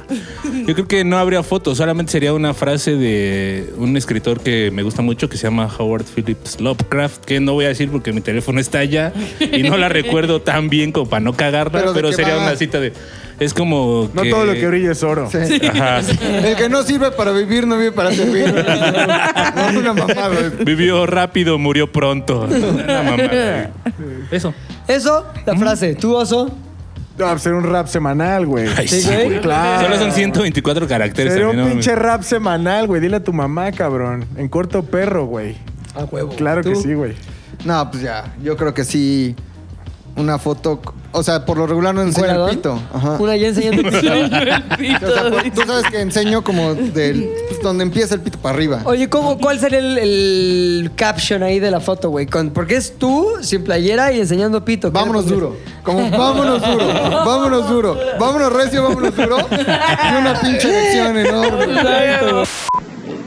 Yo creo que no habría foto, solamente sería una frase de un escritor que me gusta mucho que se llama Howard Phillips Lovecraft, que no voy a decir porque mi teléfono está allá y no la recuerdo tan bien como para no cagarla,
Pero
pero,
¿de qué
sería
va?
una cita de. Es como.
No
que-
todo lo que brilla es oro.
Sí.
Ajá.
El que no sirve para vivir, no vive para servir. No, una mamada. güey.
Vivió rápido, murió pronto. Una mamada. Eso.
Eso, la frase. Tú, oso.
No, pues era un rap semanal, güey.
Ay,
Sí,
sí,
güey.
güey.
Claro.
Solo son 124 caracteres.
Sería un
también, ¿no?
pinche rap semanal, güey. Dile a tu mamá, cabrón. En corto perro, güey.
A huevo.
Claro que sí, güey.
No, pues ya. Yo creo que sí. Una foto. O sea, por lo regular no enseño el pito. Ajá.
Una ya enseñando el pito.
O sea, por- tú sabes que enseño como del, pues, donde empieza el pito para arriba.
Oye, ¿cómo, ¿cuál sería el, el caption ahí de la foto, güey? Con- Porque es tú sin playera y enseñando pito. ¿Qué le
Vámonos
pondrías?
duro. Como vámonos duro. Vámonos duro. Vámonos recio, vámonos duro. Y una pinche elección enorme.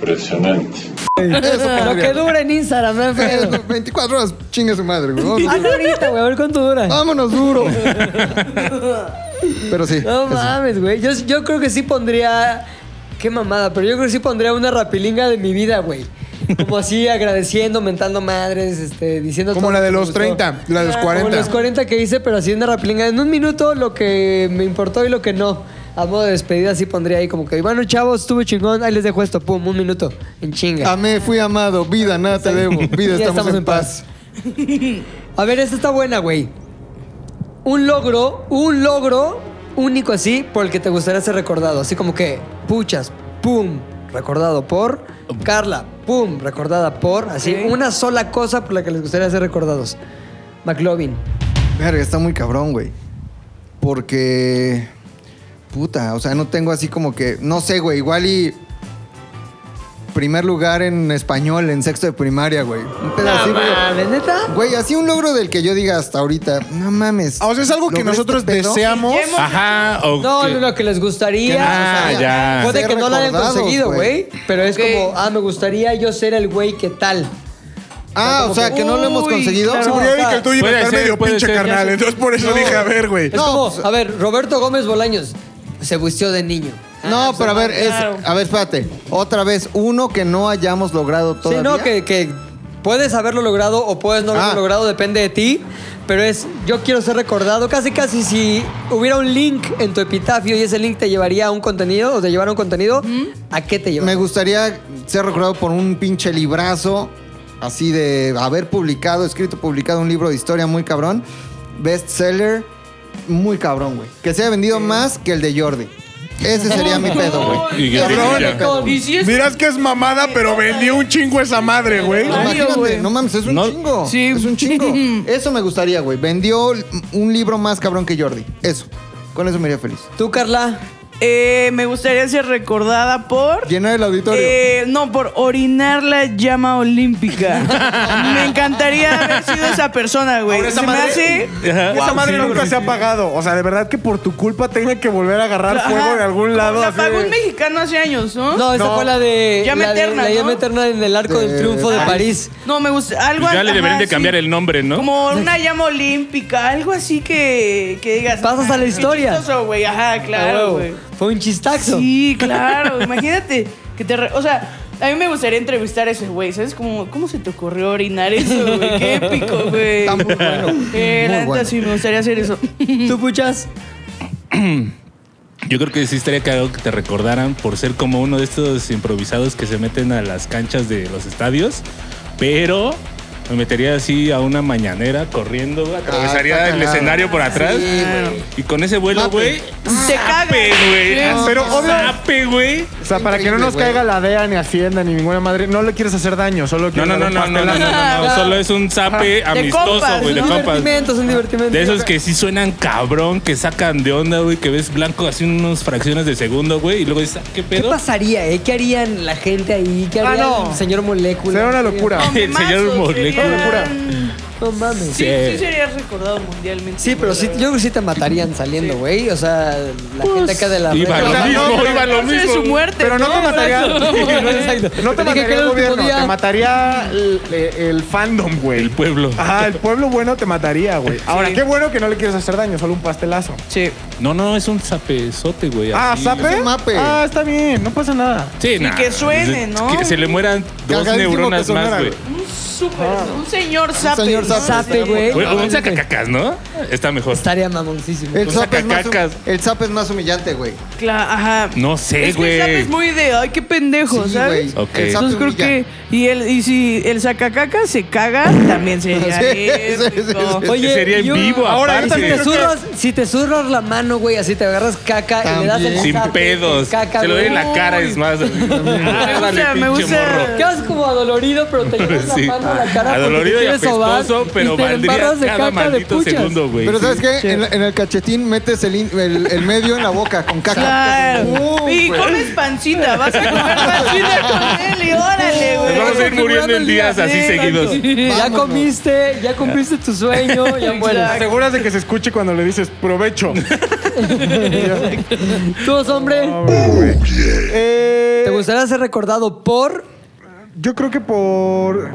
Eso
Lo que
pondría.
dura en Instagram, no hay pedo.
Eso, 24 horas, chingue su madre, güey. Vámonos
Hazlo
duro.
ahorita, güey, a ver cuánto dura.
Vámonos duro. Pero sí.
No
eso.
mames, güey. Yo, yo creo que sí pondría. Qué mamada, pero yo creo que sí pondría una rapilinga de mi vida, güey. Como así agradeciendo, mentando madres, este, diciendo
Como
todo
la
lo
de
que me
los
gustó.
30, la de los
Como
40.
los 40 que hice, pero así una rapilinga. En un minuto lo que me importó y lo que no. A modo de despedida sí pondría ahí como que, bueno, chavos, estuvo chingón, ahí les dejo esto, pum, un minuto, en chinga.
Amé, fui amado. Vida, nada te debo. Vida,
Ya
estamos, en, paz.
A ver, esta está buena, güey. Un logro, un logro único así por el que te gustaría ser recordado. Así como que, puchas, pum, recordado por Carla, pum, recordada por. Así, una sola cosa por la que les gustaría ser recordados. McLovin.
Verga, está muy cabrón, güey. Porque. Puta, o sea, no tengo así como que. No sé, güey. Igual y. Primer lugar en español, en sexto de primaria, güey. Un pedo así, güey.
mames, ¿neta?
Güey, así un logro del que yo diga hasta ahorita. No mames.
Ah, o sea, es algo que
¿Logré
nosotros
este pedo?
deseamos.
Ah,
Ajá. o
No,
que-
no, no, que les gustaría.
Que no,
Ah,
o sea,
ya.
Puede
ser
que no la hayan
recordados,
conseguido, güey. Pero es
Ok.
como, ah, me gustaría yo ser el güey que tal.
Ah, o sea, que no lo hemos
Uy,
conseguido.
claro.
Sí,
Yo vi que el tuyo iba a
Puede
estar
ser,
medio
puede
pinche
ser.
carnal. Entonces por eso dije, a ver, güey.
Es
No,
como,
pues-
a ver, Roberto Gómez Bolaños se vistió de niño.
Ah,
Ah,
No, pero a ver, es, a ver, espérate. Otra vez, uno que no hayamos logrado todavía.
Sí, no, que, que puedes haberlo logrado o puedes no haberlo
Ah.
logrado, depende de ti. Pero es, yo quiero ser recordado. Casi, casi si hubiera un link en tu epitafio y ese link te llevaría a un contenido o te llevara a un contenido, ¿a qué te
Me
llevaría?
gustaría ser recordado por un pinche librazo, así de haber publicado, escrito, publicado un libro de historia muy cabrón. Bestseller, muy cabrón, güey. Que se haya vendido más que el de Jordi. Ese sería mi pedo, güey.
Y que
Ese
diga
sería
ya.
mi pedo.
Y si es
Miras que es mamada, pero vendió un chingo esa madre, güey.
No, Imagínate,
güey.
no mames, es un
No-
chingo. Es un chingo. Eso me gustaría, güey. Vendió un libro más cabrón que Jordi. Eso. Con eso me iría feliz.
Tú, Carla,
Eh, me gustaría ser recordada por.
Llenar el auditorio.
Eh, no, por orinar la llama olímpica. me encantaría haber sido esa persona, güey.
Ahora esa
Se me
madre-
hace.
Ajá.
Esa madre nunca se ha apagado. O sea, de verdad que por tu culpa tenga que volver a agarrar fuego de algún lado.
La
así
apagó
de-
un mexicano hace años, ¿no?
No, esa
No.
fue la de.
Llama
la de-
eterna,
La
¿no?
llama eterna en el arco del
De
triunfo de París.
No, me gusta. Algo
Pues ya le
ajá,
deberían de
sí.
cambiar el nombre, ¿no?
Como una llama olímpica, algo así que, que digas.
Pasas a la
"Ah, qué
historia".
chistoso, güey. Ajá,
Ah,
claro,
huevo.
güey.
Fue un chistaxo.
Sí, claro. Imagínate que te. re- o sea, a mí me gustaría entrevistar a ese güey. ¿Sabes cómo, cómo se te ocurrió orinar eso, güey? Qué épico, güey.
Está muy bueno.
Eh,
Muy
la neta,
bueno.
sí, me gustaría hacer eso.
¿Tú, puchas?
Yo creo que sí estaría cagado que te recordaran por ser como uno de estos improvisados que se meten a las canchas de los estadios, pero Me metería así a una mañanera corriendo, güey, atravesaría
Ah, está
el
cagado.
escenario por atrás.
Ah.
y con ese vuelo, güey.
Te cagas.
Zape, Ah, pues,
Ah,
güey.
Pero
Pero
obvio-
Zape, güey.
O sea, para que no
Increíble,
nos
güey.
caiga la DEA, ni Hacienda, ni ninguna madre, no le quieres hacer daño, solo
No,
quieres
no, no,
dar un
no, no, no,
pastelazo.
no,
Ah.
no,
Ajá.
Solo es un zape amistoso,
compas,
güey, de
un
compas.
divertimento, es un divertimento.
De esos que sí suenan cabrón, que sacan de onda, güey, que ves blanco así unos fracciones de segundo, güey, y luego dices, ah,
¿Qué
¿qué pedo?
pasaría, eh? ¿Qué harían la gente ahí? ¿Qué haría
Ah, no.
el señor Molécula?
Será una
¿Qué haría?
locura.
El señor
Mamazos,
Molécula.
serían-
Locura.
No mames.
Sí,
Sí,
sí serías recordado mundialmente.
pero sí, yo creo que sí te matarían saliendo, güey. O sea, la gente acá de la...
iba
red,
lo
o sea,
Pues, mismo,
pero
iba lo
causa de
mismo.
su muerte.
Pero no te mataría.
exacto.
No te
Dije que era
mataría el
el último
gobierno,
día.
te mataría el, eh, el fandom, güey.
El pueblo.
Ajá, el pueblo bueno te mataría, güey. Ahora, qué bueno que no le quieres hacer daño, solo un pastelazo.
Sí.
No, no, es un zapezote, güey.
Ah,
así.
¿sape?
un mape.
Ah, está bien, no pasa nada.
Sí, nah.
que suene, ¿no?
Que se le mueran dos
Cagadísimo
neuronas
que sonara,
más, güey.
güey.
Un super, un señor zape.
Ah. señor zape.
Zape, güey.
Güey, Un sacacacas, ¿no? Está mejor.
Estaría mamoncísimo.
El zap, es más,
sacacacas.
el zap es más humillante, güey.
Cla- ajá.
No sé,
Es que el zape
güey.
es muy de, ay, qué pendejo,
Sí,
¿sabes?
güey.
Ok.
El zap
Entonces creo
humilla.
que. Y, el, y si el sacacaca se caga, también sería.
Sí,
épico.
sí, sí, sí.
Ese sería en
yo-
vivo,
Ahora, si
aparte.
te, zurras, si te zurras la mano, güey, así te agarras caca y le das el
También.
Sin
zape,
pedos.
caca,
Se lo doy en
güey.
la cara, es más.
gusta, me gusta.
Quedas como adolorido, pero te llevas
Sí.
la mano a la cara. porque
Adolorido
te
y
quieres sobar
apestoso, pero
y te
valdría
embarras de
cada
caca de
maldito
puchas.
segundo, güey.
Pero
Sí.
¿sabes qué? En, la- en el cachetín metes el, in- el- el medio en la boca con caca.
Claro.
Uh,
y
güey.
comes pancita, vas a comer pancita con él y órale,
Uh,
Nos
güey.
vamos a ir muriendo en días así seguidos.
Ya comiste, ya cumpliste tu sueño, ya mueres.
Aseguras de que se escuche cuando le dices provecho.
¿Tú, hombre?
Eh,
¿Te gustaría ser recordado por...?
yo creo que por.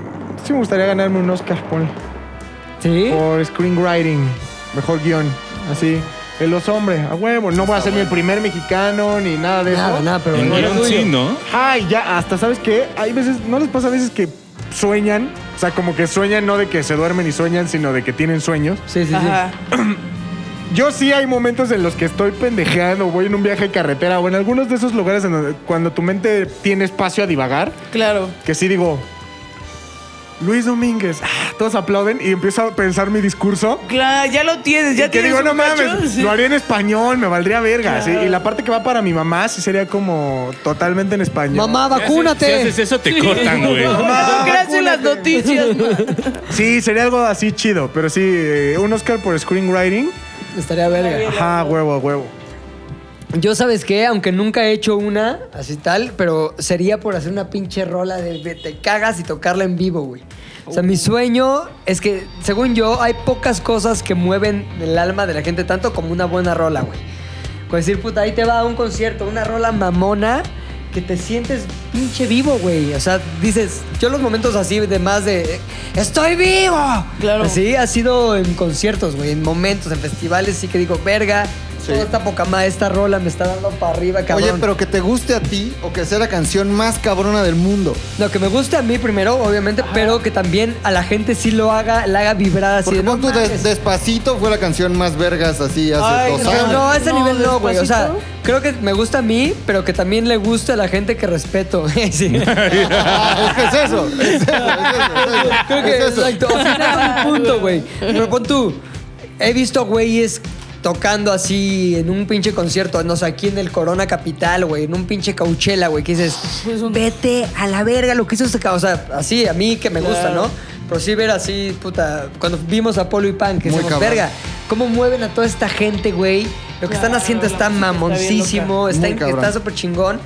Sí, me gustaría ganarme un Oscar, Paul.
¿Sí?
Por screenwriting, mejor guión, así. El Los Hombres, a huevo. No voy a ser ni el primer mexicano ni nada de
Nada,
eso.
nada, pero...
En
no era
guión
tuyo.
sí, ¿no?
Ay, ya, hasta, ¿sabes qué? Hay veces, ¿no les pasa a veces que sueñan? O sea, como que sueñan no de que se duermen y sueñan, sino de que tienen sueños.
Sí, sí, sí.
Ajá.
Yo sí hay momentos en los que estoy pendejeando, voy en un viaje de carretera o en algunos de esos lugares en donde, cuando tu mente tiene espacio a divagar,
Claro.
que sí digo, Luis Domínguez, ah, todos aplauden y empiezo a pensar mi discurso.
Claro, ya lo tienes, ya
y que
tienes.
digo,
un
no
cacho,
mames,
sí.
lo haría en español, me valdría verga. ¿sí? Y la parte que va para mi mamá sí sería como totalmente en español.
Mamá,
Si
vacúnate.
haces eso, te cortan, güey.
Eso que hacen las noticias, ma.
Sí, sería algo así chido, pero sí, eh, un Oscar por screenwriting.
Estaría verga.
Ajá, huevo, huevo.
Yo, ¿sabes qué? Aunque nunca he hecho una así tal, pero sería por hacer una pinche rola de, de te cagas y tocarla en vivo, güey. O sea, mi sueño es que, según yo, hay pocas cosas que mueven el alma de la gente tanto como una buena rola, güey. Con decir, puta, ahí te va a un concierto, una rola mamona, que te sientes pinche vivo, güey. O sea, dices, yo los momentos así de más de, ¡estoy vivo!
Claro.
Así ha sido en conciertos, güey, en momentos, en festivales, sí que digo, verga, toda esta poca madre, esta rola me está dando para arriba, cabrón.
Oye, pero que te guste a ti o que sea la canción más cabrona del mundo.
Lo que me gusta a mí primero, obviamente, pero que también a la gente sí lo haga, la haga vibrar así.
Porque
de,
pon tú,
mames".
Des- Despacito fue la canción más vergas así hace
Ay,
dos
no,
Pero
años.
no, a ese
No,
nivel no, güey. O sea,
despacito.
creo que me gusta a mí, pero que también le guste a la gente que respeto. Sí.
Ah, es que es eso. Es eso, es eso,
Creo que
es eso.
exacto. Al final es un punto, güey. Pero pon tú, he visto güeyes tocando así en un pinche concierto, no sé, aquí en el Corona Capital, güey, en un pinche Coachella, güey, que dices, vete a la verga lo que hizo este cabrón. O sea, así, a mí que me gusta, ¿no? Pero sí ver así, puta, cuando vimos a Polo y Pan, que
Muy
somos
cabrón.
verga, cómo mueven a toda esta gente, güey. Lo que están haciendo está mamoncísimo, está
Muy
in-
cabrón.
está súper chingón.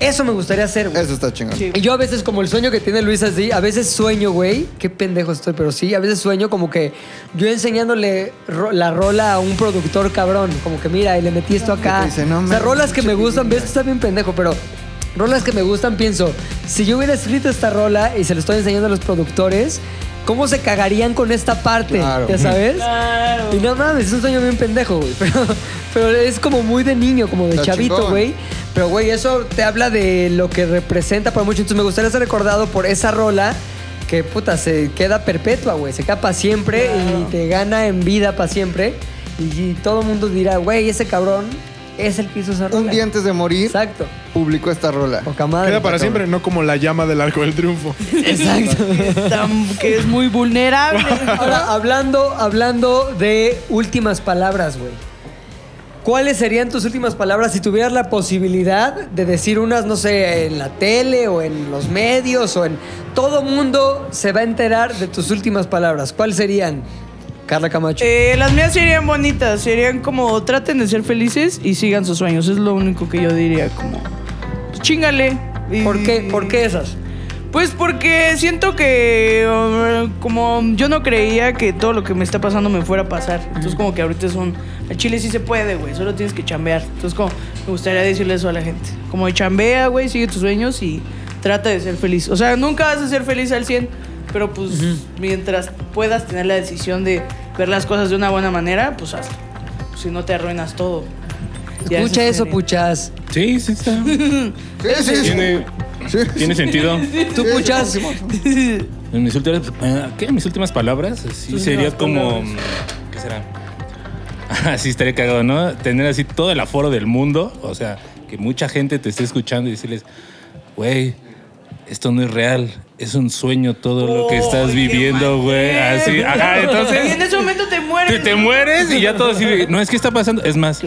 Eso me gustaría hacer, güey.
Eso está chingón.
Sí.
Y yo a veces, como el sueño que tiene Luis así, a veces sueño, güey, qué pendejo estoy, pero sí, a veces sueño como que yo enseñándole ro- la rola a un productor cabrón, como que mira, y le metí esto acá.
te dice, "No
o sea,
mames,
rolas que me
pinche
gustan, ves, esto está bien pendejo, pero rolas que me gustan, pienso, si yo hubiera escrito esta rola y se lo estoy enseñando a los productores, ¿cómo se cagarían con esta parte?
Claro.
¿Ya sabes?
Claro.
Y no mames, es un sueño bien pendejo, güey. Pero, pero es como muy de niño, como de
Está
chavito,
chingón.
güey. Pero, güey, eso te habla de lo que representa para muchos. Entonces, me gustaría ser recordado por esa rola que, puta, se queda perpetua, güey. Se queda para siempre y te gana en vida para siempre. Y, y todo el mundo dirá, güey, ese cabrón es el que hizo esa rola.
Un día antes de morir,
Exacto.
público esta rola.
Poca madre.
Queda para siempre, no como la llama del arco del triunfo.
Exacto. que es muy vulnerable.
Ahora, hablando, hablando de últimas palabras, güey. ¿Cuáles serían tus últimas palabras si tuvieras la posibilidad de decir unas, no sé, en la tele o en los medios o en... Todo mundo se va a enterar de tus últimas palabras. ¿Cuáles serían, Carla Camacho?
Eh, las mías serían bonitas, serían como traten de ser felices y sigan sus sueños. Es lo único que yo diría, como pues, chingale. y-
¿Por, qué, ¿Por qué esas?
Pues porque siento que eh, como yo no creía que todo lo que me está pasando me fuera a pasar. Entonces como que ahorita son, a Chile sí se puede, güey, solo tienes que chambear. Entonces como me gustaría decirle eso a la gente. Como chambea, güey, sigue tus sueños y trata de ser feliz. O sea, nunca vas a ser feliz al 100, pero pues mientras puedas tener la decisión de ver las cosas de una buena manera, pues hazlo. Si no te arruinas todo. Ya,
Escucha
eso
eso,
sería.
puchas.
Sí, sí está.
Sí, sí, sí.
Tiene, tiene sentido.
Tú, puchas.
En mis últimas, eh, ¿qué? Mis últimas palabras, sí
Tus
sería
últimas
como,
palabras.
¿qué será? Así estaría cagado, ¿no? Tener así todo el aforo del mundo, o sea, que mucha gente te esté escuchando y decirles, güey, esto no es real, es un sueño todo lo que estás
Ay, qué
viviendo,
mal
güey,
pedo.
así, ajá,
Y en
entonces
ese momento te mueres.
te, te mueres y ya todo así, de, no es que está pasando, es más,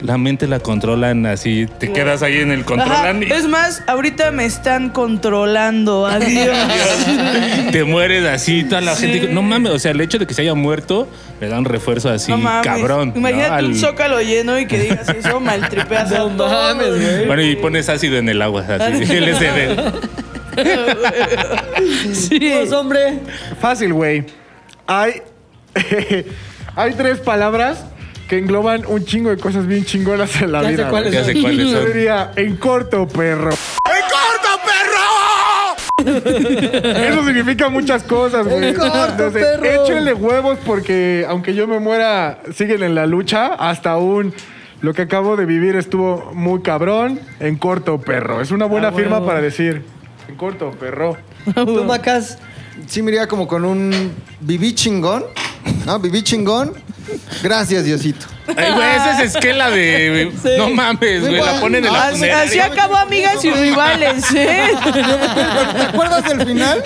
la mente la controlan así, te quedas ahí en el
Ajá,
controlan y
Es más, ahorita me están controlando. Adiós.
te mueres así, toda la gente. No mames, o sea, el hecho de que se haya muerto le da un refuerzo así,
No mames.
cabrón. ¿no?
Imagínate
Al-
un zócalo lleno y que digas eso, maltripeas a todos.
Bueno, y pones ácido en el agua, así, LSD.
Pues, hombre.
Fácil, güey. Hay, hay tres palabras que engloban un chingo de cosas bien chingonas en la
Ya sé
vida.
cuáles
güey.
Ya sé cuáles
Yo
son.
diría, en corto, perro. ¡En corto, perro! Eso significa muchas cosas, güey.
En corto,
Desde
perro.
Échenle huevos porque aunque yo me muera, siguen en la lucha hasta un... Lo que acabo de vivir estuvo muy cabrón. En corto, perro. Es una buena firma para decir. En corto, perro.
Tú, Macas.
Sí, me iría como con un viví chingón. ¿No? Viví chingón. Gracias, Diosito.
Ay, güey, esa es esquela de. No mames, güey. La ponen en la
Así,
funeraria.
así acabó amigas y rivales, ¿eh?
¿Te acuerdas del final?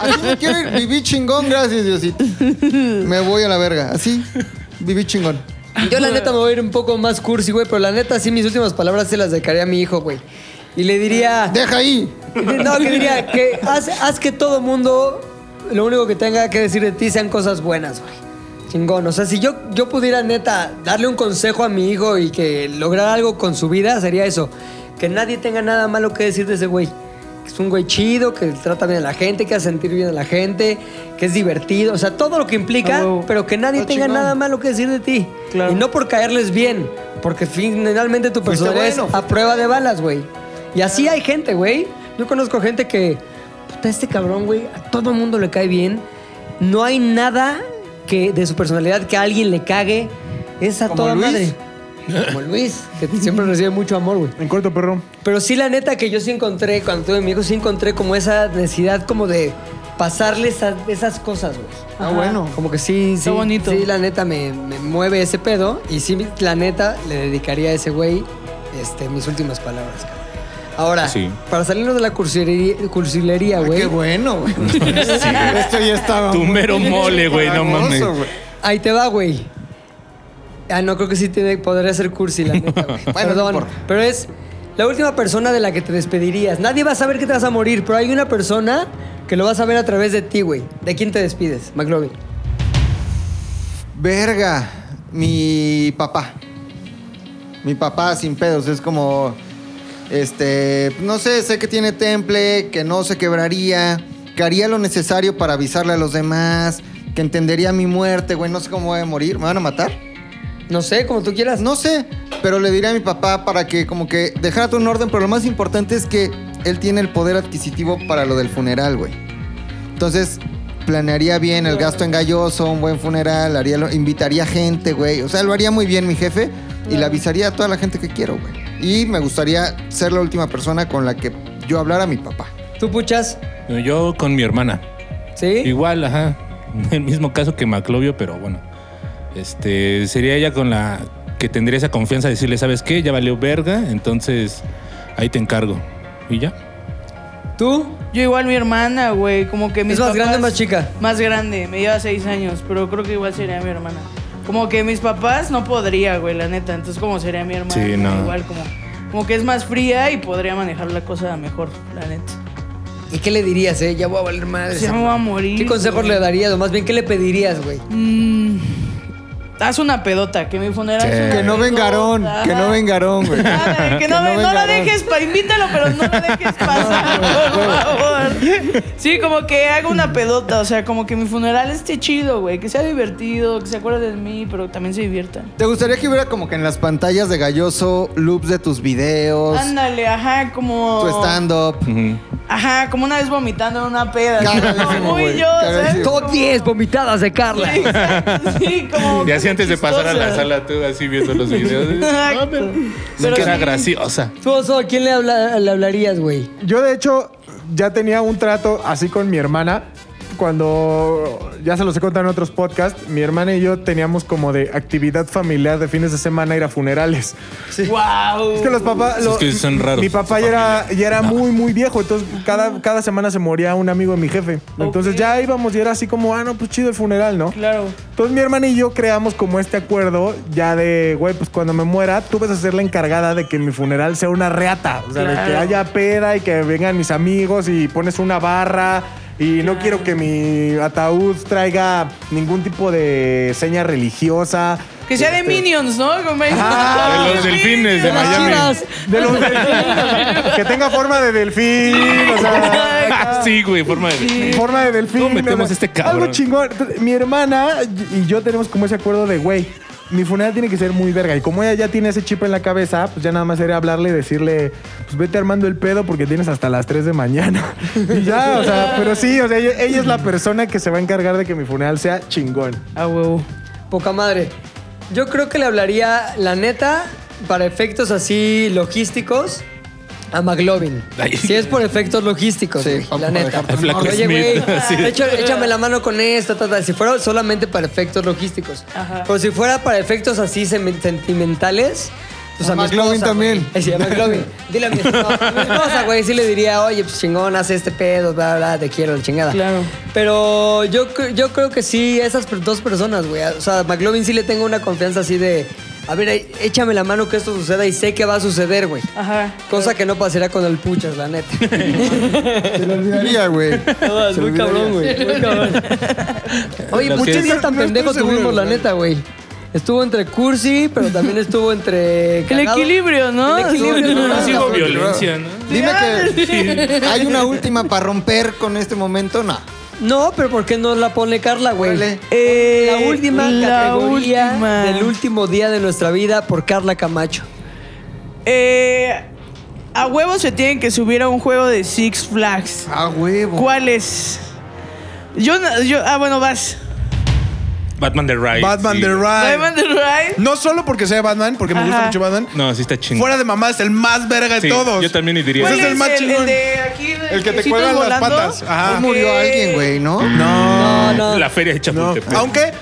Así me quiero ir. Viví chingón, gracias, Diosito. Me voy a la verga. Así, viví chingón.
Yo la neta me voy a ir un poco más cursi, güey, pero la neta sí mis últimas palabras se las dejaría a mi hijo, güey. Y le diría...
Deja ahí.
No, que diría que haz, haz que todo mundo lo único que tenga que decir de ti sean cosas buenas, güey. Chingón. O sea, si yo, yo pudiera neta darle un consejo a mi hijo y que lograra algo con su vida, sería eso. Que nadie tenga nada malo que decir de ese güey. Que es un güey chido, que trata bien a la gente, que hace sentir bien a la gente, que es divertido. O sea, todo lo que implica,
Ah, huevo.
pero que nadie
Ah,
tenga
chingón.
nada malo que decir de ti.
Claro.
Y no por caerles bien, porque finalmente tu
Fuiste
personalidad es
bueno,
Pues, a prueba de balas, güey. Y así hay gente, güey. Yo conozco gente que, puta, este cabrón, güey, a todo mundo le cae bien. No hay nada que de su personalidad que a alguien le cague. Es a
¿Como
toda
Luis?
madre. Como Luis, que siempre recibe mucho amor, güey.
En corto, perro.
Pero sí, la neta que yo sí encontré, cuando tuve mi hijo, sí encontré como esa necesidad como de pasarle esa- esas cosas, güey.
Ah, bueno.
Como que sí,
Está
sí.
bonito.
Sí, la neta me, me mueve ese pedo. Y sí, la neta le dedicaría a ese güey este, mis últimas palabras, cabrón. Ahora,
Sí.
para salirnos de la cursilería, cursilería, güey.
Qué bueno, güey. Esto Este ya estaba.
Tu
muy
mero mole, güey, no mames.
famoso, güey.
Ahí te va, güey. Ah, no, creo que sí tiene, podría ser cursi, la neta, güey.
Bueno, no
Perdón.
importa.
pero es la última persona de la que te despedirías. Nadie va a saber que te vas a morir, pero hay una persona que lo va a saber a través de ti, güey. ¿De quién te despides, McLovin?
Verga, mi papá. Mi papá sin pedos, es como. Este. No sé, sé que tiene temple, que no se quebraría, que haría lo necesario para avisarle a los demás, que entendería mi muerte, güey. No sé cómo voy a morir. ¿Me van a matar?
No sé, como tú quieras.
No sé, pero le diré a mi papá para que, como que, dejara todo en orden. Pero lo más importante es que él tiene el poder adquisitivo para lo del funeral, güey. Entonces, planearía bien el gasto engalloso, un buen funeral, haría lo- invitaría gente, güey. O sea, lo haría muy bien mi jefe y le avisaría a toda la gente que quiero, güey. Y me gustaría ser la última persona con la que yo hablara a mi papá.
¿Tú puchas?
Yo con mi hermana.
¿Sí?
Igual, ajá. El mismo caso que Maclovio, pero bueno. Este, sería ella con la que tendría esa confianza de decirle, ¿sabes qué? Ya valió verga, entonces Ahí te encargo. ¿Y ya?
¿Tú?
Yo igual mi hermana, güey, como que mis
más
papás-
grande o más chica?
Más grande, me lleva seis años, pero creo que igual sería mi hermana. Como que mis papás no podría, güey, la neta. Entonces, como sería mi hermana,
Sí, no.
igual como, como que es más fría y podría manejar la cosa mejor, la neta.
¿Y qué le dirías, eh? Ya voy a valer madre.
Ya me voy a morir,
¿Qué consejos
güey.
le darías? O más bien, ¿qué le pedirías, güey?
Mm, haz una pedota, que mi funeral. es una
Que no vengaron,
pedota.
que no vengaron, güey.
Nada, que no, ve- no la
vengaron.
dejes, pa- invítalo, pero no la dejes pasar, por favor. Sí, como que haga una pedota, o sea, como que mi funeral esté chido, güey, que sea divertido, que se acuerde de mí, pero también se divierta.
¿Te gustaría que hubiera como que en las pantallas de Galloso loops de tus videos,
Ándale, ajá, como...
tu stand-up?
Ajá, como una vez vomitando en una peda. así
Cagadísimo,
como muy
güey,
yo, ¿sabes?
cagadísimo.
Como-
Top 10 vomitadas de Carla.
Sí, exacto, sí, como...
Y así antes de pasar a la
chistosa.
sala, tú así viendo los videos.
Exacto.
No, que
Pero
era
sí.
graciosa.
Tú, Oso, ¿a quién le, habla- le hablarías, güey?
Yo, de hecho, ya tenía un trato así con mi hermana. Cuando ya se los he contado en otros podcasts, mi hermana y yo teníamos como de actividad familiar de fines de semana ir a funerales.
Wow.
Es que los papás.
Es
lo-
que son raros,
Mi papá
su
ya era,
familia.
ya era muy, muy viejo. Entonces, cada, cada semana se moría un amigo de mi jefe. Entonces,
Ok.
ya íbamos y era así como, ah, no, pues chido el funeral, ¿no?
Claro.
Entonces, mi hermana y yo creamos como este acuerdo ya de, güey, pues cuando me muera, tú vas a ser la encargada de que mi funeral sea una reata. O sea, de que
Claro.
haya peda y que vengan mis amigos y pones una barra. Y no quiero que mi ataúd traiga ningún tipo de seña religiosa.
Que sea de
Este,
Minions, ¿no? Como-
Ah,
de los delfines de
Las
Miami.
chivas.
de los delfines. que tenga forma de delfín, o sea,
sí, güey, forma de.
forma de delfín.
¿Cómo metemos
o sea,
este cabrón?
Algo chingón. Entonces, Mi hermana y yo tenemos como ese acuerdo de, güey, mi funeral tiene que ser muy verga. Y como ella ya tiene ese chip en la cabeza, pues ya nada más era hablarle y decirle, pues vete armando el pedo porque tienes hasta las 3 de mañana. y ya, o sea, pero sí, o sea, ella, ella es la persona que se va a encargar de que mi funeral sea chingón.
A huevo.
Poca madre. Yo creo que le hablaría, la neta, para efectos así logísticos, a McLovin.
Ay.
Si es por efectos logísticos,
Sí,
güey,
vamos
la
a
neta.
dejarte
en Flaco
Oye,
Smith,
güey,
así.
echa- échame la mano con esto, tal, tal. Si fuera solamente para efectos logísticos.
Ajá.
Pero si fuera para efectos así semen- sentimentales... Pues
A
a, mi
McLovin
esposa,
también.
güey. Ay, sí, a McLovin. Dile a mi esposa, a mi esposa, güey. Sí le diría, oye, pues chingón, haz este pedo, bla, bla, te quiero, la chingada.
Claro.
Pero yo, cre- yo creo que sí, esas per- dos personas, güey. O sea, a McLovin sí le tengo una confianza así de, a ver, ahí, échame la mano que esto suceda y sé que va a suceder, güey.
Ajá.
Cosa que no pasará con el Puchas, la neta.
Se lo olvidaría, güey. Se lo
muy
olvidaría.
cabrón, güey. Muy cabrón. Oye,
Lo que
muchos
es-
días tan
no estoy
pendejos
seguro,
tuvimos, la
güey.
neta, güey. Estuvo entre cursi, pero también estuvo entre...
El
cagado.
equilibrio, ¿no?
El equilibrio,
No, no,
Ah,
sí
cabrón.
hubo violencia, ¿no?
Dime que hay una última para romper con este momento, no.
No, pero ¿por qué no la pone Carla, güey?
Órale.
Eh,
La última categoría
última.
del último día de nuestra vida por Carla Camacho.
Eh, a huevo se tienen que subir a un juego de Six Flags.
A huevo.
¿Cuál es? Yo, no- yo ah, bueno, vas.
Batman the Ride.
Batman
sí.
The Ride.
Batman the Ride.
No solo porque sea Batman, porque me gusta
Ajá.
mucho Batman.
No, sí está chingón.
Fuera de mamá, es el más verga de
Sí,
todos.
Yo también diría.
¿Cuál
Ese es el más chingón.
de aquí,
El que te
sí
cuelgan
estoy
las
volando?
patas. Ajá.
Ahí Ah, murió
Ok.
alguien, güey, ¿no?
No, no.
La feria de
No,
Chapultepec.
Aunque,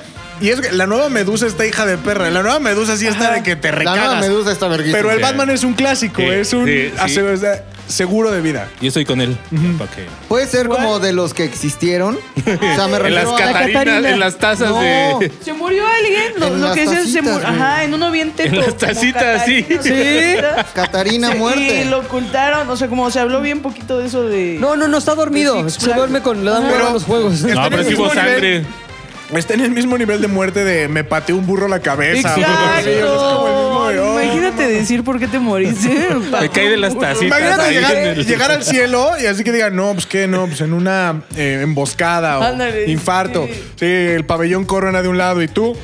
y es que la nueva Medusa está hija de perra. La nueva Medusa sí está de que te
La
recagas.
nueva medusa está verguísima.
Pero el
Sí.
Batman es un clásico,
Sí,
es un
sí, sí.
ase- o sea, seguro de vida.
Yo estoy con él. ¿Para qué?
Puede ser como de los que existieron. O sea, me
En las
refiero a-
catarinas, en las tazas
No.
de.
Se murió alguien. Lo,
En
lo
las
que decías, se
tacitas,
murió.
güey.
Ajá, en uno bien teto.
En las
como
tacitas, sí.
Catarina,
Sí.
¿no?
Catarina
Sí,
muerte.
Y lo ocultaron. O sea, como se habló bien poquito de eso de.
No, no, no, está dormido.
De Six
Se duerme con. Le dan
Pero-
hueva a los juegos.
Está
No,
en
pero
el
sí hubo
mismo nivel.
sangre.
Está en el mismo nivel de muerte de me pateó un burro la cabeza. o
Exacto.
sea, es como el mismo de, oh,
Imagínate decir por qué te moriste.
Me cae de las tacitas.
Imagínate
ahí
llegar,
en el-
llegar al cielo y así que digan, no, pues qué, no, pues en una eh, emboscada o
Ándale,
infarto.
sí.
Sí. el pabellón corona de un lado y tú.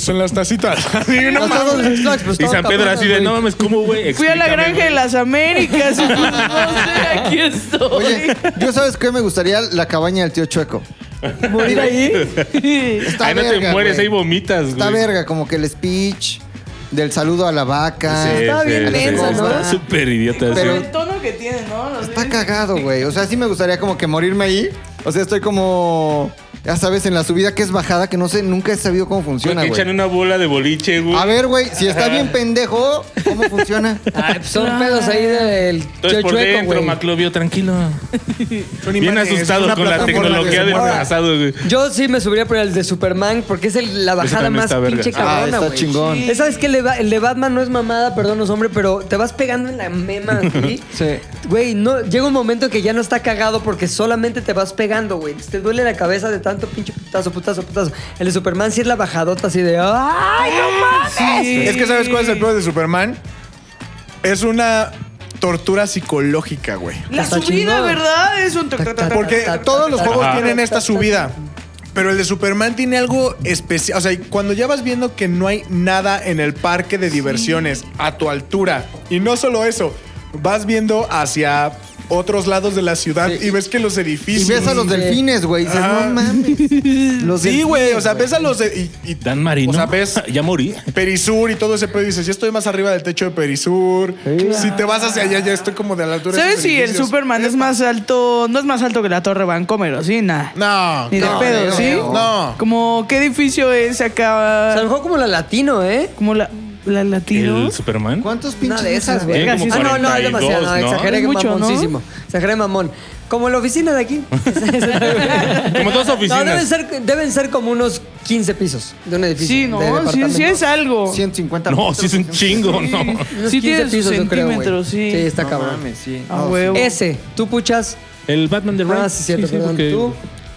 Son las tacitas. Sí, no
No,
mames.
está con Six
pues,
Flags, pero
Y
estaba
San Pedro
cabrón,
así de,
güey.
no mames, ¿cómo, güey?
Fui a la
Explícame,
granja de
güey".
las Américas. entonces, no sé, aquí estoy.
Oye, yo sabes qué me gustaría la cabaña del tío Chueco.
¿Morir ahí?
Está
Ahí no te
verga,
mueres,
güey.
ahí vomitas, güey.
Está verga, como que el speech del saludo a la vaca.
Estaba bien densa, ¿no?
Está Súper idiota.
Pero-
sí.
el tono que tiene, ¿no? No sé.
Está cagado, güey. O sea, sí me gustaría como que morirme ahí O sea, estoy como. Ya sabes, en la subida que es bajada, que no sé, nunca he sabido cómo
Güey,
funciona,
que echan
güey.
una bola de boliche, güey.
A ver, güey, si está bien pendejo, ¿cómo funciona?
Ay, pues son pedos ahí del
Entonces por
chueco,
dentro,
güey.
Maclovio, tranquilo.
Son
Bien
imanes,
asustado
una
con la
plataforma que
tecnología
se
del
mueve.
pasado, güey.
Yo sí me subiría por el de Superman porque es el- la bajada
también
más
está verga.
pinche
Ah,
cabrona,
está
güey.
chingón.
Sí.
Esa es que el de, Ba- el de Batman no es mamada, perdón, no es hombre, pero te vas pegando en la mema así.
Sí.
Güey, no, llega un momento que ya no está cagado porque solamente te vas pegando, güey. Te duele la cabeza de tanto pinche putazo, putazo, putazo. El de Superman sí es la bajadota así de ¡ah! ¡Ay, no mames!
Es que ¿sabes cuál es el peor de Superman? Es una tortura psicológica, güey.
La
Está
subida,
chingón.
¿verdad? Es un toc, toc, toc, toc.
Porque
ta, ta,
todos los
ta,
juegos
ta,
tienen
ta,
esta
ta,
subida. Pero el de Superman tiene algo especial. O sea, cuando ya vas viendo que no hay nada en el parque de diversiones a tu altura. Y no solo eso, vas viendo hacia otros lados de la ciudad y ves que los
Y
edificios.
ves a los delfines, güey. y dices,
Ajá.
no mames. Los
Sí, güey. O sea,
delfines,
ves a los. de- y- y-
Dan Marino.
O sea, ves
ya morí.
Perisur y todo ese pedo. Y dices, ya estoy más arriba del techo de Perisur. Si te vas hacia allá, ya estoy como de la altura
¿Sabes
de esos
si el
edificios.
Superman es más alto? No es más alto que la Torre Vancomer, ¿o sí? Nada.
No.
Ni de
no,
pedo,
no,
¿sí?
No.
Como, ¿qué edificio es
O sea, a
acá?
lo mejor como la latino, ¿eh?
Como la, la latino.
El Superman.
¿Cuántos pinches?
Una de esas, güey.
Tiene
Ah,
como
no, no, es
42,
demasiado. No,
¿no?
exageré
Es mucho, ¿no?
mamoncísimo. Exageré mamón. Como la oficina de aquí.
Como todas las oficinas.
No, deben ser, deben ser como unos 15 pisos de un edificio.
Sí,
de
no, sí,
departamento.
sí es algo.
150
No, sí es un chingo, no.
Unos 15
Sí tiene sus
pisos, yo creo, güey.
centímetros, sí.
Sí, está
No
cabrón.
mames, sí.
A huevo.
Ese, tú puchas.
El Batman de Ryan.
Ah, sí, cierto, perdón.
porque-
Tú,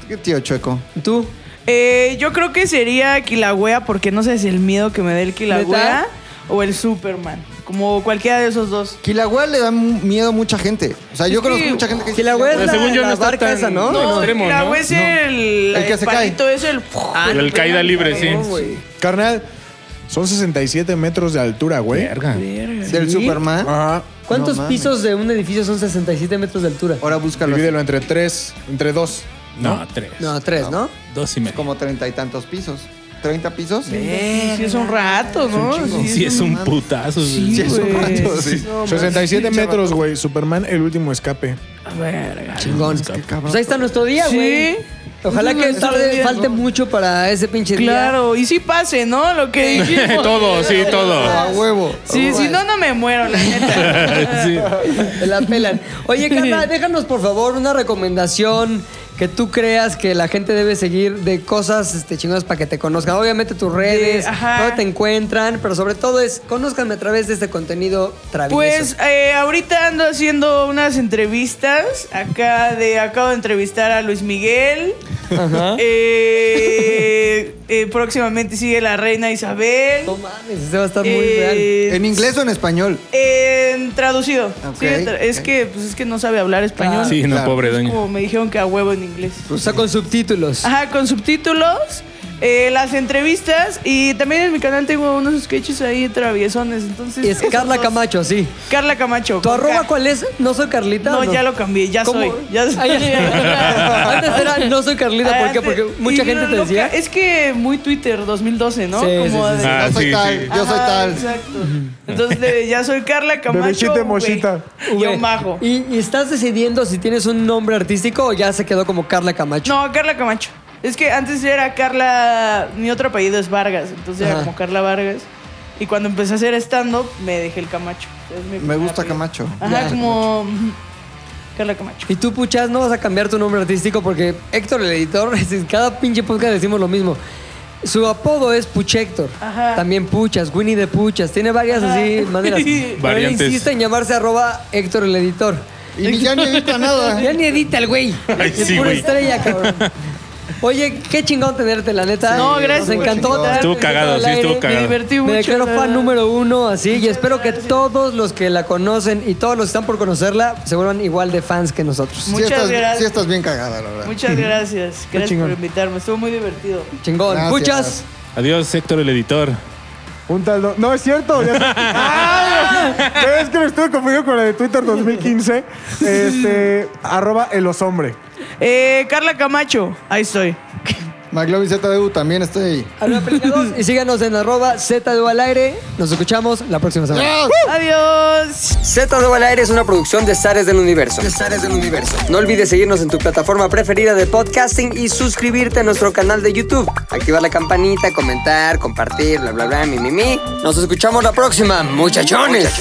Qué tío chueco.
tú.
Eh, yo creo que sería Kilauea porque no sé si el miedo que me dé el Kilauea
¿Neta?
o el Superman. Como cualquiera de esos dos.
Quilagua le da mu- miedo a mucha gente. O sea, yo
Es que-
conozco mucha gente que dice,
Quilagua es
Pero
la,
según yo
la
no está
barca
tan-
esa, ¿no?
no,
No,
extremo,
Kilauea
¿no?
es el.
El que se
palito es el.
El
no,
caída
no,
libre,
no,
sí.
güey.
Carnal, son 67 metros de altura, güey.
Verga.
Del Superman.
Ah.
Ajá.
¿Cuántos
No mames.
pisos de un edificio son 67 metros de altura?
Ahora búscalo. así,
Divídelo entre tres, entre dos.
No, tres.
No, tres, ¿no?
Dos y medio.
Como treinta y tantos pisos. ¿30 pisos?
Sí, es un rato, ¿no? Sí,
Sí, es un putazo.
sí,
güey.
es un
güey.
rato, sí.
67 metros, güey. Superman, el último escape.
Verga.
Chingón. Pues ahí está nuestro día,
Sí.
güey. Ojalá
Eso
que
no está
tarde-
bien,
falte
¿no?
mucho para ese pinche día.
Claro, y si pase, ¿no? Lo que dijimos.
Eh, Todo, sí, todo.
A huevo.
Sí, si no, no me muero, la neta.
Sí.
Te la pelan. Oye, Carla, déjanos por favor una recomendación que tú creas que la gente debe seguir de cosas este, chingonas para que te conozcan. Obviamente tus redes,
ajá.
dónde te encuentran, pero sobre todo es conózcanme a través de este contenido travieso.
Pues eh, ahorita ando haciendo unas entrevistas. Acá de acabo de entrevistar a Luis Miguel. Eh, eh, próximamente sigue la reina Isabel.
no mames, ese va a estar muy
Eh,
¿En inglés o en español?
En traducido.
Ok,
Sí, tra- es
ok.
que pues, es que no sabe hablar español.
Claro.
Ah, Sí, no,
Claro.
pobre doña.
Como me dijeron que a huevo en inglés.
real. O sea, con subtítulos.
Ajá, con subtítulos, eh, las entrevistas y también en mi canal tengo unos sketches ahí traviesones. Entonces
Y es
esos
Carla
dos.
Camacho, sí.
Carla Camacho.
¿Tu
con
arroba
K.
cuál es? ¿No soy Carlita?
No,
o
ya lo cambié, ya
¿Cómo?
soy. Ya soy.
Ay, Antes era no soy Carlita, ¿por qué? Porque
Antes-
mucha
y
gente
no,
te
no,
decía.
Es que muy Twitter 2012, ¿no?
Sí,
Como
sí, sí,
de-
Ah,
yo soy
sí,
tal,
sí.
yo soy
Ajá,
tal.
Exacto. Entonces de- ya soy Carla Camacho.
Bebecita
güey,
mochita.
Guión bajo.
¿Y, y estás decidiendo si tienes un nombre artístico o ya se quedó como Carla Camacho?
No, Carla Camacho. Es que antes era Carla. Mi otro apellido es Vargas, entonces era
Ajá.
como Carla Vargas. Y cuando empecé a hacer stand-up, me dejé el Camacho. Es mi
Me
primer
gusta
apellido.
Camacho.
Ajá,
Ya.
como. ujú, Carla Camacho.
Y tú, puchas, no vas a cambiar tu nombre artístico porque Héctor, el editor, es decir, cada pinche podcast decimos lo mismo. Su apodo es Puchector.
Ajá.
También Puchas, Winnie de Puchas. Tiene varias
Ajá.
así maneras. Pero él
Variantes.
insiste en llamarse arroba Héctor, el editor.
Y ni- ya ni evita
Ya
nada.
ni edita el güey.
Ay,
es
sí,
pura
güey.
estrella, cabrón. Oye, qué chingón tenerte, la neta.
No, gracias,
Nos encantó.
chingón.
tenerte
Estuvo
en Zeta
cagado,
del
sí, estuvo
Aire.
cagado.
Me divertí mucho.
Me declaro fan
¿verdad?
número uno, así, y espero que todos los que la conocen y todos los que están por conocerla se vuelvan igual de fans que nosotros.
Sí
Muchas
estás,
gracias.
sí estás bien cagada, la verdad.
Muchas gracias. Gracias por invitarme. Estuvo muy divertido.
Chingón.
Gracias.
Muchas.
Adiós, Héctor, el editor.
Un tal do- No, es cierto. ya sé. ¡Ay! Pero es que lo estuve confundido con la de Twitter 2015. Este, arroba el osombre.
Eh, Carla Camacho, ahí estoy.
McLovin ZDU también está ahí.
Arroba Pelicados y síganos en arroba ZDU al aire. Nos escuchamos la próxima semana.
Adiós.
Z2 al aire es una producción de Zares del Universo.
del universo.
No olvides seguirnos en tu plataforma preferida de podcasting y suscribirte a nuestro canal de YouTube. Activar la campanita, comentar, compartir, bla, bla, bla, mi, mi, mi. Nos escuchamos la próxima, muchachones.